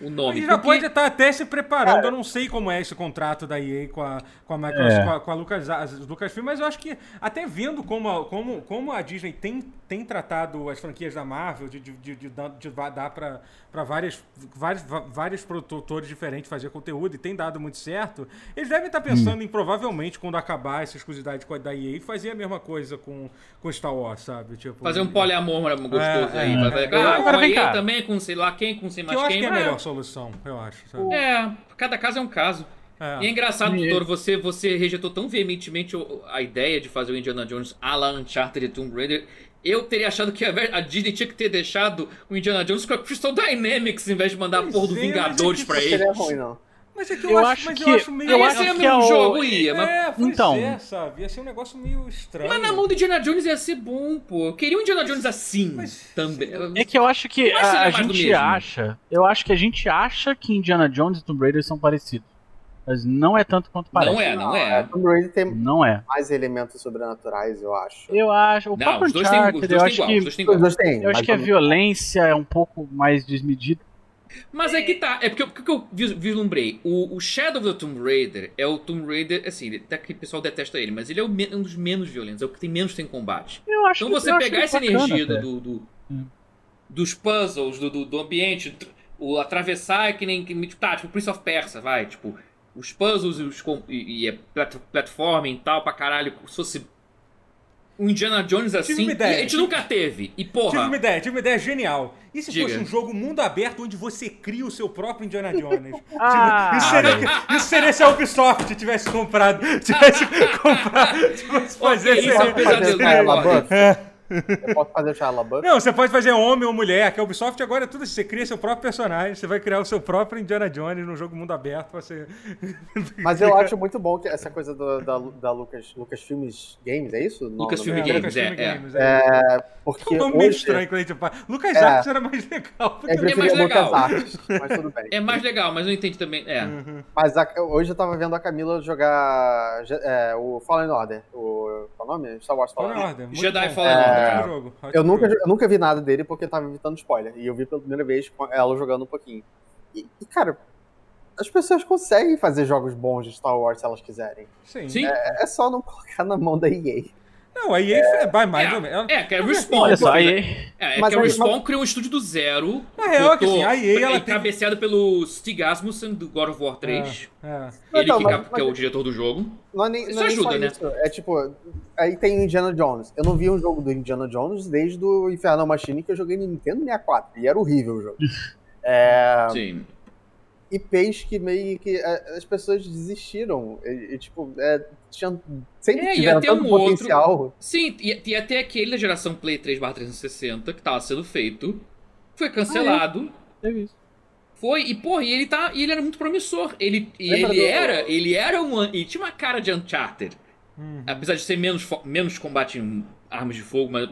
[SPEAKER 2] o nome.
[SPEAKER 1] Ele já
[SPEAKER 2] Porque-
[SPEAKER 1] pode estar até se preparando. Eu não sei como é esse contrato da EA com a, com a Microsoft,
[SPEAKER 3] É.
[SPEAKER 1] com a, com a Lucas, Lucasfilm, mas eu acho que até vendo como a, como, como a Disney tem, tem tratado as franquias da Marvel, de, de, de, de dar- de va- dar para várias, vários, va- vários produtores diferentes fazer conteúdo e tem dado muito certo, eles devem estar pensando em provavelmente quando acabar essa exclusividade com a da EA fazer a mesma coisa com, com Star Wars, sabe? Tipo,
[SPEAKER 2] Fazer um poliamor gostoso
[SPEAKER 1] É,
[SPEAKER 2] aí.
[SPEAKER 1] é.
[SPEAKER 2] vai fazer,
[SPEAKER 1] Agora
[SPEAKER 2] ah, com a
[SPEAKER 3] vem
[SPEAKER 2] EA
[SPEAKER 3] cá.
[SPEAKER 2] também, com sei lá quem, com sei
[SPEAKER 1] Que
[SPEAKER 2] mais
[SPEAKER 1] eu acho
[SPEAKER 2] quem.
[SPEAKER 1] que é a
[SPEAKER 2] mas-
[SPEAKER 1] melhor solução, eu acho. Sabe?
[SPEAKER 2] É, cada caso é um caso.
[SPEAKER 1] É.
[SPEAKER 2] E é engraçado,
[SPEAKER 3] E-
[SPEAKER 2] doutor, você, você rejeitou tão veementemente o- a ideia de fazer o Indiana Jones à la Uncharted e Tomb Raider. Eu teria achado que a, ver- a Disney tinha que ter deixado o Indiana Jones com a Crystal Dynamics em vez de mandar a
[SPEAKER 1] Pois
[SPEAKER 2] porra do
[SPEAKER 1] é,
[SPEAKER 2] Vingadores
[SPEAKER 1] mas
[SPEAKER 2] pra
[SPEAKER 4] Não
[SPEAKER 2] ele.
[SPEAKER 4] seria ruim, não.
[SPEAKER 1] Mas é que eu,
[SPEAKER 3] Eu
[SPEAKER 1] acho,
[SPEAKER 3] acho
[SPEAKER 1] mas
[SPEAKER 3] que-
[SPEAKER 1] eu acho meio.
[SPEAKER 3] eu
[SPEAKER 2] Ia
[SPEAKER 3] acho
[SPEAKER 2] ser
[SPEAKER 3] que
[SPEAKER 2] meio
[SPEAKER 3] é o-
[SPEAKER 2] jogo, ia, mas...
[SPEAKER 1] É, pois
[SPEAKER 3] Então.
[SPEAKER 1] é, sabe? Ia ser um negócio meio estranho.
[SPEAKER 2] mas na mão do Indiana Jones ia ser bom, pô. Eu queria o Indiana Jones assim também.
[SPEAKER 3] É que eu acho que
[SPEAKER 2] Mas seria
[SPEAKER 3] a, a
[SPEAKER 2] mais do
[SPEAKER 3] gente
[SPEAKER 2] mesmo.
[SPEAKER 3] acha. Eu acho que a gente acha que Indiana Jones e Tomb Raider são parecidos. Mas não é tanto quanto parece.
[SPEAKER 2] Não é, não é.
[SPEAKER 4] Tomb Raider tem
[SPEAKER 3] Não é.
[SPEAKER 4] mais elementos sobrenaturais, eu acho.
[SPEAKER 3] Eu acho. O
[SPEAKER 2] Não,
[SPEAKER 3] próprio
[SPEAKER 2] os dois têm um- os
[SPEAKER 3] Uncharted, eu
[SPEAKER 2] dois têm
[SPEAKER 3] acho
[SPEAKER 2] igual,
[SPEAKER 3] que.
[SPEAKER 2] os dois têm igual.
[SPEAKER 4] Os dois têm.
[SPEAKER 3] Eu acho
[SPEAKER 4] mas
[SPEAKER 3] que a
[SPEAKER 4] não-
[SPEAKER 3] violência é um pouco mais desmedida.
[SPEAKER 2] Mas é que tá. É porque, porque que eu vis- vislumbrei. O, o Shadow of the Tomb Raider é o Tomb Raider. Assim, ele- até que o pessoal detesta ele, mas ele é o me- um dos menos violentos. É o que tem menos tem combate.
[SPEAKER 3] Eu acho
[SPEAKER 2] Então
[SPEAKER 3] que-
[SPEAKER 2] você
[SPEAKER 3] eu acho
[SPEAKER 2] pegar
[SPEAKER 3] ele
[SPEAKER 2] essa
[SPEAKER 3] bacana,
[SPEAKER 2] energia do,
[SPEAKER 3] até.
[SPEAKER 2] do- do-
[SPEAKER 3] Hum.
[SPEAKER 2] dos puzzles, do, do, do ambiente, tr- o atravessar é que nem. Que, tá, tipo Prince of Persia, vai. Tipo, os puzzles e, os, com- e, e é plat- platforming e tal pra caralho. Se fosse. Um Indiana Jones assim,
[SPEAKER 1] uma ideia.
[SPEAKER 2] a gente nunca teve. E
[SPEAKER 1] Tive uma
[SPEAKER 2] porra,
[SPEAKER 1] ideia, tive uma ideia genial. E se
[SPEAKER 2] Diga.
[SPEAKER 1] fosse um jogo mundo aberto onde você cria o seu próprio Indiana Jones? Tipo,
[SPEAKER 3] Ah,
[SPEAKER 1] isso, seria, isso seria se a Ubisoft tivesse comprado. Tivesse comprado. Tivesse fazer
[SPEAKER 2] Ok, isso
[SPEAKER 4] Eu
[SPEAKER 1] seria-
[SPEAKER 2] um
[SPEAKER 4] posso fazer o
[SPEAKER 2] pesadelo
[SPEAKER 1] é
[SPEAKER 4] Shia
[SPEAKER 2] na ordem.
[SPEAKER 4] LaBeouf? Eu posso fazer o Shia LaBeouf?
[SPEAKER 1] Não, você pode fazer homem ou mulher, que a Ubisoft agora é tudo assim. Você cria seu próprio personagem, você vai criar o seu próprio Indiana Jones num jogo mundo aberto. Você...
[SPEAKER 4] Mas eu acho muito bom que essa coisa do- da, da Lucas, Lucas Filmes Games, é isso? Não,
[SPEAKER 2] Lucas
[SPEAKER 4] não-
[SPEAKER 2] Filme
[SPEAKER 1] É,
[SPEAKER 2] Games,
[SPEAKER 1] Lucasfilm
[SPEAKER 2] é, é.
[SPEAKER 1] é.
[SPEAKER 4] Porque
[SPEAKER 1] É um nome meio
[SPEAKER 4] hoje,
[SPEAKER 1] estranho quando a gente fala. Lucas
[SPEAKER 4] É.
[SPEAKER 1] Arts era mais legal. porque
[SPEAKER 4] eu
[SPEAKER 1] não-
[SPEAKER 2] É mais
[SPEAKER 4] preferia Lucas
[SPEAKER 2] legal.
[SPEAKER 4] Artes, mas tudo bem.
[SPEAKER 2] é mais legal, mas não entendi também. É.
[SPEAKER 1] Uhum.
[SPEAKER 4] Mas a- hoje eu tava vendo a Camila jogar é, o Fallen Order. O, qual é o nome? Star Wars
[SPEAKER 1] Fallen
[SPEAKER 4] Fallen
[SPEAKER 1] Order,
[SPEAKER 4] Order.
[SPEAKER 1] muito
[SPEAKER 2] Jedi
[SPEAKER 1] bom.
[SPEAKER 2] Fallen
[SPEAKER 1] Ótimo
[SPEAKER 4] Order.
[SPEAKER 1] jogo, ótimo
[SPEAKER 4] É. Eu nunca,
[SPEAKER 1] jogo.
[SPEAKER 4] eu nunca vi nada dele porque eu tava evitando spoiler. E eu vi pela primeira vez com ela jogando um pouquinho. E, e, cara, as pessoas conseguem fazer jogos bons de Star Wars se elas quiserem.
[SPEAKER 1] Sim.
[SPEAKER 2] Sim?
[SPEAKER 4] É só não colocar na mão da EA.
[SPEAKER 1] Não, a EA é, vai mais
[SPEAKER 2] É.
[SPEAKER 1] ou menos.
[SPEAKER 2] É, que a Respawn.
[SPEAKER 3] Olha só,
[SPEAKER 2] fez-
[SPEAKER 3] aí.
[SPEAKER 2] É, é
[SPEAKER 4] Mas
[SPEAKER 2] que a
[SPEAKER 4] aí-
[SPEAKER 2] Respawn criou um estúdio do zero.
[SPEAKER 1] Na real, é que
[SPEAKER 2] botou-
[SPEAKER 1] assim, a EA, ela
[SPEAKER 2] e
[SPEAKER 1] teve-
[SPEAKER 2] Cabeceado pelo Stig Asmussen do God of War 3.
[SPEAKER 1] É.
[SPEAKER 4] Não,
[SPEAKER 2] Ele
[SPEAKER 4] então,
[SPEAKER 2] que,
[SPEAKER 4] mas-
[SPEAKER 2] cap- que é o diretor do jogo.
[SPEAKER 4] Não é nem,
[SPEAKER 2] Isso
[SPEAKER 4] não é nem
[SPEAKER 2] ajuda,
[SPEAKER 4] só
[SPEAKER 2] né?
[SPEAKER 4] isso. É tipo, aí tem o Indiana Jones. Eu não vi um jogo do Indiana Jones desde o Infernal Machine que eu joguei no Nintendo 64. E era horrível o jogo. É,
[SPEAKER 2] Sim.
[SPEAKER 4] IPs que meio que é, as pessoas desistiram. E, e, tipo, é, tinha, sempre
[SPEAKER 2] É, ia
[SPEAKER 4] tiveram
[SPEAKER 2] ter
[SPEAKER 4] tanto
[SPEAKER 2] um outro-
[SPEAKER 4] potencial.
[SPEAKER 2] Sim, e, e até aquele da geração Play 3 360 que tava sendo feito. Foi cancelado.
[SPEAKER 3] Teve É isso.
[SPEAKER 2] Foi, e porra, e ele, tá, e ele era muito promissor. Ele, e
[SPEAKER 4] Lembra
[SPEAKER 2] ele
[SPEAKER 4] do-
[SPEAKER 2] era, ele era um. an- E tinha uma cara de Uncharted.
[SPEAKER 4] Uhum.
[SPEAKER 1] Hum.
[SPEAKER 2] Apesar de ser menos, fo- menos combate em armas de fogo, mas.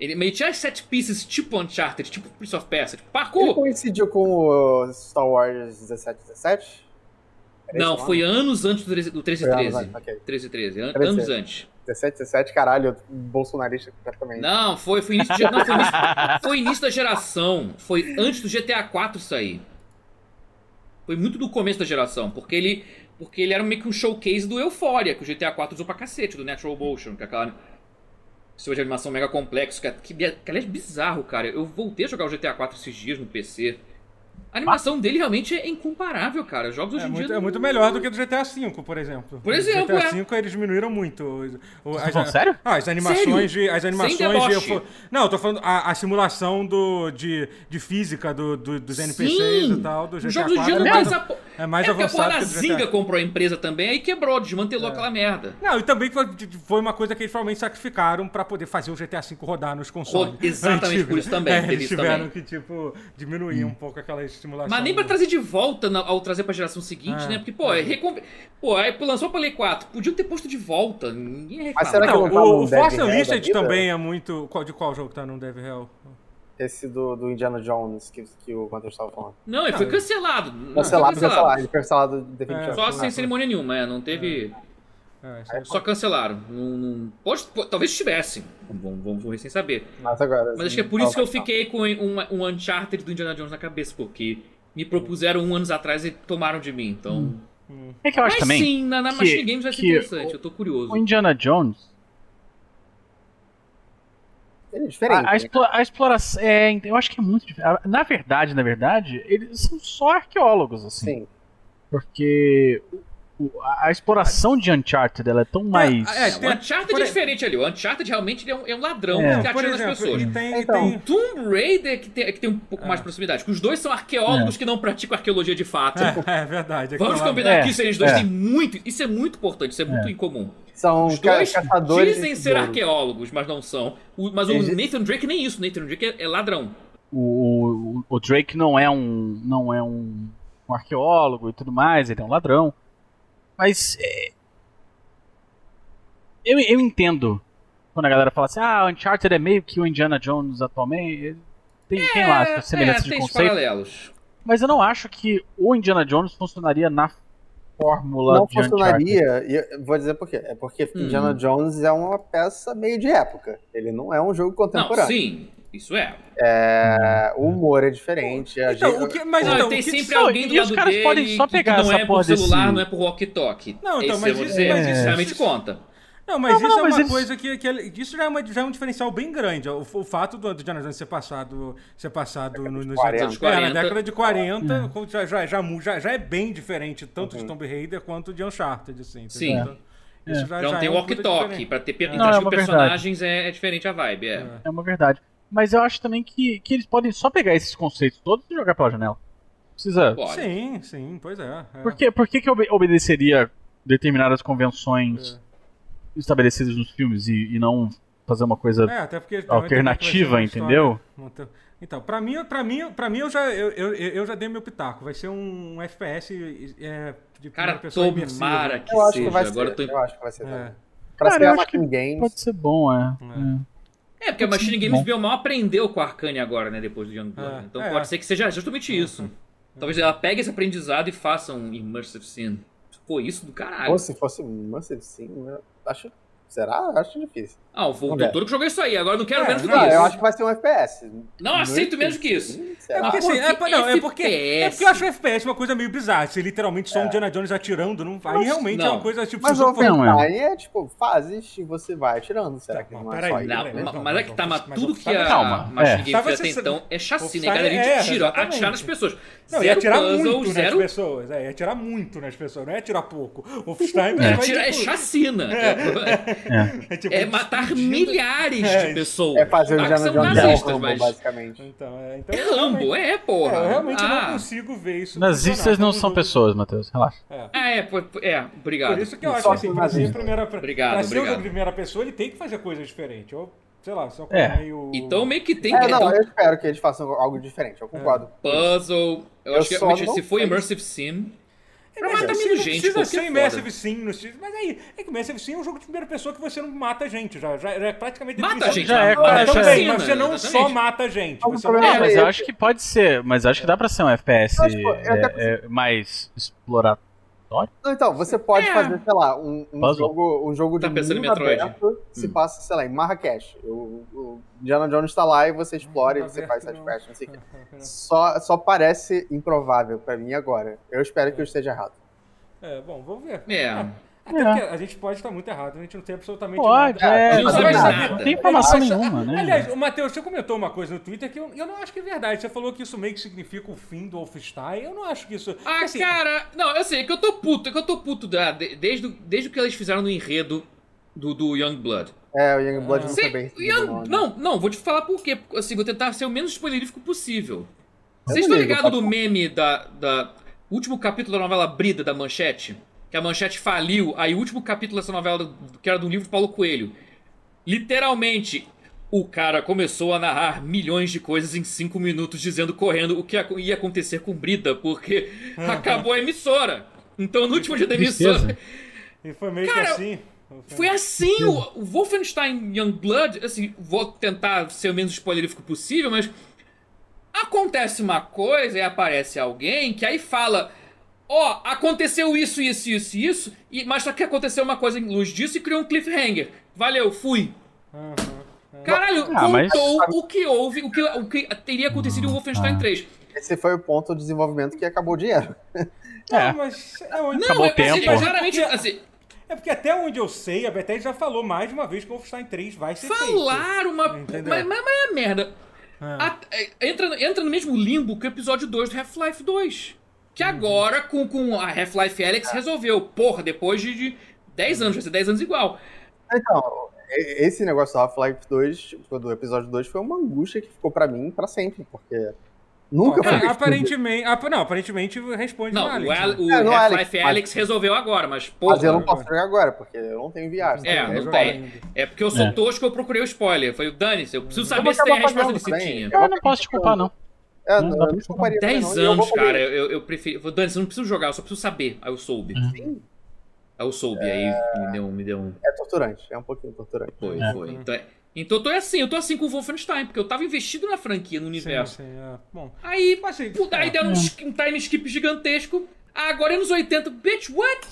[SPEAKER 2] Ele meio tinha set pieces tipo Uncharted, tipo Prince of Persia, tipo
[SPEAKER 4] Ele
[SPEAKER 2] parkour.
[SPEAKER 4] coincidiu com o Star Wars 1717? Era
[SPEAKER 2] Não,
[SPEAKER 4] esse o
[SPEAKER 2] foi anos antes do 13 do
[SPEAKER 4] nome? Foi anos
[SPEAKER 2] 1313.
[SPEAKER 4] antes, ok.
[SPEAKER 2] 1313, an-
[SPEAKER 4] Parece.
[SPEAKER 2] anos antes.
[SPEAKER 4] 1717, caralho, bolsonarista completamente.
[SPEAKER 2] Não, foi, foi início de- não, foi início- foi início da geração. Foi antes do GTA IV sair. Foi muito do começo da geração, porque ele, porque ele era meio que um showcase do Euphoria, que o GTA IV usou pra cacete, do Natural Motion, que é aquela sistema de animação mega complexo, que, que, que aliás é bizarro, cara. Eu voltei a jogar o GTA IV esses dias no PC. A animação dele realmente é incomparável, cara. Jogos hoje
[SPEAKER 1] É
[SPEAKER 2] em
[SPEAKER 1] muito,
[SPEAKER 2] dia.
[SPEAKER 1] é
[SPEAKER 2] não-
[SPEAKER 1] muito melhor do que do GTA V, por exemplo.
[SPEAKER 2] Por exemplo,
[SPEAKER 1] GTA
[SPEAKER 2] é.
[SPEAKER 1] V eles diminuíram muito. o-
[SPEAKER 4] tá
[SPEAKER 1] o- as-
[SPEAKER 3] Bom, sério?
[SPEAKER 1] Ah, as animações de. As animações de.
[SPEAKER 2] deboche.
[SPEAKER 1] eu fo- não, eu tô falando a, a simulação do, de, de física do, do- dos NPCs
[SPEAKER 2] Sim.
[SPEAKER 1] e tal, do
[SPEAKER 2] Os
[SPEAKER 1] GTA
[SPEAKER 2] jogos hoje em dia
[SPEAKER 1] IV.
[SPEAKER 2] não
[SPEAKER 1] é
[SPEAKER 2] tem
[SPEAKER 1] mais,
[SPEAKER 2] essa po-
[SPEAKER 1] é mais
[SPEAKER 2] é porque a porra
[SPEAKER 1] avançado
[SPEAKER 2] da
[SPEAKER 1] que o É. GTA
[SPEAKER 2] Zinga comprou a empresa também, aí quebrou, desmantelou aquela merda.
[SPEAKER 1] Não, e também foi, foi uma coisa que eles realmente sacrificaram pra poder fazer o GTA V rodar nos consoles.
[SPEAKER 2] Ro- exatamente,
[SPEAKER 1] antigos.
[SPEAKER 2] por isso também,
[SPEAKER 1] É,
[SPEAKER 2] teve
[SPEAKER 1] eles
[SPEAKER 2] isso
[SPEAKER 1] tiveram
[SPEAKER 2] também.
[SPEAKER 1] que, tipo, diminuir um pouco aquela estimulação.
[SPEAKER 2] Mas nem pra trazer de volta na- ao trazer pra geração seguinte,
[SPEAKER 1] É,
[SPEAKER 2] né? Porque, pô, é. recomp... pô, aí lançou pra Play 4, podiam ter posto de volta, ninguém ia reclamar.
[SPEAKER 4] Mas será que
[SPEAKER 1] Não,
[SPEAKER 4] não tá num
[SPEAKER 1] o, o
[SPEAKER 4] Dead
[SPEAKER 1] Force
[SPEAKER 4] Hell da
[SPEAKER 1] Unleashed
[SPEAKER 4] vida?
[SPEAKER 1] também é muito. qual- de qual jogo tá no Dev Hell?
[SPEAKER 4] Esse do, do Indiana Jones que, que o Matheus estava falando.
[SPEAKER 2] Não, ele foi cancelado.
[SPEAKER 4] Cancelado,
[SPEAKER 2] foi
[SPEAKER 4] cancelado. Ele foi cancelado definitivamente.
[SPEAKER 2] É. Só
[SPEAKER 1] Cancelado.
[SPEAKER 2] sem cerimônia nenhuma, é, não teve...
[SPEAKER 1] É, isso
[SPEAKER 2] Só cancelaram. Não, não- Pode, pô, talvez tivessem, vamos, vamos ver sem saber.
[SPEAKER 4] Mas agora. assim,
[SPEAKER 2] Mas acho que é por isso que eu fiquei com um, um Uncharted do Indiana Jones na cabeça, porque me propuseram um anos atrás e tomaram de mim, então...
[SPEAKER 1] Hum.
[SPEAKER 3] É que eu acho
[SPEAKER 2] Mas
[SPEAKER 3] também.
[SPEAKER 2] sim, na, na
[SPEAKER 3] que-
[SPEAKER 2] Machine Games vai ser
[SPEAKER 3] que
[SPEAKER 2] interessante, eu tô curioso.
[SPEAKER 3] O Indiana Jones.
[SPEAKER 4] Ele é
[SPEAKER 3] a-
[SPEAKER 4] diferente.
[SPEAKER 2] Ah,
[SPEAKER 3] A, explo- a exploração. É, eu acho que é muito diferente. Na verdade, na verdade, eles são só arqueólogos, assim.
[SPEAKER 4] Sim.
[SPEAKER 3] Porque o- a, a exploração de Uncharted ela é tão mais.
[SPEAKER 1] é,
[SPEAKER 2] O Uncharted
[SPEAKER 1] Por-
[SPEAKER 2] é diferente ali. O Uncharted realmente ele é, um, é um ladrão
[SPEAKER 3] É.
[SPEAKER 2] que
[SPEAKER 1] Por
[SPEAKER 2] atira nas
[SPEAKER 1] exemplo, tá- Ah.
[SPEAKER 2] pessoas.
[SPEAKER 1] e tem, e
[SPEAKER 4] Então.
[SPEAKER 1] tem-
[SPEAKER 2] Tomb Raider que tem, que tem um pouco mais de proximidade. que Os dois são
[SPEAKER 3] É.
[SPEAKER 2] arqueólogos que não praticam arqueologia de fato.
[SPEAKER 1] É, é verdade. é
[SPEAKER 2] Vamos
[SPEAKER 1] aquela-
[SPEAKER 2] combinar
[SPEAKER 3] É,
[SPEAKER 2] aqui se eles dois
[SPEAKER 3] é.
[SPEAKER 2] têm muito. Isso é muito importante, isso é muito incomum.
[SPEAKER 4] São
[SPEAKER 2] Os
[SPEAKER 4] ca-
[SPEAKER 2] dois
[SPEAKER 4] caçadores.
[SPEAKER 2] dizem
[SPEAKER 4] de
[SPEAKER 2] ser
[SPEAKER 4] tesouros.
[SPEAKER 2] arqueólogos, mas não são. O- mas o
[SPEAKER 4] Eles-
[SPEAKER 2] Nathan Drake nem isso. O Nathan Drake é, é ladrão.
[SPEAKER 3] o, o- o Drake não é um não é um, um arqueólogo e tudo mais, ele é um ladrão. Mas é, eu, eu entendo quando a galera fala assim, ah, Uncharted é meio que o Indiana Jones atualmente. Tem, tem lá
[SPEAKER 2] É,
[SPEAKER 3] as semelhanças
[SPEAKER 2] é,
[SPEAKER 3] de
[SPEAKER 2] tem os
[SPEAKER 3] conceito,
[SPEAKER 2] paralelos.
[SPEAKER 3] mas eu não acho que o Indiana Jones funcionaria na fórmula
[SPEAKER 4] Não
[SPEAKER 3] de Uncharted.
[SPEAKER 4] funcionaria, e eu vou dizer por quê. É porque
[SPEAKER 2] Hum.
[SPEAKER 4] Indiana Jones é uma peça meio de época. Ele não é um jogo
[SPEAKER 2] Não,
[SPEAKER 4] contemporâneo.
[SPEAKER 2] sim. Isso é.
[SPEAKER 4] É, o humor é diferente. a
[SPEAKER 1] Então,
[SPEAKER 4] gente-
[SPEAKER 1] o que, mas
[SPEAKER 2] Não,
[SPEAKER 1] então,
[SPEAKER 2] tem
[SPEAKER 1] o que-
[SPEAKER 2] sempre
[SPEAKER 3] Não,
[SPEAKER 2] alguém do
[SPEAKER 3] e os
[SPEAKER 2] lado
[SPEAKER 3] caras
[SPEAKER 2] dele
[SPEAKER 3] podem só
[SPEAKER 2] que- que
[SPEAKER 3] pegar
[SPEAKER 2] não
[SPEAKER 3] essa
[SPEAKER 2] é
[SPEAKER 3] porra
[SPEAKER 2] por celular,
[SPEAKER 3] desse-
[SPEAKER 2] não é por walkie-talkie.
[SPEAKER 1] Não, então,
[SPEAKER 2] Isso
[SPEAKER 1] mas
[SPEAKER 2] eu vou
[SPEAKER 1] isso-
[SPEAKER 2] dizer,
[SPEAKER 1] mas
[SPEAKER 2] é isso
[SPEAKER 1] isso-
[SPEAKER 2] realmente conta.
[SPEAKER 1] Não, mas
[SPEAKER 3] Não,
[SPEAKER 1] isso
[SPEAKER 3] não,
[SPEAKER 1] é uma
[SPEAKER 3] mas eles-
[SPEAKER 1] coisa que, que ele- isso já é, uma- já é um diferencial bem grande. O, o fato do, do Indiana Jones ser passado, ser passado nos nos
[SPEAKER 4] 40.
[SPEAKER 1] anos é, na
[SPEAKER 2] 40.
[SPEAKER 1] década de 40,
[SPEAKER 3] Hum.
[SPEAKER 1] como já, já, já, mu- já- já é bem diferente tanto
[SPEAKER 2] Uhum.
[SPEAKER 1] de Tomb Raider quanto de Uncharted, assim. entendeu?
[SPEAKER 2] Sim.
[SPEAKER 1] Então, isso já,
[SPEAKER 2] Já não
[SPEAKER 1] já
[SPEAKER 2] tem
[SPEAKER 1] é uma coisa
[SPEAKER 2] walkie-talkie.
[SPEAKER 1] diferente.
[SPEAKER 2] Pra ter pe-
[SPEAKER 1] Não,
[SPEAKER 2] interagir
[SPEAKER 3] é
[SPEAKER 2] com
[SPEAKER 3] uma verdade.
[SPEAKER 2] personagens é, é diferente a vibe. É.
[SPEAKER 3] É uma verdade. Mas eu acho também que, que eles podem só pegar esses conceitos todos e jogar pela janela. Precisa,
[SPEAKER 2] Pode.
[SPEAKER 1] É. Sim, sim, pois é. é.
[SPEAKER 3] Por, que, por que, que eu obe- obedeceria determinadas convenções estabelecidas nos filmes e, e não fazer uma coisa.
[SPEAKER 1] É, então, até porque
[SPEAKER 3] Alternativa,
[SPEAKER 1] vai ter uma história.
[SPEAKER 3] entendeu?
[SPEAKER 1] Não tem- Então, pra mim, pra mim, pra mim eu, já, eu, eu, eu já dei meu pitaco. Vai ser um FPS é, de primeira
[SPEAKER 2] Cara,
[SPEAKER 1] pessoa imersiva.
[SPEAKER 2] tomara que
[SPEAKER 4] Eu acho
[SPEAKER 2] seja.
[SPEAKER 4] que vai
[SPEAKER 2] Agora eu
[SPEAKER 4] ser.
[SPEAKER 2] tô em-
[SPEAKER 4] Eu acho que vai ser.
[SPEAKER 1] É.
[SPEAKER 4] também. Pra
[SPEAKER 3] Cara,
[SPEAKER 4] ser
[SPEAKER 3] eu
[SPEAKER 4] a
[SPEAKER 3] acho que
[SPEAKER 4] Machine Games.
[SPEAKER 3] Pode ser bom, é. é.
[SPEAKER 2] É, porque a Machine
[SPEAKER 3] Sim,
[SPEAKER 4] Uhum.
[SPEAKER 2] Games
[SPEAKER 3] bom.
[SPEAKER 2] Biomar aprendeu com a Arcane agora, né? Depois do Youngblood.
[SPEAKER 1] É,
[SPEAKER 2] Então
[SPEAKER 1] é. Uhum.
[SPEAKER 2] pode ser que seja justamente isso. Talvez ela pegue esse aprendizado e faça um Immersive Sim. Pô, isso do caralho.
[SPEAKER 4] Ou se fosse Massive Sim, eu acho. Será? Eu Acho difícil.
[SPEAKER 2] Ah, o Voltor
[SPEAKER 4] Vamos ver.
[SPEAKER 2] que jogou isso aí. Agora eu não quero
[SPEAKER 1] É,
[SPEAKER 2] menos do que
[SPEAKER 4] Não, eu acho
[SPEAKER 2] isso.
[SPEAKER 4] que vai ser um FPS.
[SPEAKER 2] Não aceito menos do que isso.
[SPEAKER 4] Hum,
[SPEAKER 1] É
[SPEAKER 4] Sei lá.
[SPEAKER 2] Ah,
[SPEAKER 1] porque, assim, é,
[SPEAKER 2] porque
[SPEAKER 1] não, é porque, é
[SPEAKER 2] FPS.
[SPEAKER 1] porque eu acho o FPS uma coisa meio bizarra. Se literalmente só um Indiana Jones atirando, não, aí realmente é
[SPEAKER 2] É. não.
[SPEAKER 1] uma coisa tipo.
[SPEAKER 4] Mas o
[SPEAKER 1] super-
[SPEAKER 3] Não, é.
[SPEAKER 4] Wolfenstein é tipo fases e você vai atirando. Será que
[SPEAKER 1] Mas
[SPEAKER 4] não é
[SPEAKER 1] peraí,
[SPEAKER 4] só isso?
[SPEAKER 2] Não,
[SPEAKER 1] Peraí,
[SPEAKER 2] ma-
[SPEAKER 1] não,
[SPEAKER 2] mas é
[SPEAKER 1] mas
[SPEAKER 2] que tá, mas
[SPEAKER 1] mas
[SPEAKER 2] tudo que a
[SPEAKER 3] Calma,
[SPEAKER 2] Machine
[SPEAKER 3] é.
[SPEAKER 2] Games
[SPEAKER 1] Tava
[SPEAKER 2] fez até
[SPEAKER 1] sendo-
[SPEAKER 2] então é chassi, né,
[SPEAKER 1] Offside-
[SPEAKER 2] cara? A gente
[SPEAKER 1] é,
[SPEAKER 2] tira,
[SPEAKER 1] exatamente.
[SPEAKER 2] atira nas pessoas.
[SPEAKER 1] Não, ia
[SPEAKER 2] zero
[SPEAKER 1] atirar
[SPEAKER 2] puzzle,
[SPEAKER 1] muito né? Tipo,
[SPEAKER 2] zero...
[SPEAKER 1] nas pessoas. É, ia atirar muito nas pessoas. Não ia atirar pouco. é O Wolfenstein
[SPEAKER 2] É,
[SPEAKER 1] vai,
[SPEAKER 2] atira- é
[SPEAKER 1] tipo,
[SPEAKER 2] chacina. É,
[SPEAKER 1] É, tipo,
[SPEAKER 2] É matar
[SPEAKER 1] discutindo-
[SPEAKER 2] milhares
[SPEAKER 1] É,
[SPEAKER 2] de pessoas.
[SPEAKER 4] É fazer o
[SPEAKER 2] Ah, que
[SPEAKER 4] Indiana
[SPEAKER 2] são
[SPEAKER 4] Jones é o
[SPEAKER 2] nazistas,
[SPEAKER 4] Rambo,
[SPEAKER 2] mas-
[SPEAKER 4] basicamente.
[SPEAKER 1] Então, é, então
[SPEAKER 2] É Rambo, é, porra.
[SPEAKER 1] Eu realmente não
[SPEAKER 2] ah,
[SPEAKER 1] consigo ver isso.
[SPEAKER 3] É. Nazistas
[SPEAKER 1] funcionar.
[SPEAKER 3] não são pessoas, Matheus. Relaxa.
[SPEAKER 1] É.
[SPEAKER 2] ah, é, pô- pô- é,
[SPEAKER 1] Por
[SPEAKER 2] obrigado.
[SPEAKER 1] isso que eu acho
[SPEAKER 4] Só
[SPEAKER 1] que assim,
[SPEAKER 4] que
[SPEAKER 1] pra ser,
[SPEAKER 4] nazista.
[SPEAKER 1] primeira, pra,
[SPEAKER 2] Obrigado,
[SPEAKER 1] pra ser um
[SPEAKER 2] obrigado.
[SPEAKER 1] jogo de primeira pessoa, ele tem que fazer coisas diferentes. Ou, sei lá, só com
[SPEAKER 3] É.
[SPEAKER 1] meio.
[SPEAKER 2] Então meio que tem que
[SPEAKER 4] É, não,
[SPEAKER 2] dar
[SPEAKER 4] eu espero que eles façam algo diferente, eu concordo.
[SPEAKER 2] um puzzle. Eu,
[SPEAKER 4] Eu
[SPEAKER 2] acho que
[SPEAKER 4] só
[SPEAKER 2] realmente,
[SPEAKER 4] não
[SPEAKER 2] se for
[SPEAKER 4] sei.
[SPEAKER 2] Immersive Sim.
[SPEAKER 1] É,
[SPEAKER 2] pra
[SPEAKER 1] mas
[SPEAKER 2] matar
[SPEAKER 1] assim,
[SPEAKER 2] menos
[SPEAKER 1] não
[SPEAKER 2] gente,
[SPEAKER 1] precisa
[SPEAKER 2] pô, que
[SPEAKER 1] ser
[SPEAKER 2] é
[SPEAKER 1] Immersive Sim. No, mas aí, é que Immersive Sim é um jogo de primeira pessoa que você não mata gente. Já, já é praticamente.
[SPEAKER 2] Mata
[SPEAKER 1] definição-
[SPEAKER 2] gente,
[SPEAKER 3] já é,
[SPEAKER 2] mas mata
[SPEAKER 1] Ah,
[SPEAKER 3] já
[SPEAKER 1] também,
[SPEAKER 2] assassina,
[SPEAKER 1] mas você não
[SPEAKER 2] exatamente.
[SPEAKER 1] só mata gente.
[SPEAKER 4] Algum
[SPEAKER 1] Você
[SPEAKER 4] problema
[SPEAKER 1] mata
[SPEAKER 3] É, mas
[SPEAKER 4] é
[SPEAKER 3] eu
[SPEAKER 4] esse.
[SPEAKER 3] acho que pode ser, mas acho que dá pra ser um FPS
[SPEAKER 4] Mas, pô, eu
[SPEAKER 3] é,
[SPEAKER 4] até-
[SPEAKER 3] é, mais explorar.
[SPEAKER 4] Não, então, você pode
[SPEAKER 2] É.
[SPEAKER 4] fazer, sei lá, um, um
[SPEAKER 3] Puzzle.
[SPEAKER 4] jogo, um jogo
[SPEAKER 2] Tá
[SPEAKER 4] de
[SPEAKER 2] pensando em
[SPEAKER 4] mundo
[SPEAKER 2] Metroid?
[SPEAKER 4] aberto, se
[SPEAKER 2] Hum.
[SPEAKER 4] passa, sei lá, em Marrakech. O, o Indiana Jones tá lá e você explora e
[SPEAKER 1] Hum.
[SPEAKER 4] você faz
[SPEAKER 1] aberto,
[SPEAKER 4] side
[SPEAKER 1] não.
[SPEAKER 4] quest, não sei o quê.
[SPEAKER 1] Hum.
[SPEAKER 4] Só, só parece improvável pra mim agora. Eu espero que eu esteja errado.
[SPEAKER 1] É, bom, vamos ver.
[SPEAKER 2] É.
[SPEAKER 1] Ah, Até
[SPEAKER 3] É.
[SPEAKER 1] porque a gente pode estar muito errado, a gente não tem absolutamente
[SPEAKER 3] Pode,
[SPEAKER 1] nada.
[SPEAKER 3] é,
[SPEAKER 2] Não
[SPEAKER 3] mas
[SPEAKER 2] sabe
[SPEAKER 3] não-
[SPEAKER 2] nada.
[SPEAKER 3] não tem informação
[SPEAKER 1] Eu acho-
[SPEAKER 3] nenhuma, né?
[SPEAKER 1] Aliás, o Matheus, você comentou uma coisa no Twitter que eu, eu não acho que é verdade. Você falou que isso meio que significa o fim do Wolfenstein. Eu não acho que isso.
[SPEAKER 2] Ah,
[SPEAKER 1] assim,
[SPEAKER 2] cara. Não, eu sei, é que eu tô puto. É que eu tô puto da, de- desde, o- desde o que eles fizeram no enredo do, do Youngblood.
[SPEAKER 4] É, o Youngblood não né?
[SPEAKER 2] Cê-
[SPEAKER 4] foi bem. recebido,
[SPEAKER 2] Young, não, não, vou te falar por quê. Porque, Assim, vou tentar ser o menos spoilerífico possível.
[SPEAKER 4] Eu
[SPEAKER 2] Vocês estão
[SPEAKER 4] não ligo,
[SPEAKER 2] ligados
[SPEAKER 4] papo.
[SPEAKER 2] do meme da, da. O último capítulo da novela Brida da Manchete? Que a Manchete faliu, aí o último capítulo dessa novela, que era de um livro de Paulo Coelho. Literalmente, o cara começou a narrar milhões de coisas em cinco minutos, dizendo correndo o que ac- ia acontecer com Brida, porque acabou a emissora. Então, no último dia da
[SPEAKER 3] Tristeza.
[SPEAKER 2] emissora,
[SPEAKER 1] E foi meio que
[SPEAKER 2] Cara,
[SPEAKER 1] assim.
[SPEAKER 2] foi assim, o, o Wolfenstein Youngblood, assim, vou tentar ser o menos spoilerífico possível, mas acontece uma coisa e aparece alguém que aí fala, ó, aconteceu isso, isso, isso, isso, e, mas só que aconteceu uma coisa em luz disso e criou um cliffhanger. Valeu, fui.
[SPEAKER 1] Aham.
[SPEAKER 2] Caralho,
[SPEAKER 3] Ah,
[SPEAKER 2] contou
[SPEAKER 3] mas- Ah,
[SPEAKER 2] o que houve, o que, o que teria acontecido em Wolfenstein 3.
[SPEAKER 4] Esse foi o ponto do desenvolvimento que acabou o dinheiro.
[SPEAKER 3] É.
[SPEAKER 1] Não, mas. É onde...
[SPEAKER 2] Não,
[SPEAKER 3] Acabou
[SPEAKER 2] é,
[SPEAKER 3] o tempo.
[SPEAKER 2] assim, claramente, assim,
[SPEAKER 1] É porque até onde eu sei, a Bethesda já falou mais de uma vez que o Wolfenstein 3 vai ser feito.
[SPEAKER 2] falar uma. Mas,
[SPEAKER 1] Entendeu?
[SPEAKER 2] mas, mas é merda.
[SPEAKER 1] Ah.
[SPEAKER 2] A- é, entra, entra no mesmo limbo que o episódio 2 do Half-Life 2. Que
[SPEAKER 1] Uhum.
[SPEAKER 2] agora, com, com a Half-Life
[SPEAKER 1] É.
[SPEAKER 2] Alex, resolveu. Porra, depois de, de 10 anos, vai ser 10 anos igual.
[SPEAKER 4] Então, e- esse negócio do Half-Life 2, tipo, do episódio 2, foi uma angústia que ficou pra mim pra sempre, porque nunca
[SPEAKER 2] é,
[SPEAKER 4] foi.
[SPEAKER 1] Cara,
[SPEAKER 4] feito.
[SPEAKER 1] aparentemente. ap- Não, aparentemente responde
[SPEAKER 2] Não,
[SPEAKER 1] o Alex,
[SPEAKER 2] o, Al-
[SPEAKER 1] né?
[SPEAKER 2] o
[SPEAKER 4] É, no Alex,
[SPEAKER 2] Half-Life
[SPEAKER 4] mas-
[SPEAKER 2] Alex resolveu agora, mas
[SPEAKER 4] Mas eu
[SPEAKER 2] porra.
[SPEAKER 4] não posso jogar agora, porque eu não tenho viagem.
[SPEAKER 2] né? É,
[SPEAKER 1] Não
[SPEAKER 2] não
[SPEAKER 1] joga
[SPEAKER 2] tem.
[SPEAKER 1] ainda.
[SPEAKER 2] É porque eu sou
[SPEAKER 3] É.
[SPEAKER 2] tosco, eu procurei o spoiler. Falei, dane-se, eu preciso
[SPEAKER 4] Eu vou
[SPEAKER 2] saber se tem a
[SPEAKER 4] acabar
[SPEAKER 2] resposta
[SPEAKER 4] pagando
[SPEAKER 2] de se
[SPEAKER 4] também.
[SPEAKER 2] tinha.
[SPEAKER 3] Eu não posso te culpar, não.
[SPEAKER 4] É,
[SPEAKER 3] Não
[SPEAKER 4] não,
[SPEAKER 3] dá
[SPEAKER 4] eu
[SPEAKER 3] pra
[SPEAKER 4] não
[SPEAKER 3] jogar.
[SPEAKER 4] culparia também,
[SPEAKER 2] 10
[SPEAKER 4] não, e eu vou
[SPEAKER 2] anos,
[SPEAKER 4] comer. Uhum.
[SPEAKER 2] cara, eu, eu, eu prefiro. falei, Dane-se, eu não preciso jogar, eu só preciso saber. Aí eu soube.
[SPEAKER 4] Sim,
[SPEAKER 2] Aí eu soube, aí me deu, um- me deu um.
[SPEAKER 4] é torturante, é um pouquinho torturante.
[SPEAKER 2] Foi,
[SPEAKER 1] É.
[SPEAKER 2] foi. Então, é- então eu tô assim, eu tô assim com o Wolfenstein, porque eu tava investido na franquia, no
[SPEAKER 1] Sim,
[SPEAKER 2] universo.
[SPEAKER 1] sim, é. Bom.
[SPEAKER 2] Aí,
[SPEAKER 1] Mas assim.
[SPEAKER 2] pô, aí deram um, sk- um time skip gigantesco. Ah, Agora é nos 80. Bitch, what?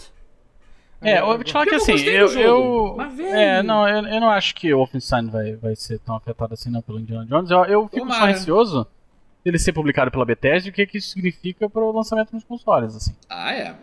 [SPEAKER 3] É, eu vou te falar que
[SPEAKER 2] Eu não
[SPEAKER 3] assim,
[SPEAKER 2] gostei do
[SPEAKER 3] eu.
[SPEAKER 2] jogo,
[SPEAKER 3] eu
[SPEAKER 2] mas velho.
[SPEAKER 3] é, não, eu, eu não acho que o Wolfenstein vai, vai ser tão afetado assim, não, pelo Indiana Jones. Eu, eu fico só
[SPEAKER 2] Tomara.
[SPEAKER 3] receoso dele ser publicado pela Bethesda e o que, que isso significa pro lançamento nos consoles, assim.
[SPEAKER 2] Ah, é.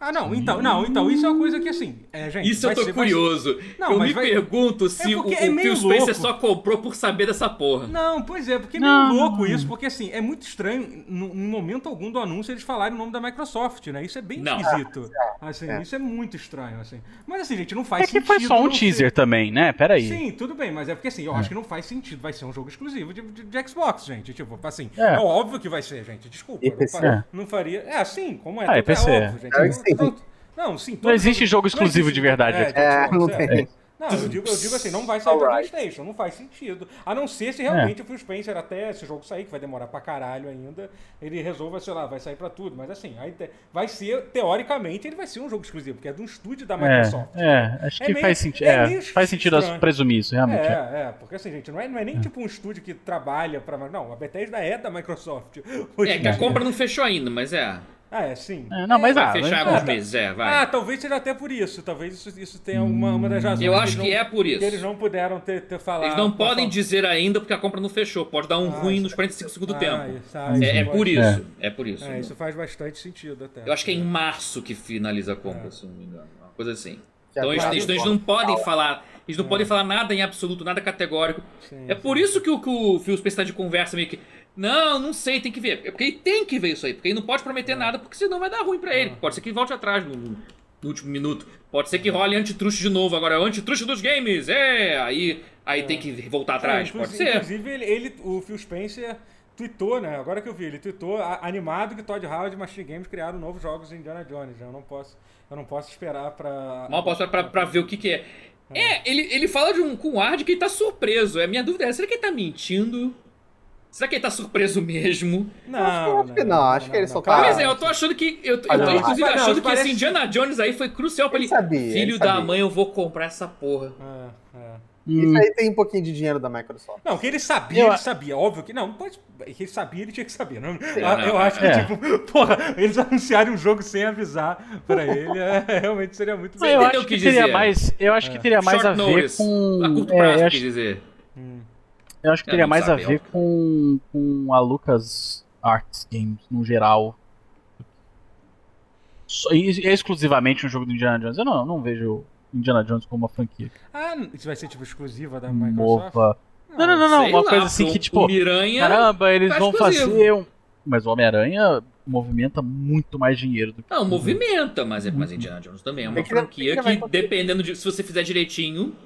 [SPEAKER 1] Ah, não, então, não, então, isso é uma coisa que assim. É, gente,
[SPEAKER 2] Isso eu
[SPEAKER 1] vai
[SPEAKER 2] tô
[SPEAKER 1] ser- vai ser-
[SPEAKER 2] curioso.
[SPEAKER 1] Não,
[SPEAKER 2] eu
[SPEAKER 1] mas
[SPEAKER 2] me
[SPEAKER 1] vai-
[SPEAKER 2] pergunto se o,
[SPEAKER 1] porque
[SPEAKER 2] o
[SPEAKER 1] é meio
[SPEAKER 2] Phil Spencer
[SPEAKER 1] louco.
[SPEAKER 2] só comprou por saber dessa porra.
[SPEAKER 1] Não, pois é, porque é
[SPEAKER 3] Não.
[SPEAKER 1] meio louco isso, porque assim, é muito estranho, no- em momento algum do anúncio, eles falarem o nome da Microsoft, né? Isso é bem
[SPEAKER 2] Não.
[SPEAKER 1] esquisito. Assim,
[SPEAKER 4] é.
[SPEAKER 1] isso é muito estranho, assim. Mas assim, gente, não
[SPEAKER 3] É
[SPEAKER 1] faz
[SPEAKER 3] que
[SPEAKER 1] sentido.
[SPEAKER 3] foi só um
[SPEAKER 1] não ser-
[SPEAKER 3] teaser também, né? Pera aí.
[SPEAKER 1] Sim, tudo bem, mas é porque assim, eu acho que não faz sentido, vai ser um jogo exclusivo de, de- de Xbox, gente. Tipo, assim, é.
[SPEAKER 3] É.
[SPEAKER 1] óbvio que vai ser, gente, desculpa.
[SPEAKER 4] E
[SPEAKER 1] não
[SPEAKER 4] PC.
[SPEAKER 1] faria- Não faria. É assim, como é.
[SPEAKER 3] Ah,
[SPEAKER 1] tudo
[SPEAKER 3] e PC.
[SPEAKER 1] É óbvio, gente.
[SPEAKER 4] É,
[SPEAKER 1] não,
[SPEAKER 4] sim.
[SPEAKER 1] tanto- não, sim.
[SPEAKER 3] Não
[SPEAKER 1] todo-
[SPEAKER 3] existe jogo
[SPEAKER 1] não
[SPEAKER 3] exclusivo
[SPEAKER 1] existe-
[SPEAKER 3] de verdade.
[SPEAKER 1] é,
[SPEAKER 3] aqui.
[SPEAKER 1] de Xbox,
[SPEAKER 4] É, não
[SPEAKER 1] é.
[SPEAKER 4] tem.
[SPEAKER 1] Não, eu digo, eu digo assim, não vai sair pra
[SPEAKER 4] Alright.
[SPEAKER 1] Playstation, não faz sentido. A não ser se
[SPEAKER 3] É.
[SPEAKER 1] realmente o Phil Spencer, até esse jogo sair, que vai demorar pra caralho ainda, ele resolva, sei lá, vai sair pra tudo. Mas assim, aí te- vai ser, teoricamente, ele vai ser um jogo exclusivo, porque é de um estúdio da Microsoft.
[SPEAKER 3] É, é, acho
[SPEAKER 1] É
[SPEAKER 3] que
[SPEAKER 1] meio-
[SPEAKER 3] faz sentido.
[SPEAKER 1] é meio
[SPEAKER 3] faz sentido as-
[SPEAKER 1] estranho.
[SPEAKER 3] presumir isso, realmente. é.
[SPEAKER 1] É, é, porque assim, gente, não é, não é nem tipo um estúdio que trabalha pra. Não, a Bethesda é da Microsoft. Hoje
[SPEAKER 2] É,
[SPEAKER 1] em
[SPEAKER 2] que a
[SPEAKER 1] dia.
[SPEAKER 2] compra não fechou ainda, mas é.
[SPEAKER 1] Ah, é, sim.
[SPEAKER 3] É, não, mas ah,
[SPEAKER 2] Vai fechar
[SPEAKER 3] mas-
[SPEAKER 2] alguns
[SPEAKER 1] tá.
[SPEAKER 2] meses, é, vai.
[SPEAKER 1] Ah, talvez seja até por isso. Talvez isso, isso tenha uma, uma das razões.
[SPEAKER 2] eu acho
[SPEAKER 1] eles
[SPEAKER 2] que
[SPEAKER 1] não-
[SPEAKER 2] é por isso.
[SPEAKER 1] que eles não puderam ter, ter falado.
[SPEAKER 2] Eles não
[SPEAKER 1] pra
[SPEAKER 2] podem
[SPEAKER 1] falar.
[SPEAKER 2] dizer ainda porque a compra não fechou. Pode dar um
[SPEAKER 1] Ah,
[SPEAKER 2] ruim
[SPEAKER 1] isso
[SPEAKER 2] nos 45 segundos do
[SPEAKER 1] Ah,
[SPEAKER 2] tempo.
[SPEAKER 1] isso- ah, isso
[SPEAKER 2] É, é
[SPEAKER 1] pode-
[SPEAKER 2] por isso. É, por isso.
[SPEAKER 1] É, isso faz bastante sentido até.
[SPEAKER 2] Eu acho que é em março que finaliza a compra,
[SPEAKER 1] É.
[SPEAKER 2] se não me engano. Uma coisa assim.
[SPEAKER 4] Que
[SPEAKER 2] Então eles,
[SPEAKER 4] agora-
[SPEAKER 2] eles- eles não podem falar. Eles não podem falar nada em absoluto, nada categórico.
[SPEAKER 1] É. Sim,
[SPEAKER 2] É por isso que o, que o Phil Spencer tá de conversa meio que. Não, não sei, tem que
[SPEAKER 1] É.
[SPEAKER 2] ver. É porque ele tem que ver isso aí, porque ele não pode prometer nada, porque senão vai dar ruim pra ele. Pode ser que volte atrás no, no último minuto. Pode
[SPEAKER 1] É.
[SPEAKER 2] ser que role antitruste de novo, agora é o antitruste dos games! É! Aí, aí tem que voltar atrás,
[SPEAKER 1] É,
[SPEAKER 2] pode
[SPEAKER 1] inclusive,
[SPEAKER 2] ser.
[SPEAKER 1] Inclusive, ele, ele- o Phil Spencer tweetou, né? Agora que eu vi, ele tweetou a- animado que Todd Howard e Machine Games criaram novos jogos de Indiana Jones. né? Eu não posso, eu não posso esperar pra...
[SPEAKER 2] Mal posso pra, pra ver o que que é. É, ele, ele fala de um, com ar de que ele tá surpreso. É, minha dúvida é, será que ele tá mentindo? Será que ele tá surpreso mesmo?
[SPEAKER 1] Não,
[SPEAKER 4] Acho que não, acho que ele só tá-
[SPEAKER 2] Mas é, eu tô achando que. Eu, eu
[SPEAKER 4] Ah,
[SPEAKER 2] tô
[SPEAKER 4] não.
[SPEAKER 2] inclusive
[SPEAKER 1] Ah, não,
[SPEAKER 2] achando que
[SPEAKER 1] parece-
[SPEAKER 2] esse Indiana Jones aí foi crucial pra
[SPEAKER 4] Ele
[SPEAKER 2] ele.
[SPEAKER 4] sabia, ele
[SPEAKER 2] Filho da
[SPEAKER 4] sabia.
[SPEAKER 2] mãe, eu vou comprar essa porra.
[SPEAKER 1] É, é.
[SPEAKER 4] Isso aí tem um pouquinho de dinheiro da Microsoft.
[SPEAKER 1] Não, que ele sabia,
[SPEAKER 3] Eu-
[SPEAKER 1] ele sabia. Óbvio que. Não, pode. Que ele sabia, ele tinha que saber. Não,
[SPEAKER 2] não,
[SPEAKER 1] eu
[SPEAKER 2] não,
[SPEAKER 1] acho que,
[SPEAKER 3] é.
[SPEAKER 1] tipo, porra, eles anunciarem um jogo sem avisar pra ele, é, realmente seria muito
[SPEAKER 3] Eu
[SPEAKER 2] entendeu
[SPEAKER 3] acho
[SPEAKER 2] o que
[SPEAKER 3] que teria
[SPEAKER 2] dizer.
[SPEAKER 3] mais, eu acho que teria mais
[SPEAKER 2] Short
[SPEAKER 3] a ver
[SPEAKER 2] notice.
[SPEAKER 3] com,
[SPEAKER 2] A curto
[SPEAKER 3] é,
[SPEAKER 2] prazo,
[SPEAKER 3] eu
[SPEAKER 2] quer
[SPEAKER 3] acho,
[SPEAKER 2] dizer.
[SPEAKER 1] Hum.
[SPEAKER 3] eu acho que
[SPEAKER 2] É,
[SPEAKER 3] teria
[SPEAKER 2] não
[SPEAKER 3] mais
[SPEAKER 2] sabe,
[SPEAKER 3] a ver com, com a Lucas Arts Games no geral. Só- e- e exclusivamente um jogo do Indiana Jones. Eu não, não vejo Indiana Jones como uma franquia
[SPEAKER 1] Ah, isso vai ser, tipo, exclusiva da Microsoft? Ah,
[SPEAKER 3] nova. Não, não, não, não,
[SPEAKER 2] Sei
[SPEAKER 3] uma
[SPEAKER 2] lá,
[SPEAKER 3] coisa assim
[SPEAKER 2] pô,
[SPEAKER 3] que tipo,
[SPEAKER 2] o Miranha.
[SPEAKER 3] caramba, eles
[SPEAKER 2] tá
[SPEAKER 3] vão
[SPEAKER 2] exclusivo.
[SPEAKER 3] fazer um mas o Homem-Aranha movimenta muito mais dinheiro do que
[SPEAKER 2] Não, movimenta, mas, é- mas Indiana Jones também é uma
[SPEAKER 4] Tem que-
[SPEAKER 2] franquia
[SPEAKER 4] tem que
[SPEAKER 2] que,
[SPEAKER 4] levar em consideração.
[SPEAKER 2] dependendo de. Se você fizer direitinho.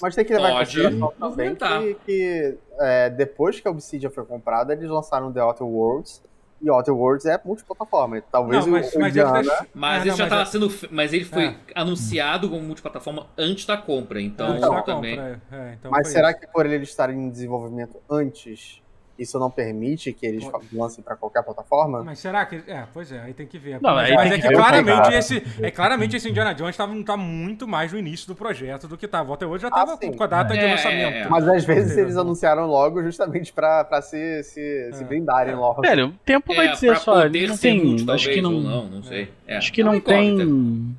[SPEAKER 4] Mas tem que levar
[SPEAKER 2] Pode
[SPEAKER 4] em consideração também
[SPEAKER 2] movimentar.
[SPEAKER 4] que, que, é, depois que a Obsidian foi comprada, eles lançaram The Outer Worlds. E Outer Worlds é multiplataforma. e Talvez
[SPEAKER 1] Não, mas,
[SPEAKER 4] o, o
[SPEAKER 1] mas eles
[SPEAKER 4] Indiana...
[SPEAKER 1] deixaram-
[SPEAKER 2] Mas
[SPEAKER 1] Ah,
[SPEAKER 2] ele
[SPEAKER 1] não,
[SPEAKER 2] já tá
[SPEAKER 1] mas
[SPEAKER 2] tava
[SPEAKER 1] é-
[SPEAKER 2] sendo. fe- Mas ele foi
[SPEAKER 1] É.
[SPEAKER 2] anunciado como multiplataforma antes da compra. Então
[SPEAKER 1] Ah, tá, compra,
[SPEAKER 2] também.
[SPEAKER 1] é, é, então
[SPEAKER 4] Mas
[SPEAKER 1] foi
[SPEAKER 4] será
[SPEAKER 1] isso.
[SPEAKER 4] que por eles estarem em desenvolvimento antes, isso não permite que eles
[SPEAKER 1] Pode.
[SPEAKER 4] lancem pra qualquer plataforma?
[SPEAKER 1] Mas será que. É, pois é, aí tem que ver.
[SPEAKER 3] Não,
[SPEAKER 1] mas
[SPEAKER 3] aí
[SPEAKER 1] mas
[SPEAKER 3] tem
[SPEAKER 1] é
[SPEAKER 3] que
[SPEAKER 1] que,
[SPEAKER 3] ver o
[SPEAKER 1] claramente
[SPEAKER 4] contrato.
[SPEAKER 1] esse. É claramente esse Indiana Jones tá, tá muito mais no início do projeto do que tava. Até hoje já tava
[SPEAKER 4] Ah, sim.
[SPEAKER 1] com a data de
[SPEAKER 2] É,
[SPEAKER 1] lançamento.
[SPEAKER 2] é, é.
[SPEAKER 4] Mas às vezes
[SPEAKER 1] Entendeu?
[SPEAKER 4] eles anunciaram logo justamente pra, pra se, se, se
[SPEAKER 1] É.
[SPEAKER 4] blindarem logo.
[SPEAKER 3] Velho, o tempo vai
[SPEAKER 2] É,
[SPEAKER 3] dizer
[SPEAKER 2] pra
[SPEAKER 3] só,
[SPEAKER 2] poder
[SPEAKER 3] ele não
[SPEAKER 2] ser
[SPEAKER 3] tem,
[SPEAKER 2] multi,
[SPEAKER 3] acho que
[SPEAKER 2] talvez, ou
[SPEAKER 3] não,
[SPEAKER 2] não, não sei. É,
[SPEAKER 3] acho que
[SPEAKER 2] é uma
[SPEAKER 3] não
[SPEAKER 2] incógnita.
[SPEAKER 3] tem.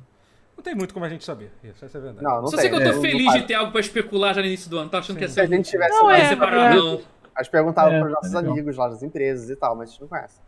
[SPEAKER 1] Não tem muito como a gente saber. Isso, essa é a verdade.
[SPEAKER 4] Não, não
[SPEAKER 2] Só
[SPEAKER 4] tem.
[SPEAKER 2] sei que eu
[SPEAKER 4] né?
[SPEAKER 2] tô
[SPEAKER 4] Não
[SPEAKER 2] feliz
[SPEAKER 4] faz.
[SPEAKER 2] de ter algo pra especular já no início do ano. Tá achando que ia
[SPEAKER 4] Se a
[SPEAKER 2] ser
[SPEAKER 4] gente tivesse
[SPEAKER 3] Não,
[SPEAKER 4] mais
[SPEAKER 3] é,
[SPEAKER 2] separado, não.
[SPEAKER 4] a gente perguntava
[SPEAKER 3] É,
[SPEAKER 4] pros nossos
[SPEAKER 3] é legal.
[SPEAKER 4] amigos lá das empresas e tal, mas a gente não conhece.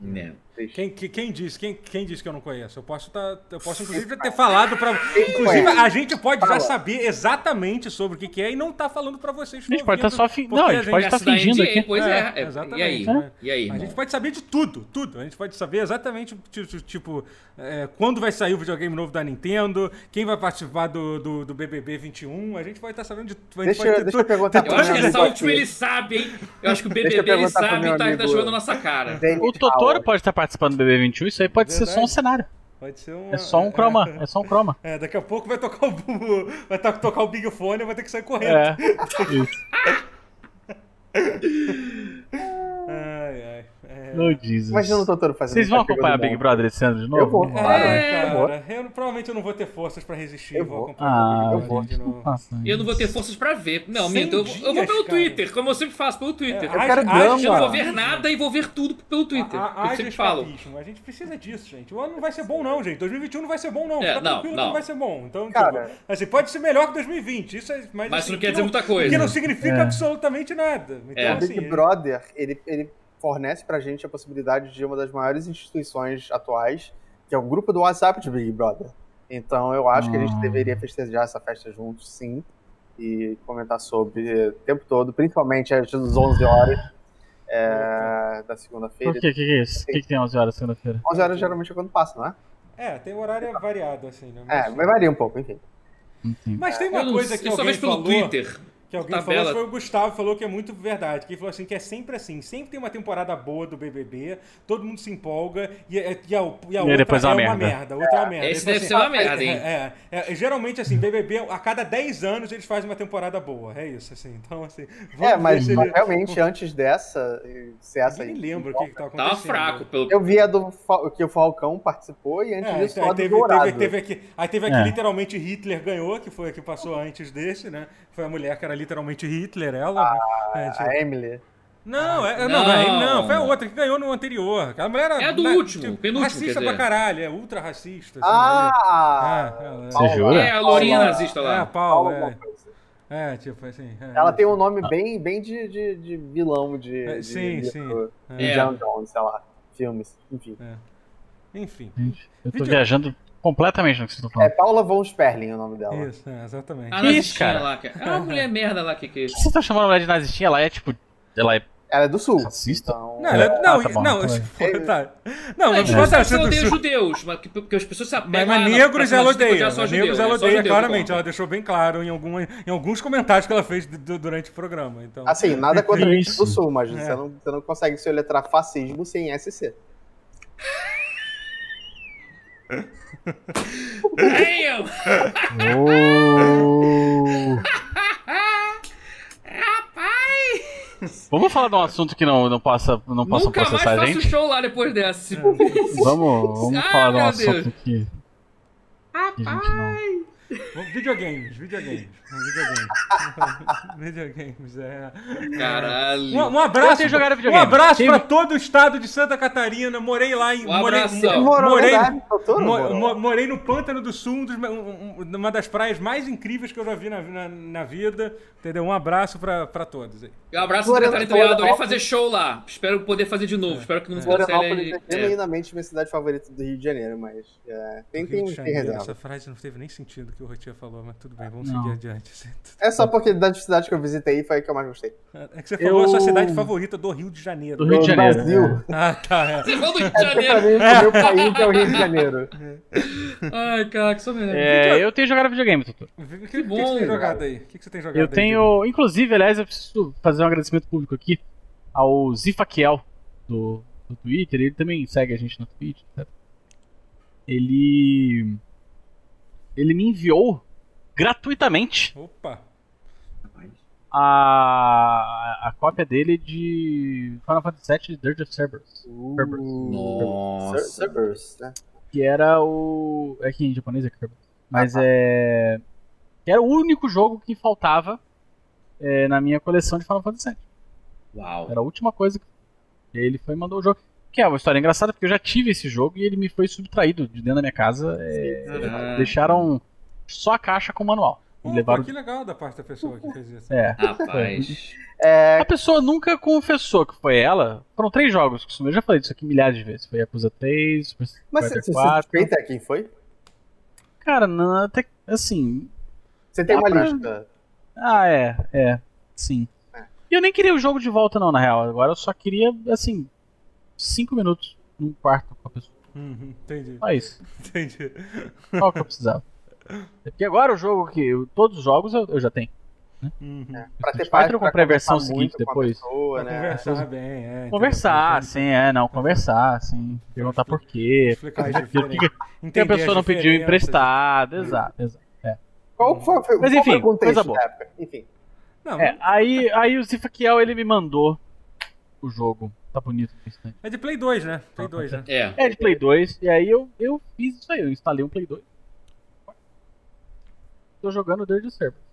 [SPEAKER 2] Né.
[SPEAKER 1] Quem, que- quem disse? Quem, quem disse que eu não conheço? Eu posso, tá, eu posso inclusive, já ter falado pra. Inclusive,
[SPEAKER 4] conhece?
[SPEAKER 1] a gente pode já
[SPEAKER 4] Fala.
[SPEAKER 1] saber exatamente sobre o que, que é e não tá falando pra vocês.
[SPEAKER 3] A gente pode tá
[SPEAKER 1] estar
[SPEAKER 3] só fin- não, a gente pode tá fingindo aqui.
[SPEAKER 2] Pois é.
[SPEAKER 1] É,
[SPEAKER 2] é.
[SPEAKER 1] exatamente,
[SPEAKER 2] E aí?
[SPEAKER 1] né?
[SPEAKER 2] E aí?
[SPEAKER 1] A
[SPEAKER 2] irmão?
[SPEAKER 1] gente pode saber de tudo, tudo. A gente pode saber exatamente, ti- ti- tipo, é, quando vai sair o videogame novo da Nintendo, quem vai participar do, do, do BBB 21. A gente vai estar sabendo de tudo.
[SPEAKER 4] Deixa, eu- deixa eu perguntar
[SPEAKER 2] Eu
[SPEAKER 4] pro
[SPEAKER 2] acho
[SPEAKER 4] meu
[SPEAKER 2] que essa
[SPEAKER 4] amigo
[SPEAKER 2] última
[SPEAKER 4] aqui.
[SPEAKER 2] ele sabe, hein? Eu acho que o
[SPEAKER 4] eu
[SPEAKER 2] BBB ele
[SPEAKER 4] perguntar pro
[SPEAKER 2] sabe
[SPEAKER 4] meu
[SPEAKER 2] e tá, tá
[SPEAKER 4] amigo.
[SPEAKER 2] jogando na nossa cara.
[SPEAKER 4] David
[SPEAKER 3] O Totoro
[SPEAKER 4] Howard.
[SPEAKER 3] pode estar participando do BB21, isso aí pode ser só um
[SPEAKER 1] Verdade.
[SPEAKER 3] cenário.
[SPEAKER 1] Pode ser uma-
[SPEAKER 3] É só um croma, é só um croma.
[SPEAKER 1] É, daqui a pouco vai tocar o, bu- vai to- tocar o Big Fone e vai ter que sair correndo.
[SPEAKER 3] É. Isso.
[SPEAKER 1] Ai, ai. É,
[SPEAKER 3] Oh, Jesus.
[SPEAKER 4] Imagina o Totoro fazendo
[SPEAKER 3] Vocês vão
[SPEAKER 4] isso, tá
[SPEAKER 3] acompanhar
[SPEAKER 4] chegou
[SPEAKER 3] Big
[SPEAKER 4] no
[SPEAKER 3] Brother esse ano de novo?
[SPEAKER 4] Eu vou, claro.
[SPEAKER 1] É, cara,
[SPEAKER 4] eu vou.
[SPEAKER 1] eu não- provavelmente eu não vou ter forças pra resistir.
[SPEAKER 4] Eu
[SPEAKER 1] vou
[SPEAKER 4] vou.
[SPEAKER 1] acompanhar
[SPEAKER 3] Ah,
[SPEAKER 1] o
[SPEAKER 3] eu
[SPEAKER 1] Big
[SPEAKER 3] vou.
[SPEAKER 1] Brother de novo.
[SPEAKER 2] Eu não vou ter forças pra ver. Não,
[SPEAKER 1] Cem
[SPEAKER 2] minto, eu, eu vou
[SPEAKER 1] dias,
[SPEAKER 2] pelo
[SPEAKER 1] cara.
[SPEAKER 2] Twitter, como eu sempre faço, pelo Twitter.
[SPEAKER 1] É, Haja-
[SPEAKER 4] quero
[SPEAKER 1] haja-
[SPEAKER 4] drama.
[SPEAKER 2] Eu não vou ver nada e vou ver tudo pelo Twitter.
[SPEAKER 1] Ah,
[SPEAKER 2] eu
[SPEAKER 1] haja
[SPEAKER 2] sempre falo.
[SPEAKER 1] escapismo. A gente precisa disso, gente. O ano não vai ser bom, não, gente. 2021 não vai ser bom, não. Fica
[SPEAKER 2] É, não,
[SPEAKER 1] tranquilo que não
[SPEAKER 2] não.
[SPEAKER 1] vai ser bom. Então,
[SPEAKER 4] Cara.
[SPEAKER 1] tipo, assim, pode ser melhor que 2020. Isso é, mas,
[SPEAKER 2] Mas
[SPEAKER 1] assim,
[SPEAKER 2] isso não
[SPEAKER 1] que
[SPEAKER 2] quer dizer muita coisa.
[SPEAKER 1] Que não significa
[SPEAKER 3] É.
[SPEAKER 1] absolutamente nada. Então,
[SPEAKER 2] É.
[SPEAKER 4] O
[SPEAKER 1] assim,
[SPEAKER 4] Big Brother, ele, ele fornece pra gente a possibilidade de uma das maiores instituições atuais, que é o grupo do WhatsApp de Big Brother. Então eu acho que a gente
[SPEAKER 3] Hum.
[SPEAKER 4] deveria festejar essa festa juntos, sim, e comentar sobre o tempo todo, principalmente às 11 horas é, da segunda-feira.
[SPEAKER 3] Por quê? O que, que é isso? O que, que tem 11 horas segunda-feira?
[SPEAKER 4] 11 horas geralmente é quando passa, não é?
[SPEAKER 1] é, tem horário variado, assim, né?
[SPEAKER 4] É, mas varia um pouco, enfim.
[SPEAKER 3] Enfim.
[SPEAKER 1] Mas tem
[SPEAKER 2] Eu,
[SPEAKER 1] uma
[SPEAKER 2] não,
[SPEAKER 1] coisa
[SPEAKER 2] sei,
[SPEAKER 1] que
[SPEAKER 2] eu só
[SPEAKER 1] alguém
[SPEAKER 2] vejo pelo
[SPEAKER 1] falou,
[SPEAKER 2] Twitter. Tá
[SPEAKER 1] que alguém
[SPEAKER 2] Tabela.
[SPEAKER 1] falou, foi o Gustavo falou que é muito verdade, que ele falou assim que é sempre assim, sempre tem uma temporada boa do BBB, todo mundo se empolga e, é- e a, e a
[SPEAKER 3] E
[SPEAKER 1] outra
[SPEAKER 3] depois
[SPEAKER 1] é
[SPEAKER 3] é uma
[SPEAKER 1] uma
[SPEAKER 3] merda.
[SPEAKER 1] merda, a outra é uma merda.
[SPEAKER 2] Esse
[SPEAKER 1] Ele
[SPEAKER 2] deve ser
[SPEAKER 1] falou
[SPEAKER 2] uma merda, hein?
[SPEAKER 1] É, é, é, geralmente assim, BBB a cada 10 anos eles fazem uma temporada boa, é isso assim. Então assim, vamos
[SPEAKER 4] É, mas,
[SPEAKER 1] ver se
[SPEAKER 4] mas
[SPEAKER 1] ele-
[SPEAKER 4] realmente é assim. antes dessa, se essa
[SPEAKER 1] nem
[SPEAKER 4] aí.
[SPEAKER 1] lembro o que, que tá acontecendo.
[SPEAKER 2] Tava fraco pelo.
[SPEAKER 4] Eu vi a do Fal- que o Falcão participou e antes
[SPEAKER 1] É,
[SPEAKER 4] disso
[SPEAKER 1] aí
[SPEAKER 4] a do
[SPEAKER 1] teve,
[SPEAKER 4] Dourado.
[SPEAKER 1] teve, teve aqui, aí teve aqui
[SPEAKER 3] É.
[SPEAKER 1] literalmente Hitler ganhou, que foi a que passou antes desse, né? Foi a mulher que era literalmente Hitler, ela. né?
[SPEAKER 4] A Emily.
[SPEAKER 1] Não, é, não,
[SPEAKER 2] Não.
[SPEAKER 1] não, é ele não, foi a outra que ganhou no anterior. A mulher era,
[SPEAKER 2] É a do
[SPEAKER 1] na- tipo,
[SPEAKER 2] último, penúltimo, quer
[SPEAKER 1] Racista
[SPEAKER 2] dizer.
[SPEAKER 1] pra caralho, é ultra racista. assim,
[SPEAKER 4] Ah!
[SPEAKER 1] né? é,
[SPEAKER 3] Você jura?
[SPEAKER 2] É, a lourinha
[SPEAKER 4] Paula.
[SPEAKER 2] nazista
[SPEAKER 1] é, é, a
[SPEAKER 2] lá.
[SPEAKER 1] Paula,
[SPEAKER 4] Paula,
[SPEAKER 1] é,
[SPEAKER 4] alguma coisa.
[SPEAKER 1] é, tipo assim. é,
[SPEAKER 4] Ela
[SPEAKER 1] isso.
[SPEAKER 4] tem um nome bem, bem de, de, de vilão de,
[SPEAKER 1] É,
[SPEAKER 4] de,
[SPEAKER 1] sim,
[SPEAKER 4] de-
[SPEAKER 1] sim.
[SPEAKER 4] do-
[SPEAKER 1] É.
[SPEAKER 4] de John Jones, sei lá, filmes, enfim.
[SPEAKER 1] Enfim,
[SPEAKER 3] Gente, eu tô
[SPEAKER 1] Vídeo-
[SPEAKER 3] viajando completamente no que vocês estão
[SPEAKER 4] É
[SPEAKER 3] falando.
[SPEAKER 4] Paula von Sperling o nome dela.
[SPEAKER 1] isso, é, exatamente.
[SPEAKER 2] A
[SPEAKER 3] Que isso,
[SPEAKER 2] nazistinha
[SPEAKER 3] cara?
[SPEAKER 2] lá, cara. Ah, mulher é merda lá que que.
[SPEAKER 3] tá Vocês estão chamando a mulher de nazistinha? Ela é tipo. Ela é
[SPEAKER 4] Ela é do sul.
[SPEAKER 3] Racista?
[SPEAKER 4] Então,
[SPEAKER 1] Não, ela é- não,
[SPEAKER 3] Ah, tá bom,
[SPEAKER 1] não,
[SPEAKER 3] tudo
[SPEAKER 1] tipo, tá. Não,
[SPEAKER 2] É,
[SPEAKER 1] mas
[SPEAKER 2] tipo,
[SPEAKER 1] pode
[SPEAKER 2] ela
[SPEAKER 1] ela ser do
[SPEAKER 2] odeia
[SPEAKER 1] sul.
[SPEAKER 2] judeus, mas que- porque as pessoas se apegam
[SPEAKER 1] Mas, mas
[SPEAKER 2] a- na-
[SPEAKER 1] negros
[SPEAKER 2] pra tá
[SPEAKER 1] ela
[SPEAKER 2] fascista,
[SPEAKER 1] odeia.
[SPEAKER 2] odiar só
[SPEAKER 1] mas
[SPEAKER 2] judeu,
[SPEAKER 1] negros
[SPEAKER 2] né?
[SPEAKER 1] ela
[SPEAKER 2] Só
[SPEAKER 1] odeia,
[SPEAKER 2] judeu que
[SPEAKER 1] claramente.
[SPEAKER 2] conta.
[SPEAKER 1] Ela deixou bem claro em, alguma, em alguns comentários que ela fez du- du- durante o programa. Então,
[SPEAKER 4] Assim,
[SPEAKER 3] é
[SPEAKER 4] nada contra a gente
[SPEAKER 3] Isso.
[SPEAKER 4] do sul, mas
[SPEAKER 1] É.
[SPEAKER 4] você, não, você não consegue se letrar fascismo sem SC.
[SPEAKER 2] Damn! Oh.
[SPEAKER 3] Vamos falar de um assunto que não, não passa, não possa
[SPEAKER 2] Nunca mais
[SPEAKER 3] processar a
[SPEAKER 2] faço
[SPEAKER 3] gente?
[SPEAKER 2] show lá depois dessa. se
[SPEAKER 3] Vamos, vamos
[SPEAKER 2] Ah,
[SPEAKER 3] falar de um
[SPEAKER 2] meu
[SPEAKER 3] assunto
[SPEAKER 2] Deus.
[SPEAKER 3] que. que a gente não...
[SPEAKER 1] vamos- videogames, videogames. Videogames. videogames, é.
[SPEAKER 2] Caralho.
[SPEAKER 1] Um, um abraço,
[SPEAKER 3] Vocês jogaram
[SPEAKER 1] um
[SPEAKER 3] videogame?
[SPEAKER 1] abraço
[SPEAKER 3] Quem-
[SPEAKER 1] pra todo o estado de Santa Catarina. Morei lá em.
[SPEAKER 2] Um
[SPEAKER 1] morei,
[SPEAKER 2] abração.
[SPEAKER 4] Morou
[SPEAKER 1] morei,
[SPEAKER 4] no lugar, doutor?
[SPEAKER 1] mo-
[SPEAKER 4] Morou.
[SPEAKER 1] mo- morei no Pântano do Sul, um dos me- um- um- uma das praias mais incríveis que eu já vi na, na- na vida. Entendeu? Um abraço pra, pra todos aí.
[SPEAKER 2] Um abraço
[SPEAKER 4] Florian-
[SPEAKER 2] pra Catarina também. Eu adorei
[SPEAKER 4] Florianópolis.
[SPEAKER 2] fazer show lá. Espero poder fazer de novo. Espero que não cancele.
[SPEAKER 4] Florianópolis é
[SPEAKER 2] É.
[SPEAKER 4] genuinamente minha cidade favorita do Rio de Janeiro, mas é, tem,
[SPEAKER 1] Rio de
[SPEAKER 4] tem, tem
[SPEAKER 1] Janeiro,
[SPEAKER 4] reserva.
[SPEAKER 1] Essa frase não teve nem sentido que o Rotia falou, mas tudo bem, vamos
[SPEAKER 3] Não.
[SPEAKER 1] seguir adiante. assim.
[SPEAKER 4] É só porque das cidades que eu visitei foi a que eu mais gostei.
[SPEAKER 1] É que você falou
[SPEAKER 3] Eu-
[SPEAKER 1] a sua cidade favorita do Rio de Janeiro.
[SPEAKER 3] Do Rio de
[SPEAKER 4] No
[SPEAKER 3] Janeiro.
[SPEAKER 4] Brasil,
[SPEAKER 3] né?
[SPEAKER 1] Ah, tá. É.
[SPEAKER 2] Você falou do Rio de
[SPEAKER 4] pra
[SPEAKER 2] Janeiro.
[SPEAKER 4] mim, o meu país é o Rio de Janeiro.
[SPEAKER 2] Ai, caraca, só merda.
[SPEAKER 3] É, eu tenho jogado videogame, Tutu.
[SPEAKER 1] O que, que,
[SPEAKER 2] bom,
[SPEAKER 1] você tem
[SPEAKER 2] cara.
[SPEAKER 1] jogado aí? O que, que você tem jogado
[SPEAKER 3] Eu
[SPEAKER 1] aí,
[SPEAKER 3] tenho. Inclusive, aliás, eu preciso fazer um agradecimento público aqui ao Zifaquiel do, do Twitter. Ele também segue a gente no Twitch, etc. Ele. Ele me enviou gratuitamente
[SPEAKER 1] Diego? Opa.
[SPEAKER 3] a, a cópia dele de Final Fantasy VII Dirge of Cerberus.
[SPEAKER 2] Nossa.
[SPEAKER 4] Cer- Cerberus, né?
[SPEAKER 3] Que era o. É que em japonês é Kirby. Mas
[SPEAKER 4] Ah,
[SPEAKER 3] é. Que era o único jogo que faltava é, na minha coleção de Final Fantasy VII.
[SPEAKER 2] Uau.
[SPEAKER 3] Era a última coisa que. E aí ele foi e mandou o jogo. Que é uma história engraçada, porque eu já tive esse jogo e ele me foi subtraído de dentro da minha casa. é,
[SPEAKER 2] Caraca.
[SPEAKER 3] deixaram só a caixa com o manual. E
[SPEAKER 1] Opa,
[SPEAKER 3] levaram.
[SPEAKER 1] Que legal da parte da pessoa que fez isso.
[SPEAKER 3] É.
[SPEAKER 2] Rapaz.
[SPEAKER 4] É,
[SPEAKER 3] A pessoa nunca confessou que foi ela. Foram três jogos que sumiu. Eu já falei disso aqui milhares de vezes. Foi Yakuza 3, Super
[SPEAKER 4] mas
[SPEAKER 3] Fighter
[SPEAKER 4] você, você
[SPEAKER 3] 4.
[SPEAKER 4] suspeita quem foi?
[SPEAKER 3] Cara, não, até. Assim,
[SPEAKER 4] Você tem
[SPEAKER 3] Dá
[SPEAKER 4] uma
[SPEAKER 3] pra-
[SPEAKER 4] lista.
[SPEAKER 3] Ah, é, é, sim. E eu nem queria o jogo de volta, não, na real. Agora eu só queria, assim, cinco minutos num quarto com a pessoa.
[SPEAKER 1] Uhum, entendi,
[SPEAKER 3] Só isso.
[SPEAKER 1] entendi.
[SPEAKER 3] Só o que eu precisava. É porque agora o jogo que. eu- todos os jogos eu, eu já tenho.
[SPEAKER 1] Uhum.
[SPEAKER 4] Pra ter
[SPEAKER 3] Street
[SPEAKER 4] paz,
[SPEAKER 3] Fighter eu
[SPEAKER 4] pra
[SPEAKER 3] comprei a versão
[SPEAKER 4] conversar muito
[SPEAKER 3] seguinte
[SPEAKER 4] com a
[SPEAKER 3] depois.
[SPEAKER 4] pessoa,
[SPEAKER 1] Pra
[SPEAKER 4] né?
[SPEAKER 1] conversar bem, é. entendeu?
[SPEAKER 3] Conversar,
[SPEAKER 1] Pra
[SPEAKER 3] sim, é, não, conversar, sim. Perguntar por quê.
[SPEAKER 1] Explicar as
[SPEAKER 3] Por que
[SPEAKER 1] diferenças.
[SPEAKER 3] que
[SPEAKER 1] Entender
[SPEAKER 3] a pessoa
[SPEAKER 1] as
[SPEAKER 3] não pediu
[SPEAKER 1] diferenças.
[SPEAKER 3] emprestado, exato, exato.
[SPEAKER 4] Qual foi, foi,
[SPEAKER 3] Mas
[SPEAKER 4] qual foi
[SPEAKER 3] enfim,
[SPEAKER 4] o contexto
[SPEAKER 3] coisa boa.
[SPEAKER 4] da época? Enfim.
[SPEAKER 1] Não,
[SPEAKER 3] É, aí, aí o Zifaquiel ele me mandou o jogo. Tá bonito no instante.
[SPEAKER 1] é de Play 2, né? Play 2, né?
[SPEAKER 2] É.
[SPEAKER 3] É de Play 2, e aí eu, eu fiz isso aí, eu instalei um Play 2. Tô jogando Dirge of Cerberus.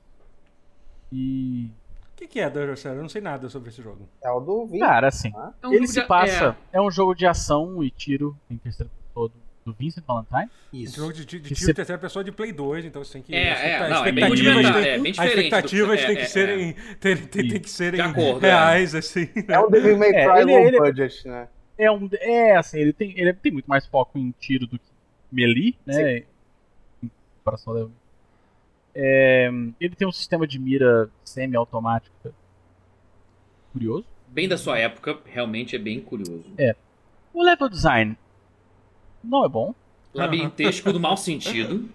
[SPEAKER 3] E.
[SPEAKER 1] O que, que é, Dungeon Sério? Eu não sei nada sobre esse jogo.
[SPEAKER 4] É o do Vini.
[SPEAKER 3] Cara, assim,
[SPEAKER 2] É um
[SPEAKER 3] ele
[SPEAKER 2] jogo
[SPEAKER 3] se
[SPEAKER 2] de-
[SPEAKER 3] passa. É. um jogo de ação e tiro em terceira pessoa do, do Vincent Valentine.
[SPEAKER 2] É.
[SPEAKER 1] Esse jogo de, de, de
[SPEAKER 3] Que
[SPEAKER 1] tiro
[SPEAKER 3] cê-
[SPEAKER 1] de terceira pessoa é de Play 2, então você tem que. as
[SPEAKER 2] É, é,
[SPEAKER 1] expecta-
[SPEAKER 2] não, é bem
[SPEAKER 1] expectativas
[SPEAKER 2] rudimentar,
[SPEAKER 1] têm-
[SPEAKER 2] é bem
[SPEAKER 1] As
[SPEAKER 2] diferente. do-
[SPEAKER 1] expectativas
[SPEAKER 2] é,
[SPEAKER 1] têm que
[SPEAKER 2] é, é.
[SPEAKER 1] serem. Tem, tem, tem que serem
[SPEAKER 2] acordo, é.
[SPEAKER 1] reais, assim.
[SPEAKER 4] É um Devil May
[SPEAKER 3] É,
[SPEAKER 4] Cry
[SPEAKER 3] ele-
[SPEAKER 4] low
[SPEAKER 3] ele-
[SPEAKER 4] budget, né?
[SPEAKER 3] É, um, é assim, ele tem, ele tem muito mais foco em tiro do que melee, né? Em comparação ao Devil May Cry. É, ele tem um sistema de mira semi-automática curioso.
[SPEAKER 2] Bem da sua época, realmente é bem curioso.
[SPEAKER 3] O level design não é bom.
[SPEAKER 2] Labirintesco no mau sentido.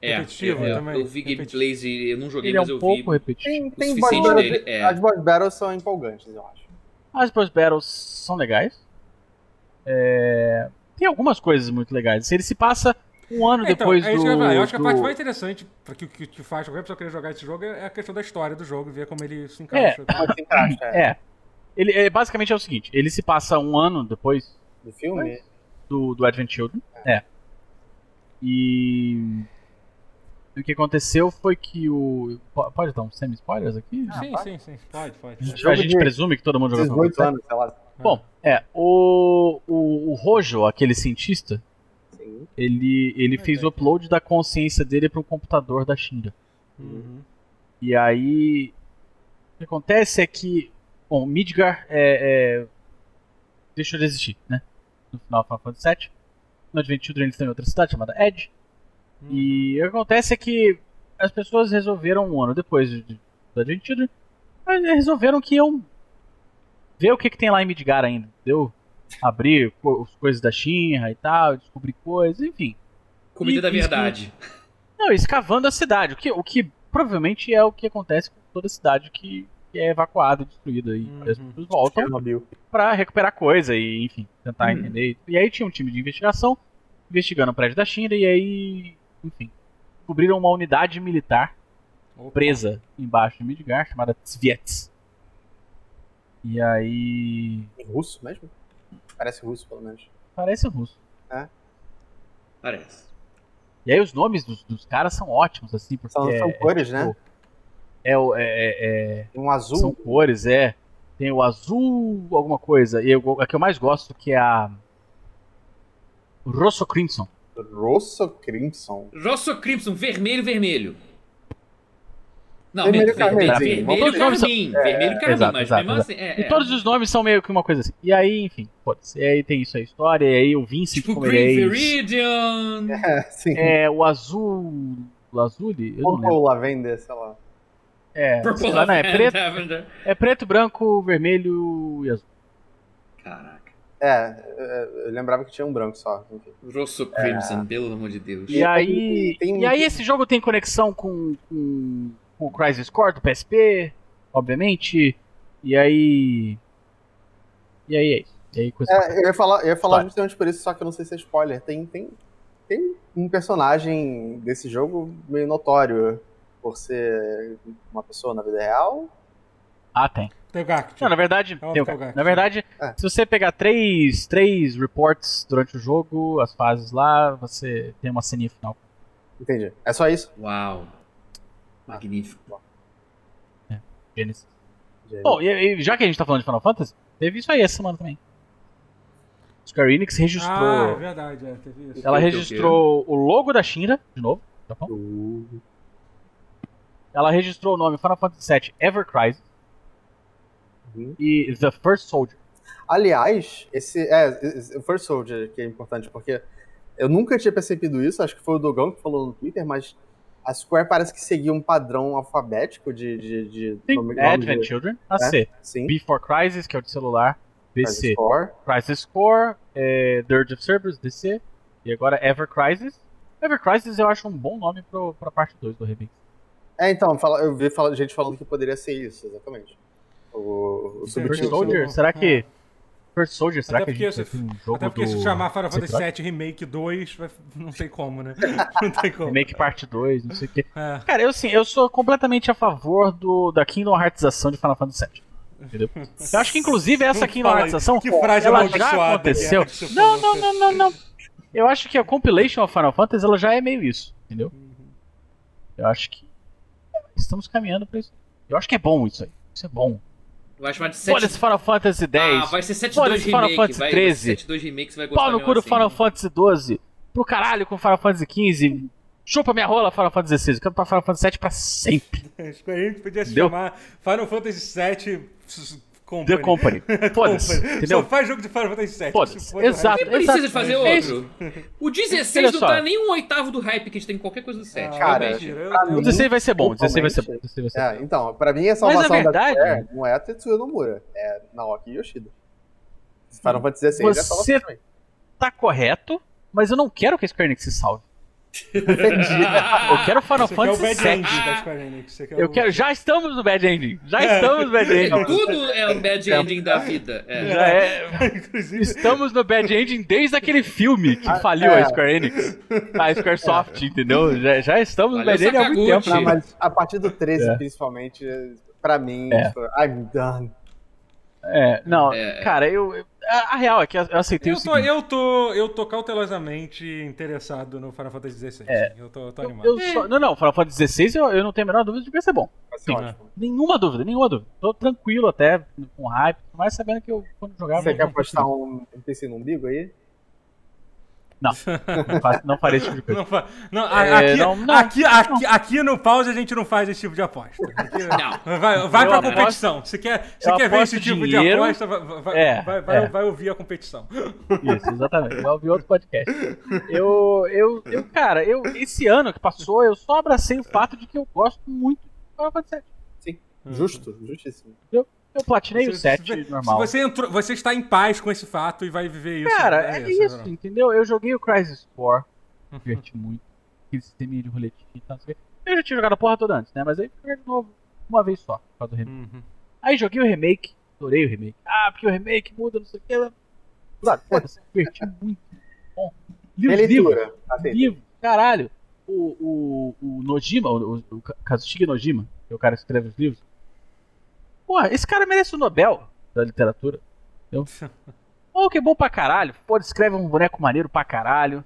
[SPEAKER 2] É,
[SPEAKER 1] Repetitivo
[SPEAKER 2] eu, eu-
[SPEAKER 1] também.
[SPEAKER 2] eu vi
[SPEAKER 1] Repetitivo.
[SPEAKER 2] gameplays e eu não joguei,
[SPEAKER 3] Ele é
[SPEAKER 2] mas
[SPEAKER 3] um
[SPEAKER 2] eu vi.
[SPEAKER 3] pouco repetitivo.
[SPEAKER 4] Tem,
[SPEAKER 2] O
[SPEAKER 4] tem boss
[SPEAKER 2] suficiente
[SPEAKER 4] battles-
[SPEAKER 2] dele, é.
[SPEAKER 4] As boss battles são empolgantes, eu acho.
[SPEAKER 3] As boss battles são legais. É, Tem algumas coisas muito legais. Ele se passa um ano
[SPEAKER 1] É,
[SPEAKER 3] depois
[SPEAKER 1] é isso
[SPEAKER 3] do.
[SPEAKER 1] que eu, ia falar. eu acho que a
[SPEAKER 3] do-
[SPEAKER 1] parte mais interessante pra que, que te faz qualquer pessoa querer jogar esse jogo é a questão da história do jogo, ver como ele se encaixa.
[SPEAKER 4] Mas se encaixa é,
[SPEAKER 3] É. Ele, é, basicamente é o seguinte: ele se passa um ano depois
[SPEAKER 4] do filme.
[SPEAKER 3] do, do Advent Children. É. E. O que aconteceu foi que o. po- Pode dar um semi-spoilers aqui?
[SPEAKER 1] Sim, sim, sim. Pode, pode.
[SPEAKER 3] a
[SPEAKER 4] Jogo
[SPEAKER 3] gente
[SPEAKER 4] de-
[SPEAKER 3] presume que todo mundo jogou.
[SPEAKER 4] 18 anos, sei lá.
[SPEAKER 3] Bom, é. O, o, o Rojo, aquele cientista,
[SPEAKER 4] Sim.
[SPEAKER 3] ele, ele
[SPEAKER 1] Ah,
[SPEAKER 3] fez
[SPEAKER 1] tá.
[SPEAKER 3] o upload da consciência dele para um computador da Shinra.
[SPEAKER 1] Uhum.
[SPEAKER 3] E aí. O que acontece é que. Bom, Midgar é, é, deixou de existir, né? No final do Final Fantasy VII. No Advent Children eles têm outra cidade chamada Edge. E o que acontece é que as pessoas resolveram, um ano depois de- de- do Advent Children, eh, resolveram que iam Vê o que, que tem lá em Midgar ainda, entendeu? Abrir co as coisas da Shinra e tal, descobrir coisas, enfim.
[SPEAKER 2] Comida
[SPEAKER 3] E-
[SPEAKER 2] da
[SPEAKER 3] e esca-
[SPEAKER 2] verdade.
[SPEAKER 3] Não, escavando a cidade, o que, o que provavelmente é o que acontece com toda cidade que, que é evacuada, destruída. E
[SPEAKER 1] Uhum.
[SPEAKER 3] as pessoas voltam
[SPEAKER 4] Chernobyl.
[SPEAKER 3] pra recuperar coisa e, enfim, tentar
[SPEAKER 2] Uhum.
[SPEAKER 3] entender. E aí tinha um time de investigação investigando o prédio da China e aí, enfim, descobriram uma unidade militar
[SPEAKER 1] Opa.
[SPEAKER 3] presa embaixo de Midgar chamada Tsvets. E aí,
[SPEAKER 4] Em russo mesmo? Parece russo, pelo menos.
[SPEAKER 3] parece russo.
[SPEAKER 2] Parece.
[SPEAKER 3] E aí os nomes dos, dos caras são ótimos assim, porque
[SPEAKER 4] São-
[SPEAKER 3] é,
[SPEAKER 4] são
[SPEAKER 3] é
[SPEAKER 4] cores,
[SPEAKER 3] tipo-
[SPEAKER 4] né?
[SPEAKER 3] É, o- é, é, é-
[SPEAKER 4] Tem um azul.
[SPEAKER 3] são cores, é. Tem o azul, alguma coisa. E eu- a que eu mais gosto que é a Rosso Crimson.
[SPEAKER 4] Rosso Crimson.
[SPEAKER 2] Rosso Crimson, vermelho, vermelho. Não,
[SPEAKER 4] Vermelho
[SPEAKER 2] vermelho, vermelho,
[SPEAKER 4] carmesim.
[SPEAKER 2] vermelho,
[SPEAKER 4] Vamos
[SPEAKER 3] ver se-
[SPEAKER 2] carmim. vermelho carmim,
[SPEAKER 3] exato,
[SPEAKER 2] mas
[SPEAKER 3] exato,
[SPEAKER 2] mesmo assim. É,
[SPEAKER 3] E
[SPEAKER 2] é.
[SPEAKER 3] todos os nomes são meio que uma coisa assim. E aí, enfim, pode-se. E aí tem isso a história, e aí o Vincent
[SPEAKER 2] Tipo
[SPEAKER 3] como
[SPEAKER 2] Green
[SPEAKER 3] ele é ex-
[SPEAKER 2] Viridian.
[SPEAKER 4] É, sim.
[SPEAKER 3] É, o azul. O Azuli? Eu não lembro.
[SPEAKER 4] Ou lavender, sei lá.
[SPEAKER 3] É, sei
[SPEAKER 2] Purple
[SPEAKER 3] lá, não, é, preto,
[SPEAKER 2] Lavender.
[SPEAKER 3] é preto, branco, vermelho e azul.
[SPEAKER 2] Caraca.
[SPEAKER 4] É, eu- eu lembrava que tinha um branco só. enfim.
[SPEAKER 2] Rosso Crimson, pelo amor de Deus.
[SPEAKER 3] É. E aí.
[SPEAKER 4] aí tem-
[SPEAKER 3] E aí esse jogo tem conexão com, com, com o Crisis Core do PSP, obviamente. E aí. E aí é isso. E aí coisa.
[SPEAKER 4] É, eu ia falar, eu ia falar
[SPEAKER 3] Claro.
[SPEAKER 4] justamente por isso, só que eu não sei se é spoiler. Tem, tem, tem um personagem desse jogo meio notório por ser uma pessoa na vida real.
[SPEAKER 3] Ah, tem.
[SPEAKER 1] Tem o Gact.
[SPEAKER 3] Não, na verdade,
[SPEAKER 1] Ela
[SPEAKER 3] tem o
[SPEAKER 1] fica
[SPEAKER 3] cara.
[SPEAKER 1] gato.
[SPEAKER 3] na verdade,
[SPEAKER 4] É.
[SPEAKER 3] se você pegar três, três reports durante o jogo, as fases lá, você tem uma ceninha final.
[SPEAKER 4] Entendi. É só isso?
[SPEAKER 2] Uau. Magnífico.
[SPEAKER 3] Gênesis.
[SPEAKER 4] um
[SPEAKER 3] Bom, e, e já que a gente tá falando de Final Fantasy, teve isso aí essa semana também. Square Enix registrou.
[SPEAKER 1] Ah, é verdade, é, teve isso.
[SPEAKER 3] ela
[SPEAKER 2] O quê, o quê?
[SPEAKER 3] registrou o logo da Shinra, de novo.
[SPEAKER 4] Uh,
[SPEAKER 3] Ela registrou o nome Final Fantasy VII Ever Crisis
[SPEAKER 4] uhum.
[SPEAKER 3] e The First Soldier.
[SPEAKER 4] Aliás, esse é o First Soldier que é importante porque eu nunca tinha percebido isso. Acho que foi o Dogão que falou no Twitter, mas a Square parece que seguia um padrão alfabético de, de, de
[SPEAKER 3] Tem
[SPEAKER 4] nome- nome de-
[SPEAKER 3] Advent Children,
[SPEAKER 4] É?
[SPEAKER 3] AC.
[SPEAKER 4] Sim.
[SPEAKER 3] Before Crisis, que é o de celular, BC.
[SPEAKER 4] Crisis Core.
[SPEAKER 3] Crisis Core, é, The Urge of Cerberus, DC, e agora Ever Crisis. Ever Crisis eu acho um bom nome pro, pra parte 2 do remix.
[SPEAKER 4] É, então, fala- eu vi fala- gente falando que poderia ser isso, exatamente. O, o
[SPEAKER 3] First
[SPEAKER 1] Entendi.
[SPEAKER 4] subtítulo.
[SPEAKER 3] Soldier, será que... First Soldier, será
[SPEAKER 1] É. Até
[SPEAKER 3] que a gente
[SPEAKER 1] porque
[SPEAKER 3] vai
[SPEAKER 1] se-
[SPEAKER 3] ter um jogo
[SPEAKER 1] Até porque se
[SPEAKER 3] do-
[SPEAKER 1] chamar Final
[SPEAKER 3] sei
[SPEAKER 1] Fantasy
[SPEAKER 3] lá,
[SPEAKER 1] VII Remake 2, vai- não sei como, né? Não tem como.
[SPEAKER 3] Remake parte 2, não sei o quê.
[SPEAKER 1] É.
[SPEAKER 3] Cara, eu assim, eu sou completamente a favor do, da Kingdom Heartsização de Final Fantasy VII. Entendeu? Eu acho que inclusive essa
[SPEAKER 1] Não
[SPEAKER 3] Kingdom
[SPEAKER 1] fala
[SPEAKER 3] Heartsização
[SPEAKER 1] isso. Que frase
[SPEAKER 3] ela já
[SPEAKER 1] amaldiçoada
[SPEAKER 3] aconteceu.
[SPEAKER 1] que é, que
[SPEAKER 3] Não,
[SPEAKER 1] você
[SPEAKER 3] não,
[SPEAKER 1] falou.
[SPEAKER 3] não, não, não. Eu acho que a compilation of Final Fantasy ela já é meio isso, entendeu?
[SPEAKER 1] Uhum.
[SPEAKER 3] Eu acho que estamos caminhando pra isso. Eu acho que é bom isso aí. Isso é bom.
[SPEAKER 2] Vai chamar de
[SPEAKER 3] Olha
[SPEAKER 2] 7.
[SPEAKER 3] esse Final Fantasy X.
[SPEAKER 2] Ah, vai ser 7
[SPEAKER 3] Olha
[SPEAKER 2] 2
[SPEAKER 3] esse Final
[SPEAKER 2] remake.
[SPEAKER 3] Fantasy
[SPEAKER 2] vai,
[SPEAKER 3] 13.
[SPEAKER 2] 7 2 remake, você vai gostar
[SPEAKER 3] Pau no
[SPEAKER 2] mesmo
[SPEAKER 3] cu do
[SPEAKER 2] assim.
[SPEAKER 3] Final Fantasy XII. Pro caralho com Final Fantasy XV. Chupa minha rola Final Fantasy XVI. Eu quero pra Final Fantasy VII pra sempre.
[SPEAKER 1] Square Enix podia se
[SPEAKER 3] Entendeu?
[SPEAKER 1] chamar Final Fantasy VII S-
[SPEAKER 3] The
[SPEAKER 1] Company.
[SPEAKER 3] Company. Foda-se.
[SPEAKER 1] Company.
[SPEAKER 3] entendeu?
[SPEAKER 1] Só faz jogo de Final Fantasy VII.
[SPEAKER 3] Foda-se.
[SPEAKER 1] Se foda, né?
[SPEAKER 3] Exato.
[SPEAKER 2] Nem precisa de
[SPEAKER 3] exato.
[SPEAKER 2] fazer
[SPEAKER 3] Fez-
[SPEAKER 2] outro. O 16
[SPEAKER 3] Olha
[SPEAKER 2] não
[SPEAKER 3] só. Ah,
[SPEAKER 2] tá nem um oitavo do hype que a gente tem em qualquer coisa do 7.
[SPEAKER 4] Cara,
[SPEAKER 1] Ah, mentira, eu-
[SPEAKER 4] pra
[SPEAKER 1] eu-
[SPEAKER 3] O 16 vai ser bom. O 16 vai ser bom.
[SPEAKER 4] Totalmente.
[SPEAKER 3] 16 vai ser bom.
[SPEAKER 4] É, então, pra mim a salvação
[SPEAKER 3] Mas a verdade-
[SPEAKER 4] da Square não é a Tetsuya Nomura, é Naoki Yoshida. Final Fantasy XVI é a
[SPEAKER 3] Você-
[SPEAKER 4] salvação também.
[SPEAKER 3] tá correto, mas eu não quero que a Square Enix se salve. Eu quero Final
[SPEAKER 1] Você quer é o
[SPEAKER 3] Fantasy
[SPEAKER 1] Bad
[SPEAKER 3] VII.
[SPEAKER 1] End da Square Enix. Você quer
[SPEAKER 3] Eu
[SPEAKER 1] o-
[SPEAKER 3] quero, já estamos no Bad Ending. Já estamos no Bad Ending.
[SPEAKER 2] Tudo é um bad ending da vida. É.
[SPEAKER 3] Já é-
[SPEAKER 1] Inclusive,
[SPEAKER 3] estamos no Bad Ending desde aquele filme que faliu
[SPEAKER 4] é.
[SPEAKER 3] a Square Enix. A Square Soft, entendeu? Já, já estamos no
[SPEAKER 2] Valeu,
[SPEAKER 3] Bad Ending há muito tempo.
[SPEAKER 2] Sakaguchi.
[SPEAKER 4] Não, mas a partir do 13,
[SPEAKER 3] É.
[SPEAKER 4] principalmente, pra mim,
[SPEAKER 3] É.
[SPEAKER 4] tipo, I'm done.
[SPEAKER 3] É, não,
[SPEAKER 2] É.
[SPEAKER 3] cara, eu. eu- A, a real é que eu eu aceitei
[SPEAKER 1] eu
[SPEAKER 3] o
[SPEAKER 1] tô,
[SPEAKER 3] seguinte.
[SPEAKER 1] eu, tô, eu tô cautelosamente interessado no Final Fantasy XVI.
[SPEAKER 3] É.
[SPEAKER 1] Eu tô, eu tô
[SPEAKER 3] Eu-
[SPEAKER 1] animado.
[SPEAKER 3] eu só- não, não, Final Fantasy XVI eu, eu não tenho a menor dúvida de que vai ser bom.
[SPEAKER 4] Vai ser
[SPEAKER 1] Sim.
[SPEAKER 4] ótimo.
[SPEAKER 3] Nenhuma dúvida, nenhuma dúvida. Tô tranquilo até, com hype, mas sabendo que eu, quando jogar,
[SPEAKER 4] Você
[SPEAKER 3] eu
[SPEAKER 4] quer
[SPEAKER 3] vou conseguir.
[SPEAKER 4] apostar um PC no umbigo aí? um?
[SPEAKER 3] Não fa- Não farei esse tipo de coisa.
[SPEAKER 1] Não, fa- não, a-
[SPEAKER 3] É,
[SPEAKER 1] aqui,
[SPEAKER 3] não, não,
[SPEAKER 1] aqui, Aqui, aqui no pause a gente não faz esse tipo de aposta. Aqui- Vai,
[SPEAKER 2] Não.
[SPEAKER 1] vai
[SPEAKER 3] Eu
[SPEAKER 1] pra
[SPEAKER 3] aposto-
[SPEAKER 1] competição. Se quer, se
[SPEAKER 3] eu
[SPEAKER 1] quer ver
[SPEAKER 3] aposto
[SPEAKER 1] esse tipo de
[SPEAKER 3] dinheiro.
[SPEAKER 1] aposta, vai, vai,
[SPEAKER 3] É,
[SPEAKER 1] vai, vai-
[SPEAKER 3] é.
[SPEAKER 1] vai ouvir a competição.
[SPEAKER 3] Isso, exatamente. Vai ouvir outro podcast. Eu, eu, eu, cara, eu, esse ano que passou, eu só abracei o fato de que eu gosto muito de Final Fantasy VII.
[SPEAKER 4] Justo, justíssimo.
[SPEAKER 3] Eu platinei o 7
[SPEAKER 1] se-
[SPEAKER 3] normal.
[SPEAKER 1] Se você, entrou, você está em paz com esse fato e vai viver isso.
[SPEAKER 3] Cara, é, isso,
[SPEAKER 1] né?
[SPEAKER 3] entendeu? Eu joguei o Crisis 4, me diverti muito. Aquele sisteminha de roletinha e tal, não sei o quê. Eu já tinha jogado a porra toda antes, né? Mas aí eu joguei de novo, uma vez só, por causa do remake.
[SPEAKER 1] Uhum.
[SPEAKER 3] Aí joguei o remake, adorei o remake. Ah, porque o remake muda, não sei o que. Claro, foda-se, diverti muito. Bom, li os livros,
[SPEAKER 4] Releitura. Assim,
[SPEAKER 3] livro, caralho. O, o, o Nojima, o, o, o Kazushige Nojima, que é o cara que escreve os livros. Porra, esse cara merece o Nobel da literatura. Entendeu? Pô, que bom pra caralho. Pô, escreve um boneco maneiro pra caralho.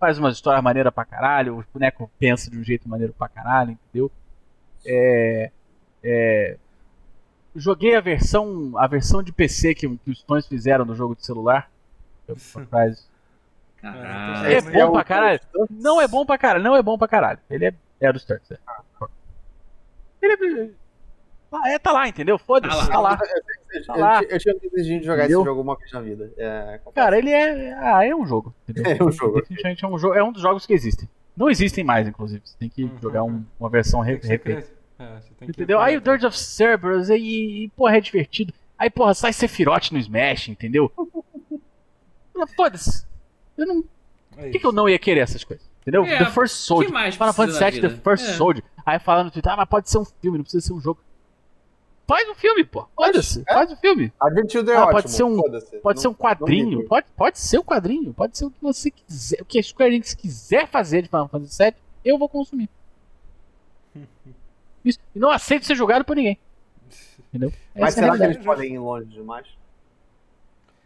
[SPEAKER 3] Faz umas histórias maneiras pra caralho. O boneco pensa de um jeito maneiro pra caralho, entendeu? É. É. Joguei a versão, a versão de PC que, que os fãs fizeram do jogo de celular. Eu, Surprise.
[SPEAKER 2] Caralho.
[SPEAKER 3] É
[SPEAKER 4] Esse é
[SPEAKER 3] bom
[SPEAKER 4] o-
[SPEAKER 3] pra caralho? Não é bom pra caralho, não é bom pra caralho. Ele é, é do Sturks, é. Ele é. Ah, é, tá lá, entendeu? Foda-se,
[SPEAKER 2] Tá lá.
[SPEAKER 3] tá lá.
[SPEAKER 4] eu-
[SPEAKER 3] tá lá.
[SPEAKER 4] Eu, eu tinha decidido de jogar
[SPEAKER 3] Entendeu?
[SPEAKER 4] esse jogo uma vez na vida. É,
[SPEAKER 3] Cara, ele é. Ah, é um jogo, entendeu?
[SPEAKER 4] É um jogo.
[SPEAKER 3] Definitivamente é um jogo. É um dos jogos que existem. Não existem mais, inclusive. Você tem que
[SPEAKER 1] Uhum.
[SPEAKER 3] jogar um- uma versão re-
[SPEAKER 1] Tem que ser
[SPEAKER 3] refeita.
[SPEAKER 1] criança. É, você tem que-
[SPEAKER 3] Entendeu? Aí o Dirge of Cerberus, aí, e, porra, é divertido. Aí, porra, sai Sephiroth no Smash, entendeu? Ah, Foda-se. Eu não.
[SPEAKER 1] É
[SPEAKER 3] Por que, que eu não ia querer essas coisas? Entendeu?
[SPEAKER 2] É,
[SPEAKER 3] The First Soldier.
[SPEAKER 2] que mais
[SPEAKER 3] Final
[SPEAKER 2] precisa
[SPEAKER 3] Fantasy
[SPEAKER 2] da
[SPEAKER 3] VII, The
[SPEAKER 2] vida?
[SPEAKER 3] First
[SPEAKER 2] É.
[SPEAKER 3] Soldier. Aí falaram no Twitter, ah, mas pode ser um filme, não precisa ser um jogo. Faz um filme, pô. Foda-se.
[SPEAKER 4] é?
[SPEAKER 3] Faz um filme.
[SPEAKER 4] A Adventure é
[SPEAKER 3] Ah,
[SPEAKER 4] ótimo.
[SPEAKER 3] pode ser um-
[SPEAKER 4] foda-se.
[SPEAKER 3] Pode
[SPEAKER 4] Não-
[SPEAKER 3] ser um
[SPEAKER 4] não
[SPEAKER 3] quadrinho.
[SPEAKER 4] ligo.
[SPEAKER 3] Pode, pode ser um quadrinho. Pode ser o que você quiser. O que a Square Enix quiser fazer de Final Fantasy VII, eu vou consumir. Isso. E não aceito ser julgado por ninguém. Entendeu? Essa
[SPEAKER 4] Mas
[SPEAKER 3] é a
[SPEAKER 4] será que
[SPEAKER 3] realidade.
[SPEAKER 4] eles podem ir longe demais?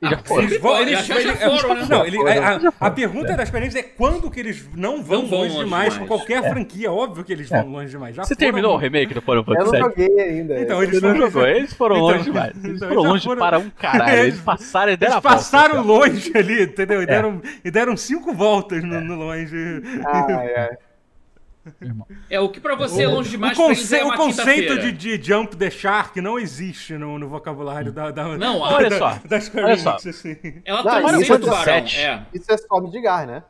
[SPEAKER 2] Ah,
[SPEAKER 3] Já foi.
[SPEAKER 1] Eles vão,
[SPEAKER 2] Já-
[SPEAKER 1] eles,
[SPEAKER 2] já
[SPEAKER 1] eles-
[SPEAKER 2] foram, né?
[SPEAKER 1] não, ele- a, a-
[SPEAKER 3] Já
[SPEAKER 1] a
[SPEAKER 3] foram.
[SPEAKER 1] pergunta das experiências é quando que eles não vão
[SPEAKER 2] Não vão
[SPEAKER 1] longe
[SPEAKER 2] longe
[SPEAKER 1] demais com
[SPEAKER 2] demais.
[SPEAKER 1] qualquer franquia. Óbvio que eles
[SPEAKER 3] É.
[SPEAKER 1] vão longe demais. Já
[SPEAKER 3] Você
[SPEAKER 1] foram-
[SPEAKER 3] terminou o remake do Final
[SPEAKER 4] Eu
[SPEAKER 3] Fantasy
[SPEAKER 4] não
[SPEAKER 3] VII?
[SPEAKER 4] joguei ainda.
[SPEAKER 1] Então, eles
[SPEAKER 3] Você não
[SPEAKER 1] foram-
[SPEAKER 3] jogou. Eles foram
[SPEAKER 1] Então,
[SPEAKER 3] longe demais. Eles
[SPEAKER 1] então,
[SPEAKER 3] foram
[SPEAKER 1] eles já
[SPEAKER 3] longe
[SPEAKER 1] foram-
[SPEAKER 3] para um caralho. Eles
[SPEAKER 1] Eles-
[SPEAKER 3] passaram e deram
[SPEAKER 1] Eles
[SPEAKER 3] a volta,
[SPEAKER 1] passaram
[SPEAKER 3] cara. É.
[SPEAKER 1] longe ali, entendeu? E, deram, e deram cinco voltas no, no longe.
[SPEAKER 3] É.
[SPEAKER 4] Ai, ai.
[SPEAKER 2] É o que pra você é longe
[SPEAKER 1] O,
[SPEAKER 2] demais pra eles
[SPEAKER 1] conce-
[SPEAKER 2] é
[SPEAKER 1] o
[SPEAKER 2] uma
[SPEAKER 1] conceito
[SPEAKER 2] quinta-feira.
[SPEAKER 1] de, de jump the shark não existe no, no vocabulário da, da,
[SPEAKER 2] Não,
[SPEAKER 1] da-
[SPEAKER 3] olha
[SPEAKER 1] da-
[SPEAKER 3] só,
[SPEAKER 1] da Square
[SPEAKER 3] olha
[SPEAKER 1] Enix,
[SPEAKER 3] só.
[SPEAKER 1] assim.
[SPEAKER 2] Ela
[SPEAKER 4] Não,
[SPEAKER 2] transcende
[SPEAKER 4] isso é
[SPEAKER 2] o tubarão.
[SPEAKER 3] sete.
[SPEAKER 2] É.
[SPEAKER 4] Isso é só de Gar, né?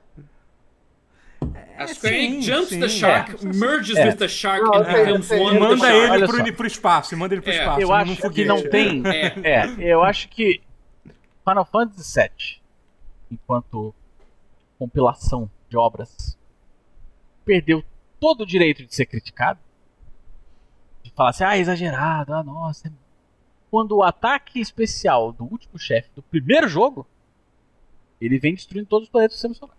[SPEAKER 2] A Square Enix
[SPEAKER 1] sim,
[SPEAKER 2] jumps
[SPEAKER 1] sim,
[SPEAKER 2] the shark,
[SPEAKER 1] é.
[SPEAKER 2] merges
[SPEAKER 3] É.
[SPEAKER 2] with the shark
[SPEAKER 4] Não,
[SPEAKER 2] and
[SPEAKER 4] eu sei, eu
[SPEAKER 2] becomes
[SPEAKER 4] sei.
[SPEAKER 2] one with the
[SPEAKER 1] Manda
[SPEAKER 2] shark.
[SPEAKER 1] ele
[SPEAKER 3] Olha
[SPEAKER 1] pro,
[SPEAKER 3] só.
[SPEAKER 1] ir pro espaço, manda ele pro
[SPEAKER 2] É.
[SPEAKER 1] espaço.
[SPEAKER 3] Eu
[SPEAKER 1] num
[SPEAKER 3] acho que
[SPEAKER 1] foguete. né?
[SPEAKER 3] não tem.
[SPEAKER 2] É.
[SPEAKER 3] É, eu acho que Final Fantasy VII, enquanto compilação de obras, perdeu todo o direito de ser criticado. De falar assim, ah, exagerado, ah, nossa. é muito." Quando o ataque especial do último chefe do primeiro jogo, ele vem destruindo todos os planetas do sistema solar.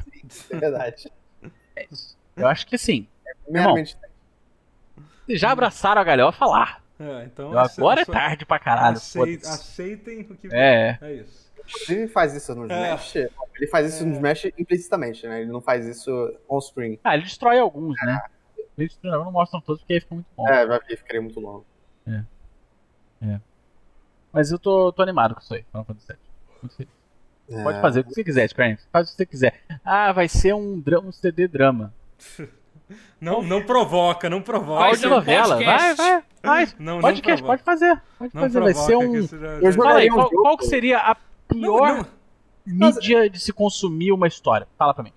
[SPEAKER 4] É verdade.
[SPEAKER 3] Eu acho que assim,
[SPEAKER 4] Meramente.
[SPEAKER 3] vocês já abraçaram a galhofa lá.
[SPEAKER 1] É, então,
[SPEAKER 3] Então agora é
[SPEAKER 1] só-
[SPEAKER 3] tarde pra caralho.
[SPEAKER 1] acei-
[SPEAKER 3] foda-se.
[SPEAKER 1] aceitem o que.
[SPEAKER 3] É, é.
[SPEAKER 1] é isso.
[SPEAKER 4] Inclusive faz isso no Smash. Ele faz isso no Smash implicitamente, né? Ele não faz isso on-screen.
[SPEAKER 3] Ah, ele destrói alguns, né? Ele destrói, não mostram todos porque aí fica muito bom.
[SPEAKER 4] É, vai eu ficaria muito longo.
[SPEAKER 3] Mas eu tô, tô animado com isso aí, Final Fantasy VII. Muito feliz.
[SPEAKER 4] É.
[SPEAKER 3] Pode fazer o que você quiser, Square Enix. Faz o que você quiser. Ah, vai ser um, dra- um CD drama.
[SPEAKER 1] Não, não provoca, não provoca.
[SPEAKER 2] Vai
[SPEAKER 3] Áudio
[SPEAKER 2] ser um
[SPEAKER 3] novela. Vai,
[SPEAKER 2] podcast.
[SPEAKER 3] vai, vai.
[SPEAKER 1] Não, não
[SPEAKER 3] Podcast,
[SPEAKER 1] provoca.
[SPEAKER 3] pode fazer. Pode
[SPEAKER 1] Não
[SPEAKER 3] fazer. Vai
[SPEAKER 1] provoca
[SPEAKER 3] ser
[SPEAKER 1] que
[SPEAKER 3] um.
[SPEAKER 1] isso já-
[SPEAKER 4] Eu jogo-
[SPEAKER 3] Fala aí,
[SPEAKER 4] Jogaria um
[SPEAKER 3] qual,
[SPEAKER 4] jogo.
[SPEAKER 3] qual que seria a
[SPEAKER 1] Não,
[SPEAKER 3] pior
[SPEAKER 1] não,
[SPEAKER 3] mídia de se consumir uma história? Fala pra mim.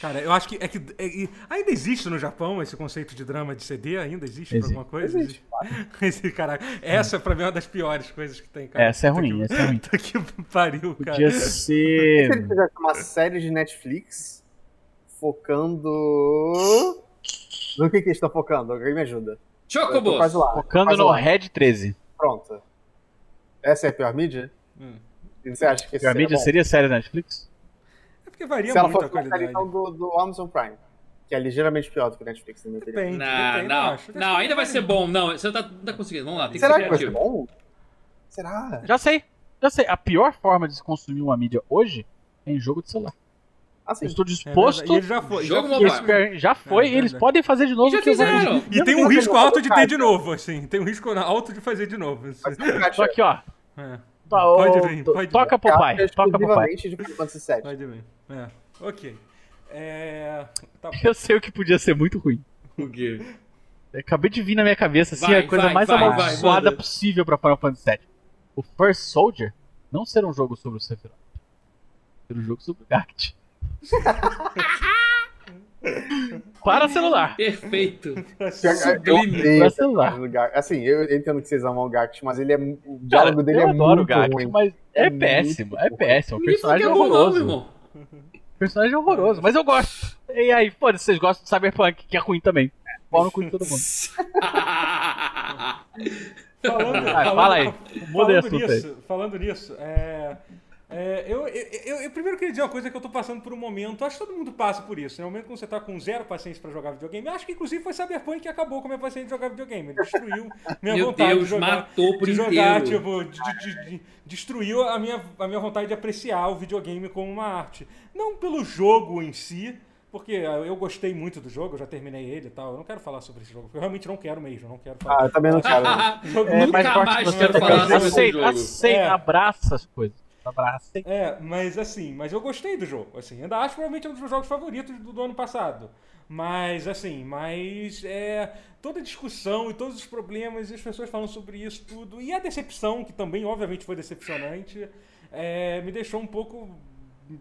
[SPEAKER 1] Cara, eu acho que. É que é que- ainda existe no Japão esse conceito de drama de CD? Ainda existe, pra
[SPEAKER 3] Existe.
[SPEAKER 1] alguma coisa? Existe. Esse, caraca, essa pra mim é uma das piores coisas que tem, cara.
[SPEAKER 3] Essa é
[SPEAKER 1] Puta
[SPEAKER 3] ruim,
[SPEAKER 1] que-
[SPEAKER 3] essa é ruim.
[SPEAKER 1] Puta que pariu, cara.
[SPEAKER 3] Podia
[SPEAKER 4] Se ele
[SPEAKER 3] ser.
[SPEAKER 4] fizesse uma série de Netflix focando. No que, que eles estão focando? Alguém me ajuda. Eu tô
[SPEAKER 2] Chocobos.
[SPEAKER 4] quase lá.
[SPEAKER 3] Focando
[SPEAKER 4] quase
[SPEAKER 3] no
[SPEAKER 4] lá.
[SPEAKER 3] Red 13.
[SPEAKER 4] Pronto. Essa é a pior mídia?
[SPEAKER 1] Hum.
[SPEAKER 4] E Você acha que
[SPEAKER 3] Que a
[SPEAKER 4] seria
[SPEAKER 3] mídia
[SPEAKER 4] bom?
[SPEAKER 3] seria série da Netflix?
[SPEAKER 1] É porque varia
[SPEAKER 4] Se ela
[SPEAKER 1] muito a
[SPEAKER 4] fosse uma série
[SPEAKER 1] qualidade. É
[SPEAKER 4] então, do, do Amazon Prime, que é ligeiramente pior do que o Netflix, na minha opinião.
[SPEAKER 1] Depende,
[SPEAKER 2] Não,
[SPEAKER 1] depende, eu
[SPEAKER 2] não,
[SPEAKER 1] acho.
[SPEAKER 2] não, ainda vai ser bom. Não, você não tá, não tá conseguindo. Vamos lá, tem que
[SPEAKER 4] Será
[SPEAKER 2] ser
[SPEAKER 4] que vai ser
[SPEAKER 2] criativo.
[SPEAKER 4] bom? Será?
[SPEAKER 3] Já sei, já sei. A pior forma de se consumir uma mídia hoje é em jogo de celular.
[SPEAKER 4] Assim,
[SPEAKER 3] Eu estou
[SPEAKER 1] É verdade, e
[SPEAKER 3] disposto.
[SPEAKER 1] ele já foi.
[SPEAKER 2] Jogo
[SPEAKER 1] já
[SPEAKER 3] e
[SPEAKER 1] foi.
[SPEAKER 3] esse PR já foi,
[SPEAKER 1] É
[SPEAKER 3] eles
[SPEAKER 1] verdade.
[SPEAKER 3] podem fazer de novo.
[SPEAKER 2] E já
[SPEAKER 3] que eu vou-
[SPEAKER 2] fizeram.
[SPEAKER 1] E tem um
[SPEAKER 4] Eu
[SPEAKER 1] risco
[SPEAKER 4] não-
[SPEAKER 1] alto de ter
[SPEAKER 4] cara.
[SPEAKER 1] de novo, assim. Tem um risco alto de fazer de novo. assim.
[SPEAKER 4] vai ser um gacha-
[SPEAKER 3] Só que, ó.
[SPEAKER 1] É,
[SPEAKER 3] to-
[SPEAKER 1] Pode
[SPEAKER 3] o-
[SPEAKER 1] vir,
[SPEAKER 3] to-
[SPEAKER 1] pode vir.
[SPEAKER 3] toca pro
[SPEAKER 4] gacha
[SPEAKER 3] pai, toca pro pai.
[SPEAKER 4] é exclusivamente de Final Fantasy VII.
[SPEAKER 1] vai de bem. É, ok. É, tá bom.
[SPEAKER 3] Eu sei o que podia ser muito ruim.
[SPEAKER 2] O quê?
[SPEAKER 3] Eu Acabei de vir na minha cabeça assim,
[SPEAKER 2] Vai,
[SPEAKER 3] a coisa
[SPEAKER 2] vai,
[SPEAKER 3] mais
[SPEAKER 2] vai, vai,
[SPEAKER 3] amaldiçoada
[SPEAKER 2] manda.
[SPEAKER 3] possível pra Final Fantasy VII. O First Soldier não ser um jogo sobre o Sephiroth. Ser um jogo sobre o Garct. Para celular.
[SPEAKER 2] Perfeito.
[SPEAKER 4] Eu
[SPEAKER 2] Sublime.
[SPEAKER 4] odeio
[SPEAKER 3] Pra
[SPEAKER 4] essa
[SPEAKER 3] celular.
[SPEAKER 4] parte do Gact. Assim, eu entendo que vocês amam o Gact, mas ele é. O
[SPEAKER 3] Cara,
[SPEAKER 4] diálogo dele
[SPEAKER 3] eu
[SPEAKER 4] é
[SPEAKER 3] adoro
[SPEAKER 4] muito
[SPEAKER 3] o Gak,
[SPEAKER 4] ruim.
[SPEAKER 3] mas é,
[SPEAKER 4] É muito
[SPEAKER 3] péssimo, é
[SPEAKER 4] ruim.
[SPEAKER 3] péssimo. O
[SPEAKER 2] Ninguém falou que
[SPEAKER 3] personagem
[SPEAKER 2] é
[SPEAKER 3] é
[SPEAKER 2] bom, não, meu
[SPEAKER 3] horroroso.
[SPEAKER 2] irmão.
[SPEAKER 3] O personagem é horroroso, mas eu gosto. E aí, pô, vocês gostam de Cyberpunk, que é ruim também. Pau no cu de todo mundo.
[SPEAKER 1] Falando,
[SPEAKER 2] Ah,
[SPEAKER 3] Vai, fala aí. Muda de
[SPEAKER 1] Falando
[SPEAKER 3] assunto aí.
[SPEAKER 1] nisso, falando nisso, é, é, eu, eu, eu- eu primeiro queria dizer uma coisa que eu tô passando por um momento, acho que todo mundo passa por isso, né? O momento quando você tá com zero paciência pra jogar videogame, acho que inclusive foi Cyberpunk que acabou com a minha paciência de jogar videogame, ele destruiu minha
[SPEAKER 2] Meu
[SPEAKER 1] vontade
[SPEAKER 2] Deus,
[SPEAKER 1] de jogar.
[SPEAKER 2] matou por
[SPEAKER 1] de jogar,
[SPEAKER 2] inteiro.
[SPEAKER 1] tipo, de- de- de- destruiu a minha, a minha vontade de apreciar o videogame como uma arte. Não pelo jogo em si, porque eu gostei muito do jogo, eu já terminei ele e tal. Eu não quero falar sobre esse jogo, porque eu realmente não quero mesmo, eu não quero falar.
[SPEAKER 4] Ah, eu também não quero. né?
[SPEAKER 1] Jogo
[SPEAKER 3] É,
[SPEAKER 1] muito
[SPEAKER 2] Nunca
[SPEAKER 3] mais forte
[SPEAKER 2] mais
[SPEAKER 3] que você
[SPEAKER 2] quero
[SPEAKER 3] tá
[SPEAKER 2] falar
[SPEAKER 3] pensando.
[SPEAKER 2] sobre esse
[SPEAKER 3] Aceita,
[SPEAKER 2] jogo.
[SPEAKER 3] aceita,
[SPEAKER 1] É.
[SPEAKER 3] abraça as coisas. Abraça. hein?
[SPEAKER 1] É, mas assim, mas eu gostei do jogo, assim, ainda acho provavelmente um dos meus jogos favoritos do, do ano passado. Mas assim, mas é, toda a discussão e todos os problemas e as pessoas falando sobre isso tudo e a decepção que também obviamente foi decepcionante é, me deixou um pouco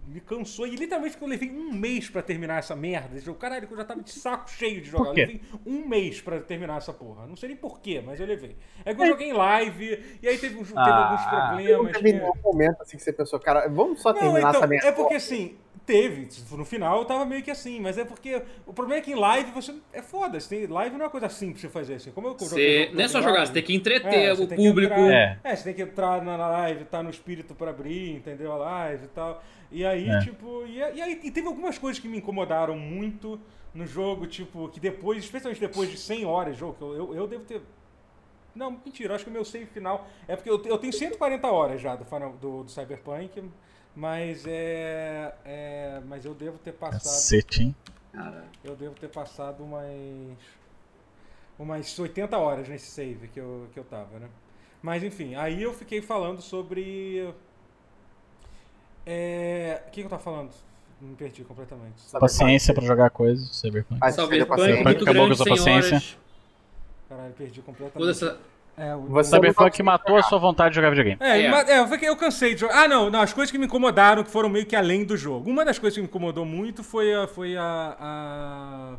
[SPEAKER 1] me cansou e literalmente que eu levei um mês pra terminar essa merda. Esse jogo, caralho, que eu já tava de saco cheio de jogar.
[SPEAKER 3] Por quê?
[SPEAKER 1] Eu levei um mês pra terminar essa porra. Não sei nem porquê, mas eu levei. É que eu joguei em live e aí teve, uns- teve alguns
[SPEAKER 3] Ah.
[SPEAKER 4] Eu
[SPEAKER 1] problemas.
[SPEAKER 4] não teve
[SPEAKER 1] que-
[SPEAKER 4] nenhum momento assim que você pensou, cara, vamos só terminar essa merda.
[SPEAKER 1] né? é porque assim, teve. No final eu tava meio que assim, mas é porque. O problema é que em live você. É foda. Você tem, live não é uma coisa simples de fazer assim. Como eu
[SPEAKER 2] Você, não é só jogar, você tem que entreter
[SPEAKER 1] É, você
[SPEAKER 2] o
[SPEAKER 1] tem que
[SPEAKER 2] público.
[SPEAKER 1] entrar-
[SPEAKER 3] É.
[SPEAKER 1] é. você tem que entrar na na live, tá no espírito pra abrir, entendeu? A live e tal. E aí,
[SPEAKER 3] É.
[SPEAKER 1] tipo, e, a- e aí e teve algumas coisas que me incomodaram muito no jogo, tipo, que depois, especialmente depois de 100 horas de jogo, que eu, eu, eu devo ter. Não, mentira, acho que o meu save final. É porque eu, eu tenho 140 horas já do, Final- do, do Cyberpunk, mas é, é. Mas eu devo ter passado.
[SPEAKER 3] Cacete, hein?
[SPEAKER 1] Eu devo ter passado umas. umas 80 horas nesse save que eu, que eu tava, né? Mas enfim, aí eu fiquei falando sobre. É. O que, que eu tava falando? Me perdi completamente.
[SPEAKER 3] Paciência pra jogar coisas, Cyberpunk.
[SPEAKER 4] Mas
[SPEAKER 2] Talvez
[SPEAKER 4] você
[SPEAKER 2] punk
[SPEAKER 4] consegue-
[SPEAKER 2] é muito
[SPEAKER 3] Acabou com
[SPEAKER 2] grande,
[SPEAKER 3] essa
[SPEAKER 2] sem
[SPEAKER 3] paciência.
[SPEAKER 2] horas.
[SPEAKER 1] Caralho, perdi completamente.
[SPEAKER 2] Toda essa-
[SPEAKER 1] É, o-
[SPEAKER 4] Você-
[SPEAKER 3] Cyberpunk matou a sua vontade de jogar videogame.
[SPEAKER 1] É,
[SPEAKER 2] É.
[SPEAKER 1] mas- é, eu fiquei- eu cansei de jogar. Ah, não, não, as coisas que me incomodaram, que foram meio que além do jogo. Uma das coisas que me incomodou muito foi a. Foi a, a-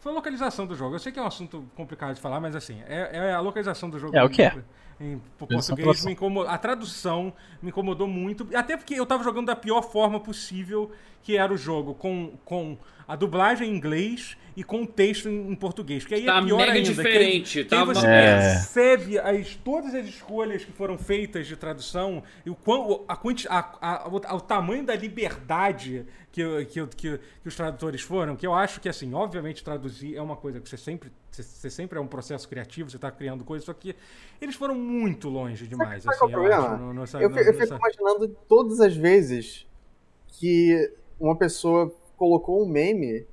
[SPEAKER 1] Foi a localização do jogo. Eu sei que é um assunto complicado de falar, mas assim, é, é a localização do jogo.
[SPEAKER 3] É, o que é?
[SPEAKER 1] Em, po- português
[SPEAKER 3] Tradução, tradução.
[SPEAKER 1] me incomodou. A tradução me incomodou muito. Até porque eu tava jogando da pior forma possível, que era o jogo, com, com a dublagem em inglês e com o texto em, em português. Que aí
[SPEAKER 2] Tá
[SPEAKER 1] é pior
[SPEAKER 2] mega
[SPEAKER 1] ainda. que aí-
[SPEAKER 2] diferente,
[SPEAKER 1] que aí
[SPEAKER 2] tá
[SPEAKER 1] você
[SPEAKER 2] uma-
[SPEAKER 3] É.
[SPEAKER 1] percebe as, todas as escolhas que foram feitas de tradução e o quão, a, quanti- a- a- o, o tamanho da liberdade que, eu- que, eu- que, que os tradutores foram, que eu acho que, assim, obviamente traduzir é uma coisa que você sempre, você, você sempre é um processo criativo, você está criando coisas, só que eles foram muito longe demais,
[SPEAKER 4] Sabe qual
[SPEAKER 1] assim,
[SPEAKER 4] é o
[SPEAKER 1] eu acho.
[SPEAKER 4] problema?
[SPEAKER 1] no- nessa-
[SPEAKER 4] Eu, fi- eu
[SPEAKER 1] nessa-
[SPEAKER 4] fico imaginando todas as vezes que uma pessoa colocou um meme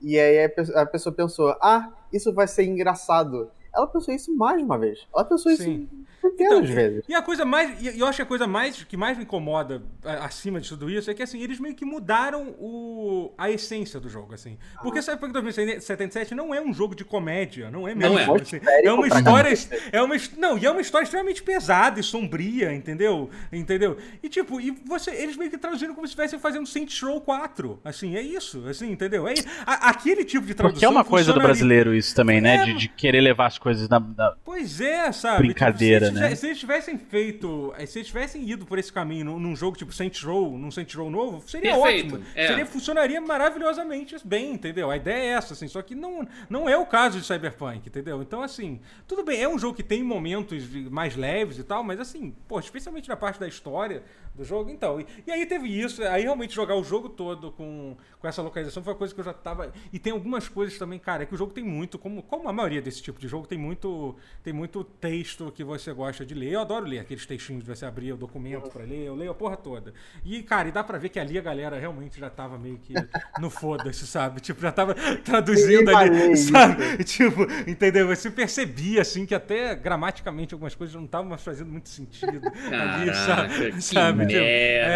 [SPEAKER 4] e aí a pe- a pessoa pensou, ah, isso vai ser engraçado. Ela pensou isso mais uma vez. Ela pensou isso
[SPEAKER 1] Sim.
[SPEAKER 4] centenas de
[SPEAKER 1] Então,
[SPEAKER 4] vezes.
[SPEAKER 1] E a coisa mais. E eu acho que a coisa mais que mais me incomoda a- acima de tudo isso é que assim, eles meio que mudaram o, a essência do jogo, assim. Porque Cyberpunk 2077 não é um jogo de comédia, não é mesmo.
[SPEAKER 2] é.
[SPEAKER 1] assim. é uma história. É uma, his- não, e é uma história extremamente pesada e sombria, entendeu? Entendeu? E tipo, e você, eles meio que traduziram como se estivessem fazendo Saints Row 4. Assim, é isso, assim, entendeu? É, a- aquele tipo de tradução.
[SPEAKER 3] Porque é uma coisa do
[SPEAKER 1] funcionaria.
[SPEAKER 3] brasileiro isso também, né?
[SPEAKER 1] É.
[SPEAKER 3] De, de querer levar as coisas na. na-
[SPEAKER 1] Pois é, sabe?
[SPEAKER 3] Brincadeira,
[SPEAKER 1] Tipo, se,
[SPEAKER 3] né?
[SPEAKER 1] eles tivessem- Se eles tivessem feito. eh, Se eles tivessem ido por esse caminho num, num jogo tipo Saints Row, num Saints Row novo, seria
[SPEAKER 2] Perfeito,
[SPEAKER 1] ótimo.
[SPEAKER 2] é.
[SPEAKER 1] Seria, funcionaria maravilhosamente bem, entendeu? A ideia é essa, assim. Só que não, não é o caso de Cyberpunk, entendeu? Então, assim, tudo bem, é um jogo que tem momentos de- mais leves e tal, mas assim, pô, especialmente na parte da história do jogo, então. E, e aí teve isso, aí realmente jogar o jogo todo com, com essa localização foi uma coisa que eu já tava. E tem algumas coisas também, cara, é que o jogo tem muito, como, como a maioria desse tipo de jogo, tem muito, tem muito texto que você gosta de ler. Eu adoro ler aqueles textinhos de você abrir o documento pra ler, eu leio a porra toda. E, cara, e dá pra ver que ali a galera realmente já tava meio que no foda-se, sabe? Tipo, já tava traduzindo
[SPEAKER 4] Ninguém vai ler
[SPEAKER 1] ali,
[SPEAKER 4] isso.
[SPEAKER 1] sabe? Tipo, entendeu? Você percebia, assim, que até gramaticamente algumas coisas não estavam mais fazendo muito sentido ali,
[SPEAKER 2] Caraca,
[SPEAKER 1] sabe?
[SPEAKER 2] que
[SPEAKER 1] sabe? Tipo,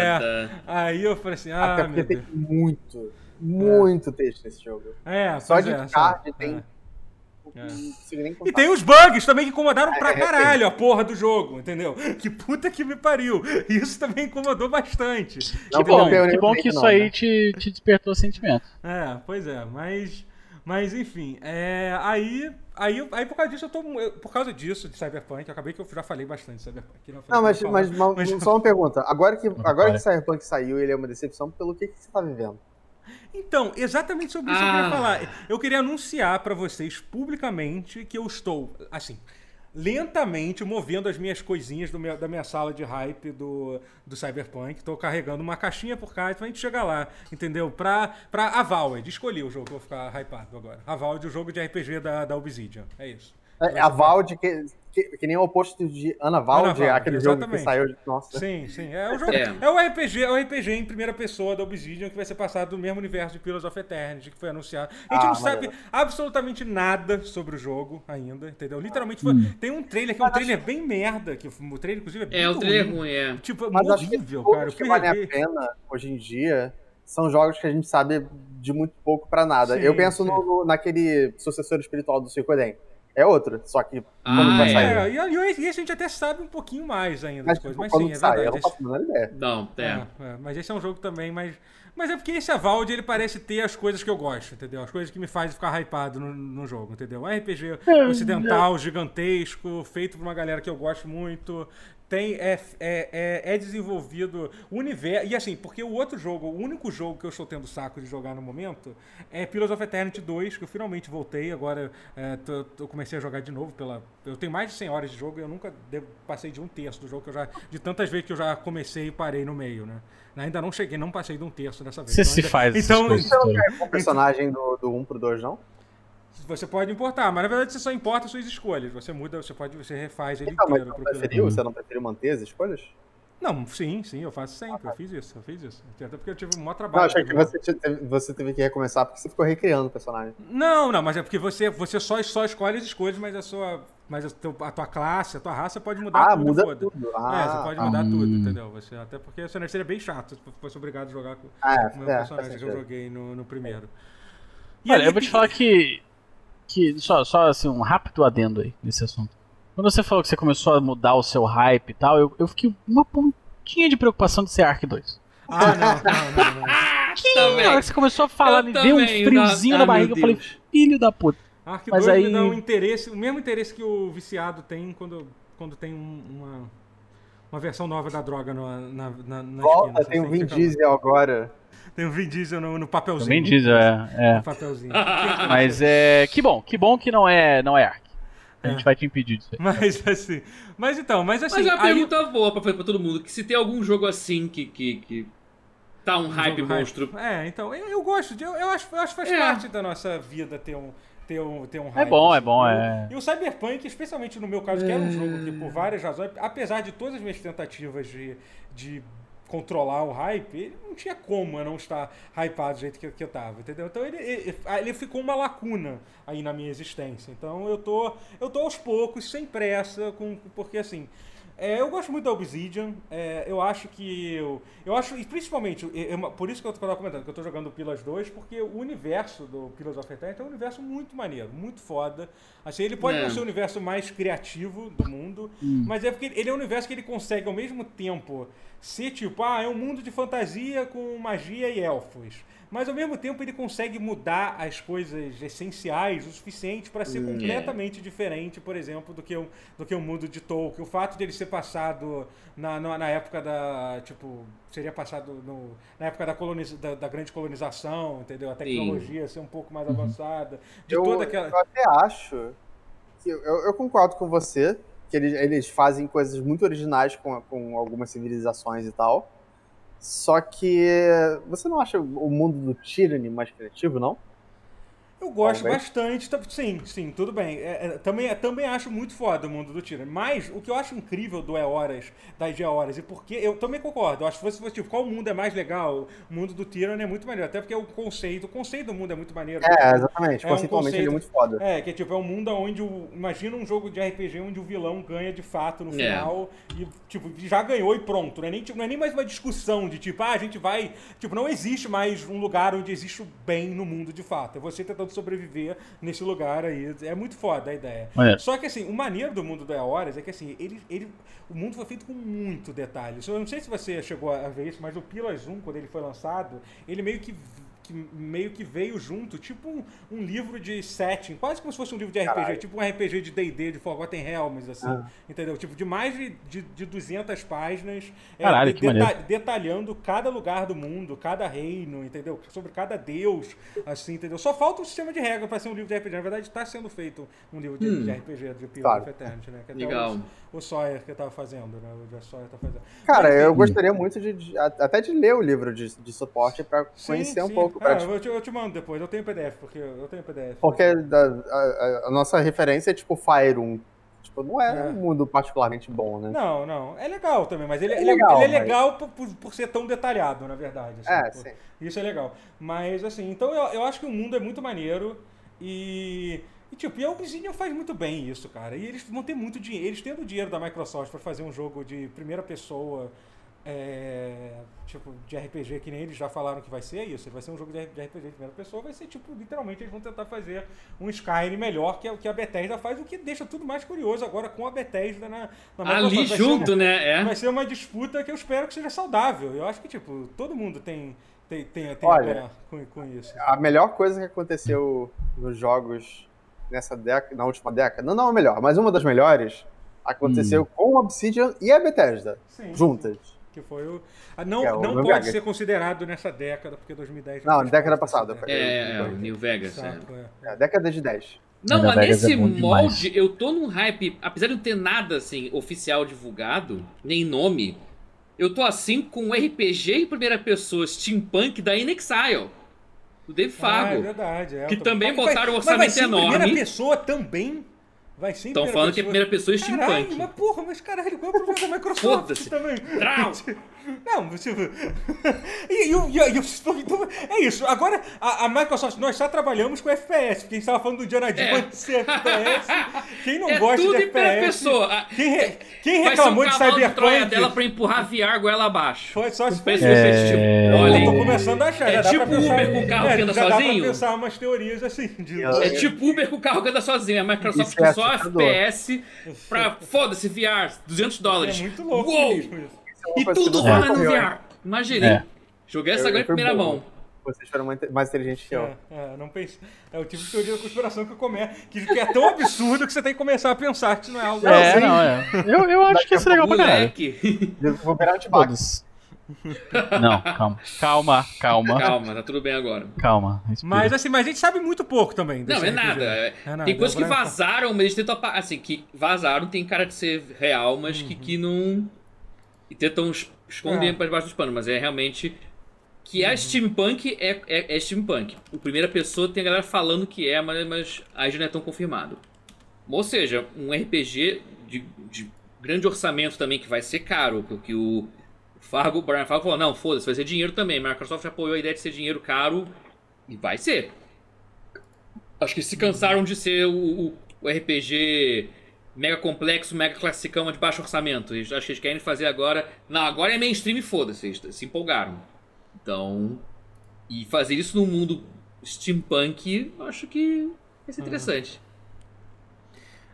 [SPEAKER 2] merda.
[SPEAKER 1] Aí eu falei assim,
[SPEAKER 4] Até
[SPEAKER 1] ah,
[SPEAKER 4] porque
[SPEAKER 1] meu
[SPEAKER 4] tem
[SPEAKER 1] Deus.
[SPEAKER 4] muito, muito texto nesse jogo.
[SPEAKER 1] É,
[SPEAKER 4] Só
[SPEAKER 1] pois
[SPEAKER 4] de
[SPEAKER 1] é,
[SPEAKER 4] card
[SPEAKER 1] sabe?
[SPEAKER 4] tem
[SPEAKER 1] É.
[SPEAKER 4] não consigo nem contar.
[SPEAKER 1] E tem os bugs também que incomodaram pra
[SPEAKER 4] É, é,
[SPEAKER 1] caralho a porra do jogo, entendeu? Que puta que me pariu. Isso também incomodou bastante.
[SPEAKER 4] Não,
[SPEAKER 3] Que bom,
[SPEAKER 4] porque eu nem
[SPEAKER 3] que bom
[SPEAKER 4] vi,
[SPEAKER 3] que isso
[SPEAKER 4] não,
[SPEAKER 3] aí
[SPEAKER 4] né?
[SPEAKER 3] te, te despertou sentimento.
[SPEAKER 1] É, pois é, mas. Mas enfim, é, aí, aí, eu- aí por causa disso eu tô. eu- por causa disso, de Cyberpunk, eu acabei que eu já falei bastante de Cyberpunk. Não,
[SPEAKER 4] Não, mas,
[SPEAKER 1] falei
[SPEAKER 4] mas,
[SPEAKER 1] pra
[SPEAKER 4] mal-
[SPEAKER 1] Mas-
[SPEAKER 4] só uma pergunta. Agora que, agora
[SPEAKER 3] cara.
[SPEAKER 4] que Cyberpunk saiu, ele é uma decepção pelo que, que você tá vivendo.
[SPEAKER 1] Então, exatamente sobre isso que eu
[SPEAKER 2] Ah.
[SPEAKER 1] queria falar. Eu queria anunciar pra vocês publicamente que eu estou, assim, lentamente movendo as minhas coisinhas do meu- da minha sala de hype do, do Cyberpunk. Tô carregando uma caixinha por cá pra gente chegar lá, entendeu? Pra, pra Avowed. Escolhi o jogo que eu vou ficar hypado agora. Avowed, o jogo de RPG da, da Obsidian. É isso.
[SPEAKER 4] É, a Valde, que, que, que nem o oposto de Ana Valde,
[SPEAKER 1] Valde,
[SPEAKER 4] aquele jogo que
[SPEAKER 1] exatamente.
[SPEAKER 4] saiu. Nossa.
[SPEAKER 1] Sim, sim. É o, jogo,
[SPEAKER 2] É.
[SPEAKER 1] é. o RPG, é o RPG em primeira pessoa da Obsidian que vai ser passado do mesmo universo de Pillars of Eternity, que foi anunciado. A gente
[SPEAKER 4] Ah,
[SPEAKER 1] não sabe
[SPEAKER 4] maneiro.
[SPEAKER 1] absolutamente nada sobre o jogo ainda, entendeu? Literalmente foi- tem um trailer que é um trailer bem merda, que o trailer, inclusive, é,
[SPEAKER 2] É, o
[SPEAKER 1] muito
[SPEAKER 2] trailer é ruim, é.
[SPEAKER 1] Tipo, é
[SPEAKER 4] Mas acho que
[SPEAKER 1] horrível,
[SPEAKER 4] todos
[SPEAKER 1] cara. Eu
[SPEAKER 4] que
[SPEAKER 1] fui
[SPEAKER 4] valem a
[SPEAKER 1] rever.
[SPEAKER 4] pena hoje em dia são jogos que a gente sabe de muito pouco pra nada.
[SPEAKER 1] Sim,
[SPEAKER 4] Eu penso
[SPEAKER 1] sim.
[SPEAKER 4] no- no- naquele sucessor espiritual do Circoden. É outro, só que quando
[SPEAKER 2] Ah,
[SPEAKER 4] vai
[SPEAKER 2] é.
[SPEAKER 1] É,
[SPEAKER 4] sair.
[SPEAKER 1] e, e, e a gente até sabe um pouquinho mais ainda
[SPEAKER 4] Mas,
[SPEAKER 1] das coisas,
[SPEAKER 4] tipo,
[SPEAKER 1] mas
[SPEAKER 4] quando
[SPEAKER 1] sim, é
[SPEAKER 4] sai,
[SPEAKER 1] verdade.
[SPEAKER 4] eu não faço a menor ideia.
[SPEAKER 2] Não, é.
[SPEAKER 1] É, é, mas esse é um jogo também, mas. Mas é porque esse Avald, ele parece ter as coisas que eu gosto, entendeu? As coisas que me fazem ficar hypado no, no jogo, entendeu? Um RPG ocidental, gigantesco, feito por uma galera que eu gosto muito. Tem, é, é, é, é desenvolvido o universo. E assim, porque o outro jogo, o único jogo que eu estou tendo saco de jogar no momento é Pillars of Eternity 2, que eu finalmente voltei. Agora é, tô- tô- eu comecei a jogar de novo. pela Eu tenho mais de 100 horas de jogo e eu nunca devo- passei de um terço do jogo, que eu já, de tantas vezes que eu já comecei e parei no meio, né? Ainda não cheguei, não passei de um terço dessa vez.
[SPEAKER 3] Você
[SPEAKER 1] Então
[SPEAKER 3] se
[SPEAKER 1] ainda-
[SPEAKER 3] faz essas
[SPEAKER 1] Então,
[SPEAKER 3] coisas
[SPEAKER 4] Então,
[SPEAKER 3] todas.
[SPEAKER 4] É um personagem do, do 1 pro 2, não?
[SPEAKER 1] Você pode importar, mas na verdade você só importa suas escolhas. Você muda, você pode, você refaz ele
[SPEAKER 4] Então, mas
[SPEAKER 1] inteiro.
[SPEAKER 4] você não
[SPEAKER 1] pro-
[SPEAKER 4] preferiu? Você não preferiu manter as escolhas?
[SPEAKER 1] Não, sim, sim, eu faço sempre. Eu fiz isso, eu fiz isso. Até porque eu tive um maior
[SPEAKER 4] Não,
[SPEAKER 1] trabalho.
[SPEAKER 4] achei que você, te- teve- você teve que recomeçar porque você ficou recriando o personagem.
[SPEAKER 1] Não, não, mas é porque você, você só, só escolhe as escolhas, mas a sua. Mas a teu- a tua classe, a tua raça pode mudar
[SPEAKER 4] Ah,
[SPEAKER 1] tudo,
[SPEAKER 4] muda
[SPEAKER 1] foda.
[SPEAKER 4] tudo.
[SPEAKER 1] É, você
[SPEAKER 4] Ah,
[SPEAKER 1] pode
[SPEAKER 4] tá.
[SPEAKER 1] mudar
[SPEAKER 3] Hum.
[SPEAKER 1] tudo, entendeu? Você, até porque senão seria é bem chato se fosse obrigado a jogar com o
[SPEAKER 4] Ah,
[SPEAKER 1] meu
[SPEAKER 4] é, faz
[SPEAKER 1] personagem que eu
[SPEAKER 4] sentido.
[SPEAKER 1] joguei no, no primeiro. E
[SPEAKER 3] Olha,
[SPEAKER 1] aí-
[SPEAKER 3] eu vou te falar que. que só, só assim, um rápido adendo aí nesse assunto. Quando você falou que você começou a mudar o seu hype e tal, eu, eu fiquei uma pontinha de preocupação de ser Ark 2.
[SPEAKER 1] Ah, não, não, não. não.
[SPEAKER 2] Ah, Também.
[SPEAKER 3] Na hora que você começou a falar,
[SPEAKER 2] Eu
[SPEAKER 3] me deu um
[SPEAKER 2] também,
[SPEAKER 3] friozinho
[SPEAKER 2] ah,
[SPEAKER 3] na
[SPEAKER 2] meu
[SPEAKER 3] barriga, eu falei,
[SPEAKER 2] Deus.
[SPEAKER 3] filho da puta.
[SPEAKER 1] Ark
[SPEAKER 3] Mas
[SPEAKER 1] 2
[SPEAKER 3] aí-
[SPEAKER 1] me dá um interesse, o mesmo interesse que o viciado tem quando, quando tem um- uma, uma versão nova da droga na, na, na, na
[SPEAKER 4] Volta,
[SPEAKER 1] esquina,
[SPEAKER 4] tem
[SPEAKER 1] assim,
[SPEAKER 4] o Vin
[SPEAKER 1] fica-
[SPEAKER 4] Diesel agora.
[SPEAKER 1] Tem o Vin Diesel no, no papelzinho.
[SPEAKER 3] Também diz, é.
[SPEAKER 1] No papelzinho.
[SPEAKER 2] Ah,
[SPEAKER 3] Mas é. Que bom, que bom que não é, não é Ark. A gente vai te impedir disso aí.
[SPEAKER 1] Mas assim. Mas então, mas assim.
[SPEAKER 2] Mas é uma
[SPEAKER 1] aí-
[SPEAKER 2] pergunta boa pra fazer pra todo mundo: que se tem algum jogo assim que, que, que tá um hype
[SPEAKER 1] jogo
[SPEAKER 2] monstro.
[SPEAKER 1] É, então, eu, eu gosto, de, eu, eu acho, eu acho que faz
[SPEAKER 2] É.
[SPEAKER 1] parte da nossa vida ter um, ter um, ter um
[SPEAKER 3] É
[SPEAKER 1] hype.
[SPEAKER 3] bom, é
[SPEAKER 1] assim.
[SPEAKER 3] bom,
[SPEAKER 1] Eu-
[SPEAKER 3] é.
[SPEAKER 1] E o Cyberpunk, especialmente no meu caso, que era
[SPEAKER 2] É.
[SPEAKER 1] um jogo que, por várias razões, apesar de todas as minhas tentativas de, de controlar o hype, ele não tinha como eu não estar hypado do jeito que, eu- que eu tava, entendeu? Então ele, ele, ele ficou uma lacuna aí na minha existência. Então eu tô, eu tô aos poucos, sem pressa, com, porque assim. é, eu gosto muito da Obsidian, é, eu acho que. Eu, eu acho, e principalmente, eu- eu- por isso que eu tava comentando que eu tô jogando Pillars 2, porque o universo do Pillars of Eternity é um universo muito maneiro, muito foda. Assim, ele pode
[SPEAKER 2] É. Hum.
[SPEAKER 1] não ser o universo mais criativo do mundo, mas é porque ele é um universo que ele consegue ao mesmo tempo ser tipo, ah, é um mundo de fantasia com magia e elfos. Mas ao mesmo tempo ele consegue mudar as coisas essenciais o suficiente para ser
[SPEAKER 2] Hum, é.
[SPEAKER 1] completamente diferente, por exemplo, do que, um, do que o mundo de Tolkien. O fato dele ser passado na, na, na época da. Tipo, seria passado no- na época da, coloniza, da, da grande colonização, entendeu? A tecnologia ser um pouco mais avançada. De
[SPEAKER 4] Uhum. eu,
[SPEAKER 1] toda aquela.
[SPEAKER 4] eu até acho que eu, eu concordo com você que eles, eles fazem coisas muito originais com, com algumas civilizações e tal. Só que você não acha o mundo do Tyranny mais criativo, não?
[SPEAKER 1] Eu gosto
[SPEAKER 4] Talvez.
[SPEAKER 1] bastante, tá- sim, sim, tudo bem. É, é, também, também acho muito foda o mundo do Tira. Mas o que eu acho incrível do É Horas, das É Horas, e porque eu também concordo. Eu acho que se fosse, fosse, tipo, qual mundo é mais legal? O mundo do Tyranny é muito maneiro. Até porque o conceito, o conceito do mundo é muito maneiro.
[SPEAKER 4] É, exatamente.
[SPEAKER 1] É um
[SPEAKER 4] Conceitualmente ele
[SPEAKER 1] conceito-
[SPEAKER 4] é muito foda.
[SPEAKER 1] É, que é tipo, é um mundo onde o. Imagina um jogo de RPG onde o vilão ganha de fato no
[SPEAKER 2] É.
[SPEAKER 1] final e, tipo, já ganhou e pronto. Não é, nem, tipo, não é nem mais uma discussão de tipo, ah, a gente vai. Tipo, não existe mais um lugar onde existe o bem no mundo de fato. É você tentando tentando sobreviver nesse lugar aí. É muito foda a ideia.
[SPEAKER 3] Maneiro.
[SPEAKER 1] Só que assim, o maneiro do mundo da Horas é que assim, ele, ele, o mundo foi feito com muito detalhe. Eu não sei se você chegou a ver isso, mas o Pillars 1, quando ele foi lançado, ele meio que que meio que veio junto, tipo um, um livro de setting, quase como se fosse um livro de RPG,
[SPEAKER 4] Caralho.
[SPEAKER 1] tipo um RPG de D&D, de Forgotten Realms, assim, entendeu? Tipo, de mais de, de, de 200 páginas, é,
[SPEAKER 3] Caralho,
[SPEAKER 1] de-
[SPEAKER 3] que maneiro.
[SPEAKER 1] detalhando cada lugar do mundo, cada reino, entendeu? Sobre cada deus, assim, entendeu? Só falta um sistema de regra para ser um livro de RPG, na verdade está sendo feito um livro de, de RPG, de Pillars
[SPEAKER 4] Hum. Claro.
[SPEAKER 1] of Eternity, né? Que até
[SPEAKER 2] Legal.
[SPEAKER 1] O, o Sawyer que tava fazendo, né? O Josh Sawyer tá fazendo.
[SPEAKER 4] Cara,
[SPEAKER 1] Mas,
[SPEAKER 4] eu gostaria muito de, de- a- até de ler o livro de, de suporte pra
[SPEAKER 1] Sim,
[SPEAKER 4] conhecer um
[SPEAKER 1] sim.
[SPEAKER 4] pouco.
[SPEAKER 1] Ah,
[SPEAKER 4] pra-
[SPEAKER 1] eu, te, eu te mando depois, eu tenho PDF, porque eu tenho PDF.
[SPEAKER 4] Porque da- a, a- a nossa referência é tipo Fire 1. Tipo, não é,
[SPEAKER 1] É.
[SPEAKER 4] um mundo particularmente bom, né?
[SPEAKER 1] Não, não. É legal também, mas ele ele é
[SPEAKER 4] É
[SPEAKER 1] ele é legal,
[SPEAKER 4] legal, mas-
[SPEAKER 1] por, por- por ser tão detalhado, na verdade. assim,
[SPEAKER 4] É,
[SPEAKER 1] por-
[SPEAKER 4] sim.
[SPEAKER 1] Isso é legal. Mas, assim, então eu, eu acho que o mundo é muito maneiro e. E, tipo, e a Obsidian faz muito bem isso, cara. E eles vão ter muito dinheiro. Eles tendo o dinheiro da Microsoft pra fazer um jogo de primeira pessoa, é, tipo, de RPG, que nem eles já falaram que vai ser isso. Vai ser um jogo de RPG de primeira pessoa, vai ser, tipo, literalmente eles vão tentar fazer um Skyrim melhor que é o que a Bethesda faz, o que deixa tudo mais curioso agora com a Bethesda na, na Microsoft.
[SPEAKER 2] Ali
[SPEAKER 1] Vai ser um
[SPEAKER 2] junto, né? É.
[SPEAKER 1] assim, Vai ser uma disputa que eu espero que seja saudável. Eu acho que, tipo, todo mundo tem, tem, tem, tem
[SPEAKER 4] Olha.
[SPEAKER 1] a ganhar com, com isso.
[SPEAKER 4] A melhor coisa que aconteceu nos jogos nessa década, na última década, não, não a melhor, mas uma das melhores, aconteceu com a Obsidian e a Bethesda,
[SPEAKER 1] Sim.
[SPEAKER 4] juntas.
[SPEAKER 1] Que foi o. Ah, não
[SPEAKER 4] É, o
[SPEAKER 1] não
[SPEAKER 4] New
[SPEAKER 1] pode
[SPEAKER 4] Vegas.
[SPEAKER 1] ser considerado nessa década, porque 2010.
[SPEAKER 4] Não,
[SPEAKER 1] fez
[SPEAKER 4] década
[SPEAKER 1] parte
[SPEAKER 4] passada,
[SPEAKER 1] dessa
[SPEAKER 4] foi.
[SPEAKER 2] É, é, é, o
[SPEAKER 1] década.
[SPEAKER 2] New Vegas. é.
[SPEAKER 1] Exato, é.
[SPEAKER 4] É, década de 10.
[SPEAKER 2] Não,
[SPEAKER 3] Mas
[SPEAKER 2] mas
[SPEAKER 3] a Vegas
[SPEAKER 2] nesse
[SPEAKER 3] é bom demais.
[SPEAKER 2] molde, eu tô num hype, apesar de não ter nada assim oficial divulgado, nem nome, eu tô assim com um RPG em primeira pessoa steampunk da Inexile, do
[SPEAKER 1] Ah,
[SPEAKER 2] Dave
[SPEAKER 1] é
[SPEAKER 2] Fargo.
[SPEAKER 1] verdade. É,
[SPEAKER 2] Que
[SPEAKER 1] eu tô-
[SPEAKER 2] também
[SPEAKER 1] Mas vai-
[SPEAKER 2] botaram um
[SPEAKER 1] mas vai
[SPEAKER 2] orçamento
[SPEAKER 1] ser em Primeira
[SPEAKER 2] enorme.
[SPEAKER 1] pessoa também. Vai ser em
[SPEAKER 2] Estão falando que é primeira pessoa e
[SPEAKER 1] pessoa. Caralho,
[SPEAKER 2] steampunk.
[SPEAKER 1] mas porra, mas caralho, qual é o problema da Microsoft
[SPEAKER 2] Foda-se.
[SPEAKER 1] também?
[SPEAKER 2] Trau!
[SPEAKER 1] Não, você. E, e, o- e, o- e, o- então, é isso. Agora, a, a Microsoft, nós só trabalhamos com FPS. Quem estava falando do Indiana Jones ser FPS. Quem não
[SPEAKER 2] É
[SPEAKER 1] gosta
[SPEAKER 2] tudo
[SPEAKER 1] de
[SPEAKER 2] em primeira
[SPEAKER 1] FPS.
[SPEAKER 2] pessoa. Ah,
[SPEAKER 1] Quem, re- quem
[SPEAKER 2] Vai ser um
[SPEAKER 1] reclamou de
[SPEAKER 2] cavalo de Troia
[SPEAKER 1] Cyberpunk
[SPEAKER 2] dela pra empurrar VR goela abaixo.
[SPEAKER 1] foi só se
[SPEAKER 2] Preço
[SPEAKER 1] fuder.
[SPEAKER 2] competitivo.
[SPEAKER 3] É.
[SPEAKER 2] tipo? Olha,
[SPEAKER 1] Eu tô
[SPEAKER 2] hein?
[SPEAKER 1] começando a achar.
[SPEAKER 2] É
[SPEAKER 1] já dá
[SPEAKER 2] tipo
[SPEAKER 1] pra pensar-
[SPEAKER 2] Uber com carro
[SPEAKER 1] é,
[SPEAKER 2] que anda
[SPEAKER 1] já Dá
[SPEAKER 2] sozinho?
[SPEAKER 1] pra pensar umas teorias assim. De...
[SPEAKER 4] Eu-
[SPEAKER 2] É tipo Uber com o carro que anda sozinho. A Microsoft
[SPEAKER 4] Isso é
[SPEAKER 2] com só
[SPEAKER 4] assustador.
[SPEAKER 2] FPS pra. Foda-se, VR, 200
[SPEAKER 1] É
[SPEAKER 2] dólares.
[SPEAKER 1] muito louco
[SPEAKER 2] Uou!
[SPEAKER 1] mesmo isso.
[SPEAKER 4] Uma
[SPEAKER 2] E
[SPEAKER 4] coisa que
[SPEAKER 2] tudo
[SPEAKER 4] não
[SPEAKER 2] rola no
[SPEAKER 4] ocorreu.
[SPEAKER 2] VR. Imaginei.
[SPEAKER 3] É.
[SPEAKER 2] Joguei essa
[SPEAKER 4] Eu-
[SPEAKER 2] agora
[SPEAKER 4] eu
[SPEAKER 2] em
[SPEAKER 4] fui
[SPEAKER 2] primeira
[SPEAKER 4] burro.
[SPEAKER 2] mão.
[SPEAKER 4] Vocês foram mais, mais inteligentes que eu.
[SPEAKER 1] É, é, não pense... é o tipo de teoria da conspiração que eu começo, que, que é tão absurdo que você tem que começar a pensar que isso não é algo.
[SPEAKER 3] É, não, é. Eu, eu acho que isso é legal pra caralho.
[SPEAKER 2] Moleque.
[SPEAKER 4] Eu Vou virar de baixo.
[SPEAKER 3] Todos. Não, calma. Calma, calma,
[SPEAKER 2] Calma, tá tudo bem agora.
[SPEAKER 3] calma. respira.
[SPEAKER 1] Mas assim, mas a gente sabe muito pouco também. desse
[SPEAKER 2] Não, é
[SPEAKER 1] RPG.
[SPEAKER 2] nada. é-
[SPEAKER 1] É nada,
[SPEAKER 2] Tem coisas
[SPEAKER 1] é
[SPEAKER 2] que
[SPEAKER 1] branco.
[SPEAKER 2] vazaram, mas eles tentam apagar. Assim, que vazaram tem cara de ser real, mas
[SPEAKER 1] Uhum.
[SPEAKER 2] que, que não. E tentam es- esconder
[SPEAKER 1] É.
[SPEAKER 2] para debaixo dos panos, mas é realmente. Que
[SPEAKER 1] Uhum.
[SPEAKER 2] a steampunk é, é, é steampunk. O primeira pessoa tem a galera falando que é, mas, mas aí já não é tão confirmado. Ou seja, um RPG de, de grande orçamento também que vai ser caro, porque o Fargo, o Brian Fargo falou, não, foda-se, vai ser dinheiro também. Microsoft apoiou a ideia de ser dinheiro caro e vai ser. Acho que se cansaram de ser o, o- o RPG mega complexo, mega classicão, mas de baixo orçamento. Eles, acho que eles querem fazer agora... Não, agora é mainstream e foda-se, eles se empolgaram. Então, e fazer isso num mundo steampunk, acho que vai ser interessante.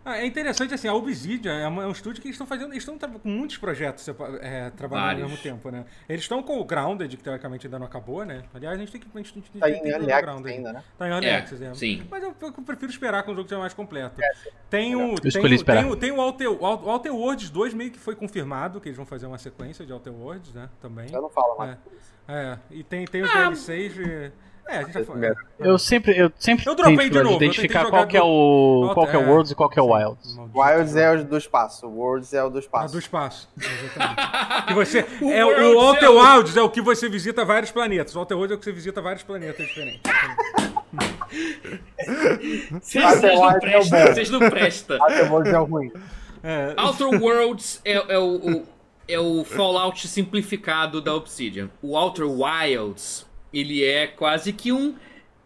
[SPEAKER 1] Ah, é interessante, assim, a Obsidian é, uma- é um estúdio que eles estão fazendo, eles estão tra- com muitos projetos sepa- é, trabalhando ao
[SPEAKER 2] Vários.
[SPEAKER 1] mesmo tempo, né? Eles estão com o Grounded, que teoricamente ainda não acabou, né? Aliás, a gente tem que, a gente tem que
[SPEAKER 4] Tá
[SPEAKER 1] tem que
[SPEAKER 4] em
[SPEAKER 1] jogar
[SPEAKER 4] early access ainda, né?
[SPEAKER 1] Tá em Early
[SPEAKER 2] É,
[SPEAKER 1] Access, é.
[SPEAKER 2] sim.
[SPEAKER 1] Mas eu, eu prefiro esperar que o jogo seja mais completo.
[SPEAKER 4] É.
[SPEAKER 1] Tem o, tem, o,
[SPEAKER 3] escolhi esperar.
[SPEAKER 1] tem o, tem o Outer, o Outer Worlds 2 meio que foi confirmado, que eles vão fazer uma sequência de Outer Worlds, né? Também.
[SPEAKER 4] Eu não falo mais.
[SPEAKER 1] É, e tem, tem os DLCs de... É, a gente já falou.
[SPEAKER 4] Primeiro.
[SPEAKER 3] Eu sempre, eu sempre
[SPEAKER 1] Eu dropei de
[SPEAKER 3] dificuldade
[SPEAKER 1] novo, eu tentei
[SPEAKER 3] identificar
[SPEAKER 1] jogar
[SPEAKER 3] qual que é
[SPEAKER 1] do-
[SPEAKER 3] o qual que é o
[SPEAKER 1] É,
[SPEAKER 3] Worlds e qual que é o Wilds.
[SPEAKER 1] Maldito.
[SPEAKER 4] Wilds é o do espaço, Worlds é o do
[SPEAKER 1] Ah,
[SPEAKER 4] espaço.
[SPEAKER 1] do espaço. Exatamente. que você,
[SPEAKER 2] O
[SPEAKER 1] é, o
[SPEAKER 2] World
[SPEAKER 1] Outer
[SPEAKER 2] Cell.
[SPEAKER 1] Wilds é o que você visita vários planetas. O Outer Worlds é o que você visita vários planetas diferentes.
[SPEAKER 2] Vocês,
[SPEAKER 4] Outer
[SPEAKER 2] vocês não
[SPEAKER 4] Wilds é o
[SPEAKER 2] prestam,
[SPEAKER 4] bom.
[SPEAKER 2] vocês não prestam.
[SPEAKER 4] Ah, o Worlds é o ruim.
[SPEAKER 1] É,
[SPEAKER 2] Outer Worlds é, é o, o- é o Fallout simplificado da Obsidian. O Outer Wilds, ele é quase que um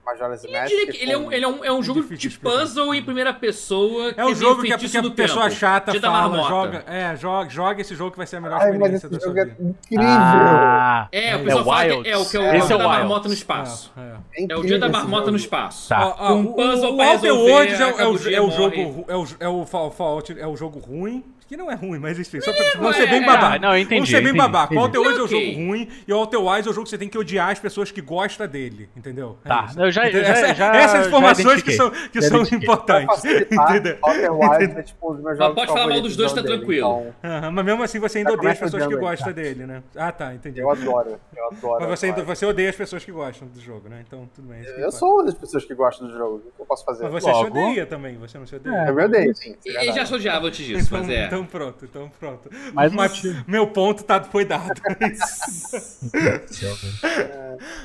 [SPEAKER 4] Majora's
[SPEAKER 2] Eu
[SPEAKER 4] Mask.
[SPEAKER 2] diria que ele é um, ele é um, é um jogo
[SPEAKER 1] difícil
[SPEAKER 2] de
[SPEAKER 1] de explicar.
[SPEAKER 2] puzzle em primeira pessoa.
[SPEAKER 1] É o
[SPEAKER 2] tem
[SPEAKER 1] jogo que a,
[SPEAKER 2] feitiço
[SPEAKER 1] que a
[SPEAKER 2] do
[SPEAKER 1] pessoa
[SPEAKER 2] tempo.
[SPEAKER 1] chata
[SPEAKER 2] Dia da
[SPEAKER 1] fala,
[SPEAKER 2] marmota.
[SPEAKER 1] joga, é, joga, joga esse jogo que vai ser a melhor
[SPEAKER 4] Ai, mas
[SPEAKER 1] experiência
[SPEAKER 4] esse
[SPEAKER 1] da sua
[SPEAKER 4] jogo é
[SPEAKER 1] vida.
[SPEAKER 4] incrível.
[SPEAKER 3] Ah,
[SPEAKER 2] É, o
[SPEAKER 1] É,
[SPEAKER 2] pessoal
[SPEAKER 3] é
[SPEAKER 2] fala que
[SPEAKER 3] Wilds.
[SPEAKER 2] é o que é o
[SPEAKER 4] Esse
[SPEAKER 2] jogo
[SPEAKER 4] é
[SPEAKER 2] da
[SPEAKER 3] Wilds.
[SPEAKER 2] marmota no espaço.
[SPEAKER 1] É, é.
[SPEAKER 2] É
[SPEAKER 4] É incrível
[SPEAKER 2] o dia da
[SPEAKER 4] esse
[SPEAKER 2] marmota no
[SPEAKER 4] jogo.
[SPEAKER 2] espaço.
[SPEAKER 3] Tá.
[SPEAKER 1] Ó, ó,
[SPEAKER 2] Um
[SPEAKER 1] o-
[SPEAKER 2] puzzle
[SPEAKER 1] o,
[SPEAKER 2] pra
[SPEAKER 1] Outer
[SPEAKER 2] resolver,
[SPEAKER 1] Worlds é, o- é
[SPEAKER 2] acaba o
[SPEAKER 1] o,
[SPEAKER 2] dia,
[SPEAKER 1] é o
[SPEAKER 2] morre.
[SPEAKER 1] jogo, é o, é o Fa- Fallout, é o jogo ruim, que não é ruim, mas enfim, só pra vamos
[SPEAKER 2] é,
[SPEAKER 1] ser bem
[SPEAKER 2] é.
[SPEAKER 1] babaca.
[SPEAKER 3] Ah, não, eu entendi,
[SPEAKER 1] Vamos ser bem
[SPEAKER 3] entendi,
[SPEAKER 1] babaca. O
[SPEAKER 3] entendi.
[SPEAKER 1] Outer Worlds é o
[SPEAKER 2] Ok.
[SPEAKER 1] jogo ruim e o Outer Wilds é o jogo que você tem que odiar as pessoas que gostam dele, entendeu? É
[SPEAKER 3] Tá,
[SPEAKER 1] isso.
[SPEAKER 3] eu já-
[SPEAKER 1] Entendeu?
[SPEAKER 3] já-
[SPEAKER 1] Essa-
[SPEAKER 3] já-
[SPEAKER 1] Essas
[SPEAKER 3] já
[SPEAKER 1] informações que
[SPEAKER 3] identifiquei.
[SPEAKER 1] são, que
[SPEAKER 3] Já
[SPEAKER 1] são
[SPEAKER 3] identifiquei.
[SPEAKER 4] Pra
[SPEAKER 1] importantes,
[SPEAKER 4] facilitar,
[SPEAKER 1] entendeu?
[SPEAKER 4] Outer Wilds é tipo um dos meus jogos
[SPEAKER 2] pode falar mal
[SPEAKER 4] favoritos
[SPEAKER 2] dos dois,
[SPEAKER 4] não
[SPEAKER 2] tá
[SPEAKER 4] dele,
[SPEAKER 2] tranquilo.
[SPEAKER 4] então,
[SPEAKER 1] Aham, mas mesmo assim você
[SPEAKER 4] Já
[SPEAKER 1] ainda odeia as
[SPEAKER 4] começa
[SPEAKER 1] pessoas que
[SPEAKER 4] odiando ele,
[SPEAKER 1] gostam dele, né? Ah, tá, entendi.
[SPEAKER 4] eu adoro, eu adoro.
[SPEAKER 1] Mas você,
[SPEAKER 4] Outer
[SPEAKER 1] ainda,
[SPEAKER 4] Wilds.
[SPEAKER 1] você odeia as pessoas que gostam do jogo, né? Então, tudo bem. isso que
[SPEAKER 4] Eu
[SPEAKER 1] importa.
[SPEAKER 4] sou uma das pessoas que gostam do jogo. O que eu posso fazer?
[SPEAKER 1] Mas você
[SPEAKER 3] Logo.
[SPEAKER 1] se odeia também, você não se odeia.
[SPEAKER 4] Eu me odeio, sim. isso é
[SPEAKER 2] Ele já
[SPEAKER 4] verdade.
[SPEAKER 2] se odiava antes disso,
[SPEAKER 1] Então,
[SPEAKER 2] mas é.
[SPEAKER 1] então pronto, então pronto.
[SPEAKER 3] Mais um
[SPEAKER 1] Mas
[SPEAKER 3] motivo.
[SPEAKER 1] meu ponto tá, foi dado.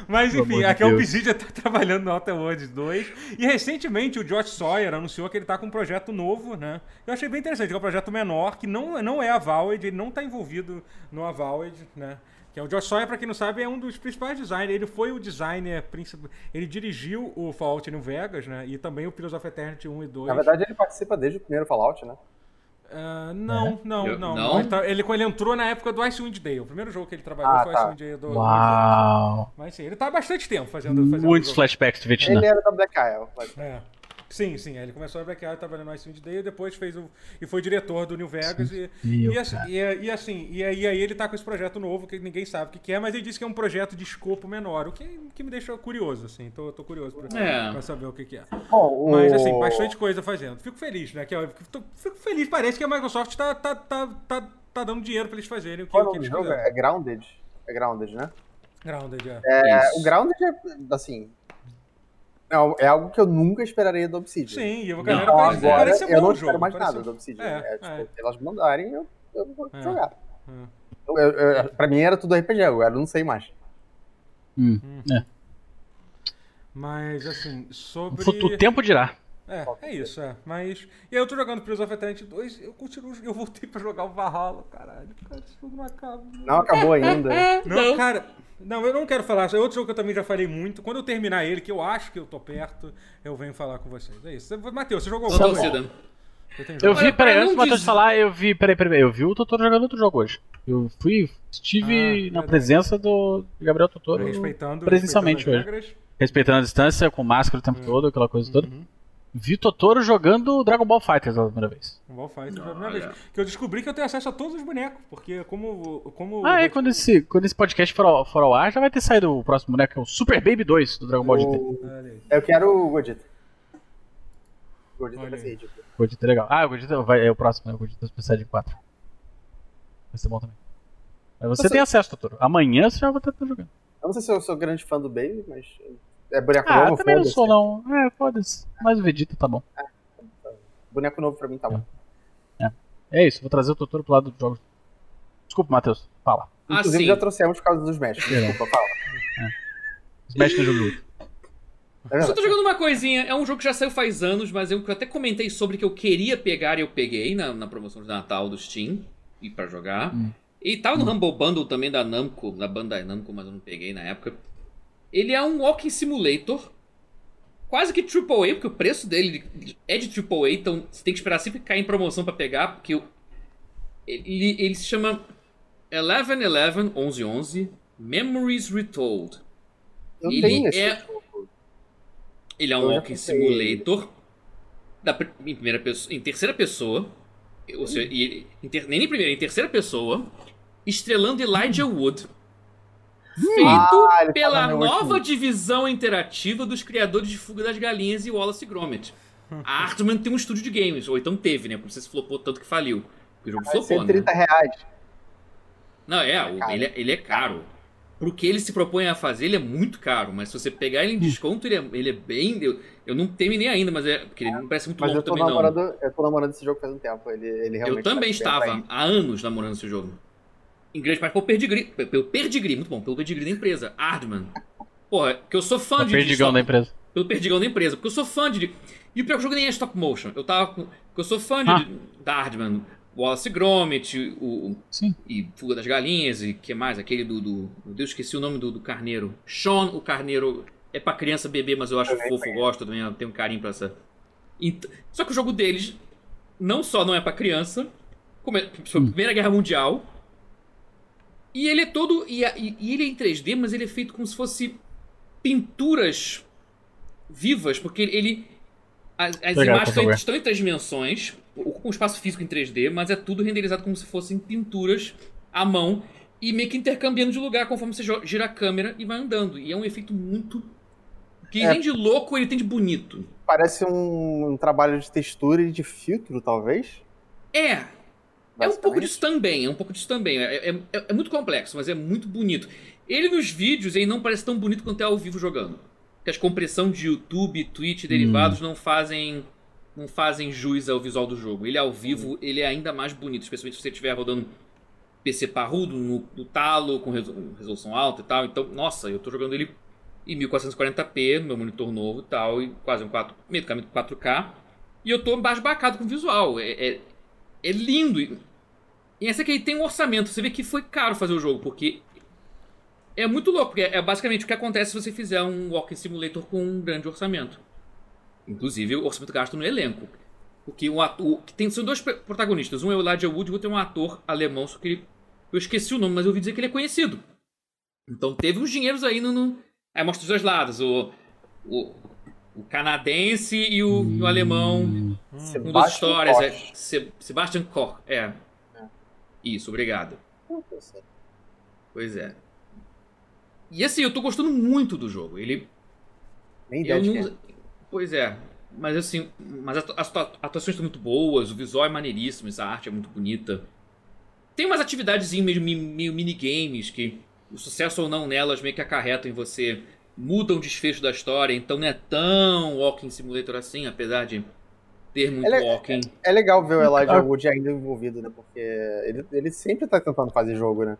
[SPEAKER 1] Mas
[SPEAKER 3] Pelo
[SPEAKER 1] enfim,
[SPEAKER 3] amor de
[SPEAKER 1] aqui a
[SPEAKER 3] Deus.
[SPEAKER 1] Obsidian tá trabalhando no Outer Worlds 2. E recentemente o Josh Sawyer anunciou que ele tá com um projeto novo, né? Eu achei bem interessante, que é um projeto menor, que não, não é a Valid, ele não tá envolvido no Avowed, né? Que é o Josh Sawyer, pra quem não sabe, é um dos principais designers. Ele foi o designer principal. Ele dirigiu o Fallout New Vegas, né? E também o Pillars of Eternity 1 e 2.
[SPEAKER 4] Na verdade, ele participa desde o primeiro Fallout, né?
[SPEAKER 1] Ah,
[SPEAKER 4] É?
[SPEAKER 1] não, não,
[SPEAKER 2] Eu-
[SPEAKER 1] não,
[SPEAKER 2] não?
[SPEAKER 1] não. Ele, tá- ele- ele entrou na época do Icewind Dale. O primeiro jogo que ele trabalhou
[SPEAKER 4] Ah,
[SPEAKER 1] foi o
[SPEAKER 4] tá.
[SPEAKER 1] Icewind Dale do.
[SPEAKER 3] Uau.
[SPEAKER 1] Mas sim, ele tá há bastante tempo fazendo. fazendo
[SPEAKER 3] Muitos
[SPEAKER 1] jogo.
[SPEAKER 3] flashbacks do Vietnã.
[SPEAKER 4] Ele é era da Black Isle. mas-
[SPEAKER 1] É. Sim, sim. Ele começou a Black Isle, trabalhando no Icewind Dale, depois fez o. E foi diretor do New Vegas. E,
[SPEAKER 3] Meu
[SPEAKER 1] e, assim, e, e assim, e aí, e aí ele tá com esse projeto novo, que ninguém sabe o que, que é, mas ele disse que é um projeto de escopo menor, o que, que me deixou curioso, assim. Tô, tô curioso pra,
[SPEAKER 2] É.
[SPEAKER 1] pra saber o que, que é.
[SPEAKER 4] Bom, o...
[SPEAKER 1] Mas assim, bastante coisa fazendo. Fico feliz, né? Que, eu tô- fico feliz, parece que a Microsoft tá, tá, tá, tá, tá dando dinheiro pra eles fazerem o que,
[SPEAKER 4] Qual é o
[SPEAKER 1] o que
[SPEAKER 4] nome do
[SPEAKER 1] eles
[SPEAKER 4] jogo?
[SPEAKER 1] quiserem.
[SPEAKER 4] É Grounded. É Grounded, né?
[SPEAKER 1] Grounded, é.
[SPEAKER 4] É,
[SPEAKER 2] Isso.
[SPEAKER 4] o Grounded é, assim... É, al- é algo que eu nunca esperaria do Obsidian.
[SPEAKER 1] Sim, e a
[SPEAKER 2] Não,
[SPEAKER 1] galera
[SPEAKER 4] Então,
[SPEAKER 1] parece,
[SPEAKER 4] agora,
[SPEAKER 1] parece ser um
[SPEAKER 4] eu
[SPEAKER 1] bom
[SPEAKER 4] não
[SPEAKER 1] o jogo.
[SPEAKER 4] espero mais
[SPEAKER 1] parece
[SPEAKER 4] nada
[SPEAKER 1] ser-
[SPEAKER 4] do Obsidian.
[SPEAKER 1] É,
[SPEAKER 4] É, tipo,
[SPEAKER 1] é.
[SPEAKER 4] se elas mandarem, eu, eu vou
[SPEAKER 1] É.
[SPEAKER 4] jogar.
[SPEAKER 1] É.
[SPEAKER 4] Eu, eu- eu- pra mim era tudo RPG, agora eu não sei mais.
[SPEAKER 3] Hum.
[SPEAKER 1] Mas assim, sobre.
[SPEAKER 3] O tempo dirá.
[SPEAKER 1] É, é isso, é. Mas. E aí eu tô jogando Pillars of Eternity 2, eu continuo. Eu voltei pra jogar o Valhalla, caralho. Cara, esse jogo não acaba.
[SPEAKER 4] Não acabou
[SPEAKER 1] É,
[SPEAKER 4] ainda.
[SPEAKER 1] Não, cara. Não, eu não quero falar. É outro jogo que eu também já falei muito. Quando eu terminar ele, que eu acho que eu tô perto, eu venho falar com vocês. É isso. Matheus, você jogou
[SPEAKER 2] Ô,
[SPEAKER 1] algum?
[SPEAKER 2] torcida.
[SPEAKER 1] Você tem
[SPEAKER 3] Eu
[SPEAKER 1] jogo?
[SPEAKER 3] vi,
[SPEAKER 2] Olha,
[SPEAKER 3] peraí,
[SPEAKER 2] pra
[SPEAKER 3] antes do
[SPEAKER 2] não
[SPEAKER 3] Matheus
[SPEAKER 2] dizer-
[SPEAKER 3] falar, eu vi, peraí, peraí, eu vi o Totoro jogando outro jogo hoje. Eu fui, estive
[SPEAKER 1] Ah,
[SPEAKER 3] na
[SPEAKER 1] verdade.
[SPEAKER 3] presença do Gabriel Totoro,
[SPEAKER 1] Respeitando,
[SPEAKER 3] presencialmente
[SPEAKER 1] respeitando
[SPEAKER 3] hoje.
[SPEAKER 1] as regras.
[SPEAKER 3] Respeitando a distância, com máscara o tempo
[SPEAKER 1] Hum.
[SPEAKER 3] todo, aquela coisa toda.
[SPEAKER 1] Uhum.
[SPEAKER 3] Vi Totoro jogando Dragon Ball Fighters pela primeira vez.
[SPEAKER 1] Um Ball Fighter foi a primeira
[SPEAKER 2] Olha.
[SPEAKER 1] vez. Que eu descobri que eu tenho acesso a todos os bonecos. Porque como. como
[SPEAKER 3] Ah, e quando esse, quando esse podcast for ao, for ao ar, já vai ter saído o próximo boneco, que é o Super Baby 2 do Dragon Ball GT.
[SPEAKER 4] Eu,
[SPEAKER 1] Olha aí.
[SPEAKER 4] eu quero o Godita. O Godita
[SPEAKER 1] Olha
[SPEAKER 4] vai ser
[SPEAKER 1] aí.
[SPEAKER 4] ridículo.
[SPEAKER 3] O Gogeta é legal. Ah, o Gogeta vai, é o próximo, né? O Gogeta Super Saiyajin 4. Vai ser bom também. Mas você,
[SPEAKER 4] Você-
[SPEAKER 3] tem acesso, Totoro. Amanhã você já vai estar jogando.
[SPEAKER 4] Eu não sei se eu sou grande fã do Baby, mas é boneco
[SPEAKER 3] Ah, eu
[SPEAKER 4] novo,
[SPEAKER 3] também não
[SPEAKER 4] foda-se.
[SPEAKER 3] sou, não. É, foda-se. Mas o Vegeta tá bom.
[SPEAKER 4] Boneco novo pra mim tá bom.
[SPEAKER 3] É isso, vou trazer o Totoro pro lado dos jogos. Desculpa, Matheus. Fala.
[SPEAKER 2] Ah,
[SPEAKER 4] Inclusive
[SPEAKER 2] sim. É.
[SPEAKER 4] já trouxemos por causa dos mestres. Desculpa, fala.
[SPEAKER 3] Smash no jogo.
[SPEAKER 4] É
[SPEAKER 2] Só tô
[SPEAKER 4] verdade.
[SPEAKER 2] jogando uma coisinha. É um jogo que já saiu faz anos, mas eu que eu até comentei sobre que eu queria pegar e eu peguei na, na promoção de Natal do Steam e para jogar.
[SPEAKER 3] Hum.
[SPEAKER 2] E tava no Humble Bundle também da Namco, da Bandai Namco, mas eu não peguei na época. Ele é um walking simulator, quase que AAA, porque o preço dele é de AAA, então você tem que esperar sempre cair em promoção pra pegar, porque o- ele, ele se chama 1111, 1111 Memories Retold.
[SPEAKER 4] Eu
[SPEAKER 2] Ele
[SPEAKER 4] tenho esse
[SPEAKER 2] é-
[SPEAKER 4] jogo.
[SPEAKER 2] Ele é
[SPEAKER 4] Eu
[SPEAKER 2] um
[SPEAKER 4] já
[SPEAKER 2] walking
[SPEAKER 4] comprei ele.
[SPEAKER 2] simulator da, pri- em primeira pessoa, em terceira pessoa, ou seja, e ele- em ter- nem em primeira, em terceira pessoa, estrelando Elijah Wood, feito
[SPEAKER 4] Ah, ele tá
[SPEAKER 2] pela
[SPEAKER 4] no meu último.
[SPEAKER 2] nova divisão interativa dos criadores de Fuga das Galinhas e Wallace e Gromit. A Artman tem um estúdio de games, ou então teve, né? Porque se flopou tanto que faliu. Porque o jogo
[SPEAKER 4] Vai
[SPEAKER 2] flopou,
[SPEAKER 4] ser
[SPEAKER 2] né?
[SPEAKER 4] 30 reais.
[SPEAKER 2] Não, é, o-
[SPEAKER 4] caro.
[SPEAKER 2] ele, ele é caro. Pro que ele se propõe a fazer, ele é muito caro. Mas se você pegar ele em desconto, ele é, ele é bem. Eu, eu não terminei ainda, mas é. Porque ele não parece muito
[SPEAKER 4] Mas
[SPEAKER 2] longo
[SPEAKER 4] eu tô,
[SPEAKER 2] também, não.
[SPEAKER 4] namorando, eu tô namorando esse jogo faz um tempo. Ele, ele realmente
[SPEAKER 2] Eu também
[SPEAKER 4] tá bem
[SPEAKER 2] estava
[SPEAKER 4] atraente.
[SPEAKER 2] há anos namorando esse jogo. Em grande parte pelo pedigree. pe- Pelo pedigree, muito bom, pelo pedigree da empresa. Hardman. Porra, que eu sou fã
[SPEAKER 3] O
[SPEAKER 2] de.
[SPEAKER 3] Tá perdigão
[SPEAKER 2] de
[SPEAKER 3] da empresa.
[SPEAKER 2] Pelo perdigão da empresa, porque eu sou fã de. E o pior que o jogo nem é stop motion. Eu tava com. porque Eu sou fã de,
[SPEAKER 3] Ah.
[SPEAKER 2] da Hardman, Wallace e Gromit, o, o-
[SPEAKER 3] Sim.
[SPEAKER 2] e Fuga das Galinhas, e que mais? Aquele do. do meu Deus, esqueci o nome do, do carneiro. Sean, o carneiro É pra criança beber, mas eu acho
[SPEAKER 4] Também
[SPEAKER 2] fofo, gosto também, eu tenho um carinho pra essa. Ent- Só que o jogo deles não só não é pra criança, como é sobre a Primeira Guerra Mundial. E ele é todo. E, a- e- e ele é em 3D, mas ele é feito como se fosse pinturas vivas, porque ele. As, as
[SPEAKER 3] Legal,
[SPEAKER 2] imagens
[SPEAKER 3] Tataguá.
[SPEAKER 2] estão em três dimensões, ocupa um espaço físico em 3D, mas é tudo renderizado como se fossem pinturas à mão e meio que intercambiando de lugar conforme você jo- gira a câmera e vai andando. E é um efeito muito. Que
[SPEAKER 4] É.
[SPEAKER 2] nem de louco ele tem de bonito.
[SPEAKER 4] Parece um, um trabalho de textura e de filtro, talvez.
[SPEAKER 2] É, É um
[SPEAKER 4] basicamente.
[SPEAKER 2] pouco disso também, é um pouco disso também. É, é- é- é muito complexo, mas é muito bonito. Ele nos vídeos ele não parece tão bonito quanto é ao vivo jogando. Porque as compressão de YouTube, Twitch e derivados não fazem não fazem juiz ao visual do jogo. Ele ao vivo, ele é ainda mais bonito, especialmente se você estiver rodando PC parrudo no, no talo com resol- resolução alta e tal. Então, nossa, eu tô jogando ele em 1440p, no meu monitor novo e tal, e quase um 4, meio do caminho do 4K. E eu tô embasbacado com o visual. É, é, é lindo. E- E essa que ele tem um orçamento. Você vê que foi caro fazer o jogo, porque é muito louco. Porque é basicamente o que acontece se você fizer um Walking Simulator com um grande orçamento. Inclusive o orçamento gasto no elenco. Porque um o ator. Que tem, são dois pe- protagonistas. Um é o Elijah Wood e o outro é um ator alemão, só que ele. Eu esqueci o nome, mas eu ouvi dizer que ele é conhecido. Então teve uns dinheiros aí no. no- aí mostra os dois lados. O. O, o canadense e o, e o alemão
[SPEAKER 4] Sebastian
[SPEAKER 2] um das histórias é
[SPEAKER 4] Koch.
[SPEAKER 2] Se- Sebastian Koch, é. Isso, obrigado.
[SPEAKER 4] assim,
[SPEAKER 2] Pois é. E assim, eu tô gostando muito do jogo. Ele
[SPEAKER 4] Nem
[SPEAKER 2] eu
[SPEAKER 4] ideia de
[SPEAKER 2] não-
[SPEAKER 4] quem é.
[SPEAKER 2] Pois é. Mas assim, mas as as atua- atuações estão muito boas, o visual é maneiríssimo, essa arte é muito bonita. Tem umas atividades meio, mi- meio minigames que o sucesso ou não nelas meio que acarretam em você, mudam o desfecho da história, então não é tão walking simulator assim, apesar de ter muito
[SPEAKER 4] Ele é-
[SPEAKER 2] walking.
[SPEAKER 4] É legal ver o Elijah
[SPEAKER 3] Ah.
[SPEAKER 4] Wood ainda envolvido, né? Porque ele, ele sempre tá tentando fazer jogo, né?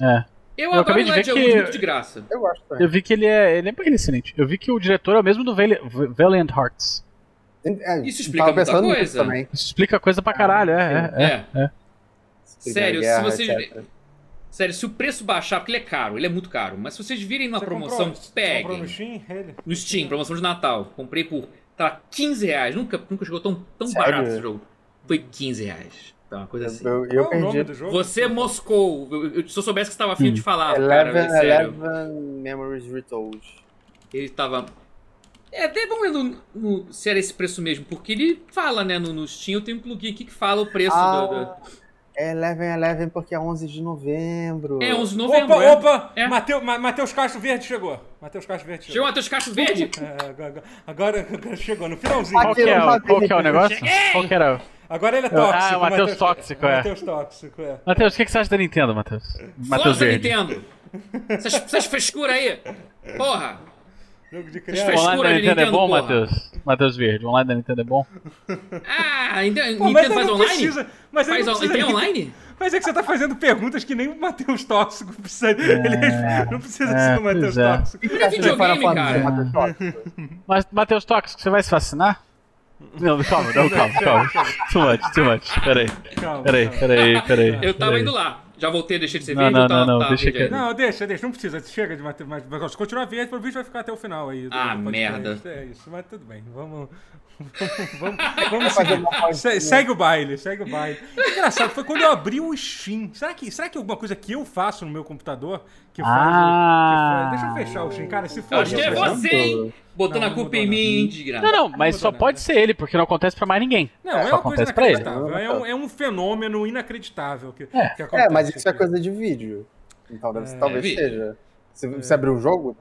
[SPEAKER 3] É.
[SPEAKER 2] Eu,
[SPEAKER 3] Eu
[SPEAKER 2] adoro
[SPEAKER 3] acabei
[SPEAKER 2] o
[SPEAKER 3] de ver
[SPEAKER 2] Elijah
[SPEAKER 3] que-
[SPEAKER 2] Wood é um muito de graça.
[SPEAKER 4] Eu gosto também.
[SPEAKER 3] Eu vi que ele é. Ele é ele é excelente. Eu vi que o diretor é o mesmo do Vali- V- Valiant Hearts.
[SPEAKER 4] É,
[SPEAKER 2] Isso explica
[SPEAKER 4] tava
[SPEAKER 2] muita
[SPEAKER 4] pensando nisso
[SPEAKER 2] coisa.
[SPEAKER 4] também.
[SPEAKER 3] Isso explica coisa pra caralho, é, é, é.
[SPEAKER 2] É. Sério,
[SPEAKER 4] Guerra,
[SPEAKER 2] se vocês-
[SPEAKER 4] etc.
[SPEAKER 2] Sério, se o preço baixar, porque ele é caro, ele é muito caro, mas se vocês virem uma
[SPEAKER 1] Você
[SPEAKER 2] promoção,
[SPEAKER 1] comprou, você comprou
[SPEAKER 2] peguem.
[SPEAKER 1] no Steam? Ele?
[SPEAKER 2] No Steam, promoção de Natal. Comprei por tá, 15 reais. Nunca, nunca chegou tão, tão
[SPEAKER 4] Sério?
[SPEAKER 2] barato esse jogo. Foi 15 reais. Tá, uma coisa assim.
[SPEAKER 4] Eu, eu,
[SPEAKER 1] Qual é o nome
[SPEAKER 4] perdi.
[SPEAKER 1] do jogo?
[SPEAKER 2] Você moscou. Eu- eu- se eu soubesse que você tava afim de falar, cara,
[SPEAKER 4] Hum. Eleven,
[SPEAKER 2] sério.
[SPEAKER 4] Eleven Memories Retold.
[SPEAKER 2] Ele tava. É, até vamos ver no, no- se era esse preço mesmo, porque ele fala, né, no, no Steam, eu tenho um plugin aqui que fala o preço
[SPEAKER 4] Ah,
[SPEAKER 2] do, do-
[SPEAKER 4] É Eleven, Eleven, porque é 11 de novembro.
[SPEAKER 2] É 11 de novembro.
[SPEAKER 1] Opa,
[SPEAKER 2] é.
[SPEAKER 1] opa!
[SPEAKER 2] É.
[SPEAKER 1] Mateus Ma- Mateus Castro Verde chegou. Matheus Castro Verde
[SPEAKER 2] Chegou
[SPEAKER 1] chegou.
[SPEAKER 2] até os cachos verde?
[SPEAKER 1] É, agora, agora- agora chegou, no finalzinho.
[SPEAKER 4] Ah,
[SPEAKER 3] Qual que é, o, qual que é o negócio? Qual que era? o-
[SPEAKER 1] Agora ele é tóxico.
[SPEAKER 3] Ah, é o Mateus
[SPEAKER 1] Mateus-
[SPEAKER 3] tóxico, é.
[SPEAKER 1] Mateus tóxico, é.
[SPEAKER 3] Matheus, o que que você acha da Nintendo, Matheus? Matheus
[SPEAKER 2] Foda-se da
[SPEAKER 3] Verde.
[SPEAKER 2] Nintendo! Essas, essas frescuras aí! Porra!
[SPEAKER 1] Jogo de
[SPEAKER 3] O
[SPEAKER 1] criança.
[SPEAKER 2] Fez-
[SPEAKER 3] online
[SPEAKER 2] frescura
[SPEAKER 3] da
[SPEAKER 2] de
[SPEAKER 3] Nintendo é
[SPEAKER 2] Nintendo,
[SPEAKER 3] bom,
[SPEAKER 2] porra.
[SPEAKER 3] Matheus? Matheus Verde, o online da Nintendo é bom?
[SPEAKER 2] Ah, ainda,
[SPEAKER 1] Pô, mas
[SPEAKER 2] Nintendo
[SPEAKER 1] ele
[SPEAKER 2] faz
[SPEAKER 1] não
[SPEAKER 2] online?
[SPEAKER 1] precisa- mas ele
[SPEAKER 2] faz
[SPEAKER 1] não
[SPEAKER 2] on-
[SPEAKER 1] precisa
[SPEAKER 2] Tem
[SPEAKER 1] nem-
[SPEAKER 2] online?
[SPEAKER 1] Mas é que você tá fazendo perguntas que nem o Mateus Tóxico precisa. ele não precisa
[SPEAKER 3] é,
[SPEAKER 1] ser o Mateus
[SPEAKER 3] pois é.
[SPEAKER 1] Tóxico.
[SPEAKER 4] Você acha de
[SPEAKER 2] videogame,
[SPEAKER 4] Final
[SPEAKER 2] cara.
[SPEAKER 3] né?
[SPEAKER 4] Fantasy, Matheus Tóxico?
[SPEAKER 3] Mas, Matheus Tóxico, você vai se vacinar? Não, calma, não, calma, calma. Too much, too much. Peraí,
[SPEAKER 1] Calma,
[SPEAKER 3] peraí,
[SPEAKER 1] calma.
[SPEAKER 3] peraí, peraí.
[SPEAKER 2] Eu tava
[SPEAKER 3] peraí.
[SPEAKER 2] indo lá. Já voltei, deixei de ser tá,
[SPEAKER 3] Não,
[SPEAKER 2] verde?
[SPEAKER 3] não,
[SPEAKER 2] eu tava,
[SPEAKER 3] não, não,
[SPEAKER 2] tava
[SPEAKER 3] deixa
[SPEAKER 2] verde
[SPEAKER 3] que-
[SPEAKER 2] ainda.
[SPEAKER 1] Não, deixa, deixa. Não precisa. Chega de Mateus. Mas mas continua verde, pelo vídeo vai ficar até o final aí. do-
[SPEAKER 2] Ah,
[SPEAKER 1] do podcast.
[SPEAKER 2] merda.
[SPEAKER 1] É isso, mas tudo bem. Vamos. Vamos, vamos
[SPEAKER 4] fazer
[SPEAKER 1] seguir.
[SPEAKER 4] uma pausinha.
[SPEAKER 1] Se- segue o baile, segue o baile. Engraçado, foi quando eu abri o Steam. Será que, será que é alguma coisa que eu faço no meu computador que faz. o-
[SPEAKER 3] Ah.
[SPEAKER 1] que faz- Deixa eu fechar o Steam, cara. Se for. né?
[SPEAKER 2] Acho que é
[SPEAKER 1] isso,
[SPEAKER 2] você, hein? Botando
[SPEAKER 1] Não,
[SPEAKER 2] a culpa
[SPEAKER 1] não
[SPEAKER 2] em
[SPEAKER 1] mudou,
[SPEAKER 2] mim,
[SPEAKER 3] Não,
[SPEAKER 2] indignado.
[SPEAKER 3] não, mas só
[SPEAKER 1] mudou
[SPEAKER 3] pode
[SPEAKER 1] nada.
[SPEAKER 3] ser ele, porque não acontece pra mais ninguém.
[SPEAKER 1] Não, é,
[SPEAKER 3] só
[SPEAKER 1] uma coisa
[SPEAKER 3] acontece pra ele.
[SPEAKER 1] inacreditável. É um, é um fenômeno inacreditável que,
[SPEAKER 3] É.
[SPEAKER 1] que acontece.
[SPEAKER 4] É, mas isso é
[SPEAKER 1] aqui.
[SPEAKER 4] coisa de vídeo. Então deve-
[SPEAKER 1] É,
[SPEAKER 4] talvez
[SPEAKER 2] vídeo.
[SPEAKER 4] seja. Se você abrir o jogo,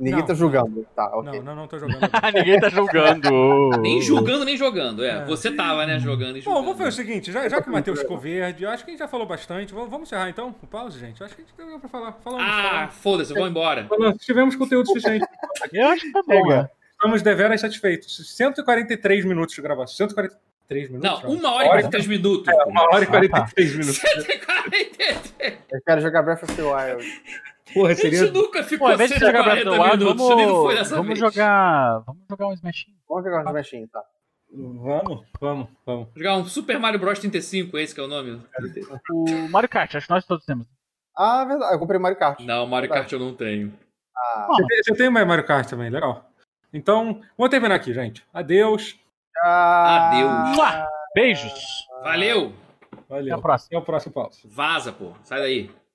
[SPEAKER 4] ninguém
[SPEAKER 1] Não,
[SPEAKER 4] tá julgando. Tá,
[SPEAKER 1] Não,
[SPEAKER 4] ok.
[SPEAKER 1] não, não tô jogando.
[SPEAKER 2] Ah,
[SPEAKER 3] Ninguém tá julgando.
[SPEAKER 2] Nem julgando, nem jogando. É,
[SPEAKER 1] É.
[SPEAKER 2] você tava, né, jogando e
[SPEAKER 1] Bom,
[SPEAKER 2] jogando.
[SPEAKER 1] vamos fazer o seguinte, já, já que o Matheus ficou verde, eu acho que a gente já falou bastante. Vamos, vamos encerrar então o pause, gente? Eu acho que a gente deu pra falar. um. Falamos,
[SPEAKER 2] Ah, foda-se, eu vou embora.
[SPEAKER 1] falamos. Tivemos conteúdo suficiente.
[SPEAKER 3] Eu acho que tá bom,
[SPEAKER 4] Chega.
[SPEAKER 3] né?
[SPEAKER 1] Estamos deveras satisfeitos. 143 minutos de gravação. 143 minutos?
[SPEAKER 2] Não, uma hora e 43 minutos.
[SPEAKER 3] É,
[SPEAKER 2] é
[SPEAKER 1] Uma
[SPEAKER 3] Ah,
[SPEAKER 1] hora e
[SPEAKER 3] tá.
[SPEAKER 1] 43 minutos.
[SPEAKER 2] 143.
[SPEAKER 4] Eu quero jogar Breath of the Wild.
[SPEAKER 1] Porra,
[SPEAKER 2] A gente nunca ficou
[SPEAKER 3] Pô, ao invés de jogar
[SPEAKER 2] 140
[SPEAKER 3] Breath of the Wild,
[SPEAKER 2] minutos. Isso nem foi
[SPEAKER 3] vamos,
[SPEAKER 2] dessa
[SPEAKER 3] vamos
[SPEAKER 2] vez.
[SPEAKER 3] jogar. Vamos jogar um Smashinho.
[SPEAKER 4] Vamos jogar uns mexinhos, tá?
[SPEAKER 1] Vamos, vamos, vamos.
[SPEAKER 2] Jogar um Super Mario Bros 35, é esse que é o nome?
[SPEAKER 3] O Mario Kart, acho que nós todos temos.
[SPEAKER 4] Ah, verdade. Eu comprei Mario Kart.
[SPEAKER 2] Não, Mario Kart eu não tenho.
[SPEAKER 1] Ah. Eu, tenho, eu tenho Mario Kart também, legal. Então, vou terminar aqui, gente. Adeus.
[SPEAKER 2] Adeus.
[SPEAKER 4] Ah!
[SPEAKER 3] Mua! Beijos.
[SPEAKER 2] Valeu.
[SPEAKER 1] Valeu.
[SPEAKER 3] Até a próxima.
[SPEAKER 1] Até o próximo pausa.
[SPEAKER 2] Vaza, pô. Sai daí.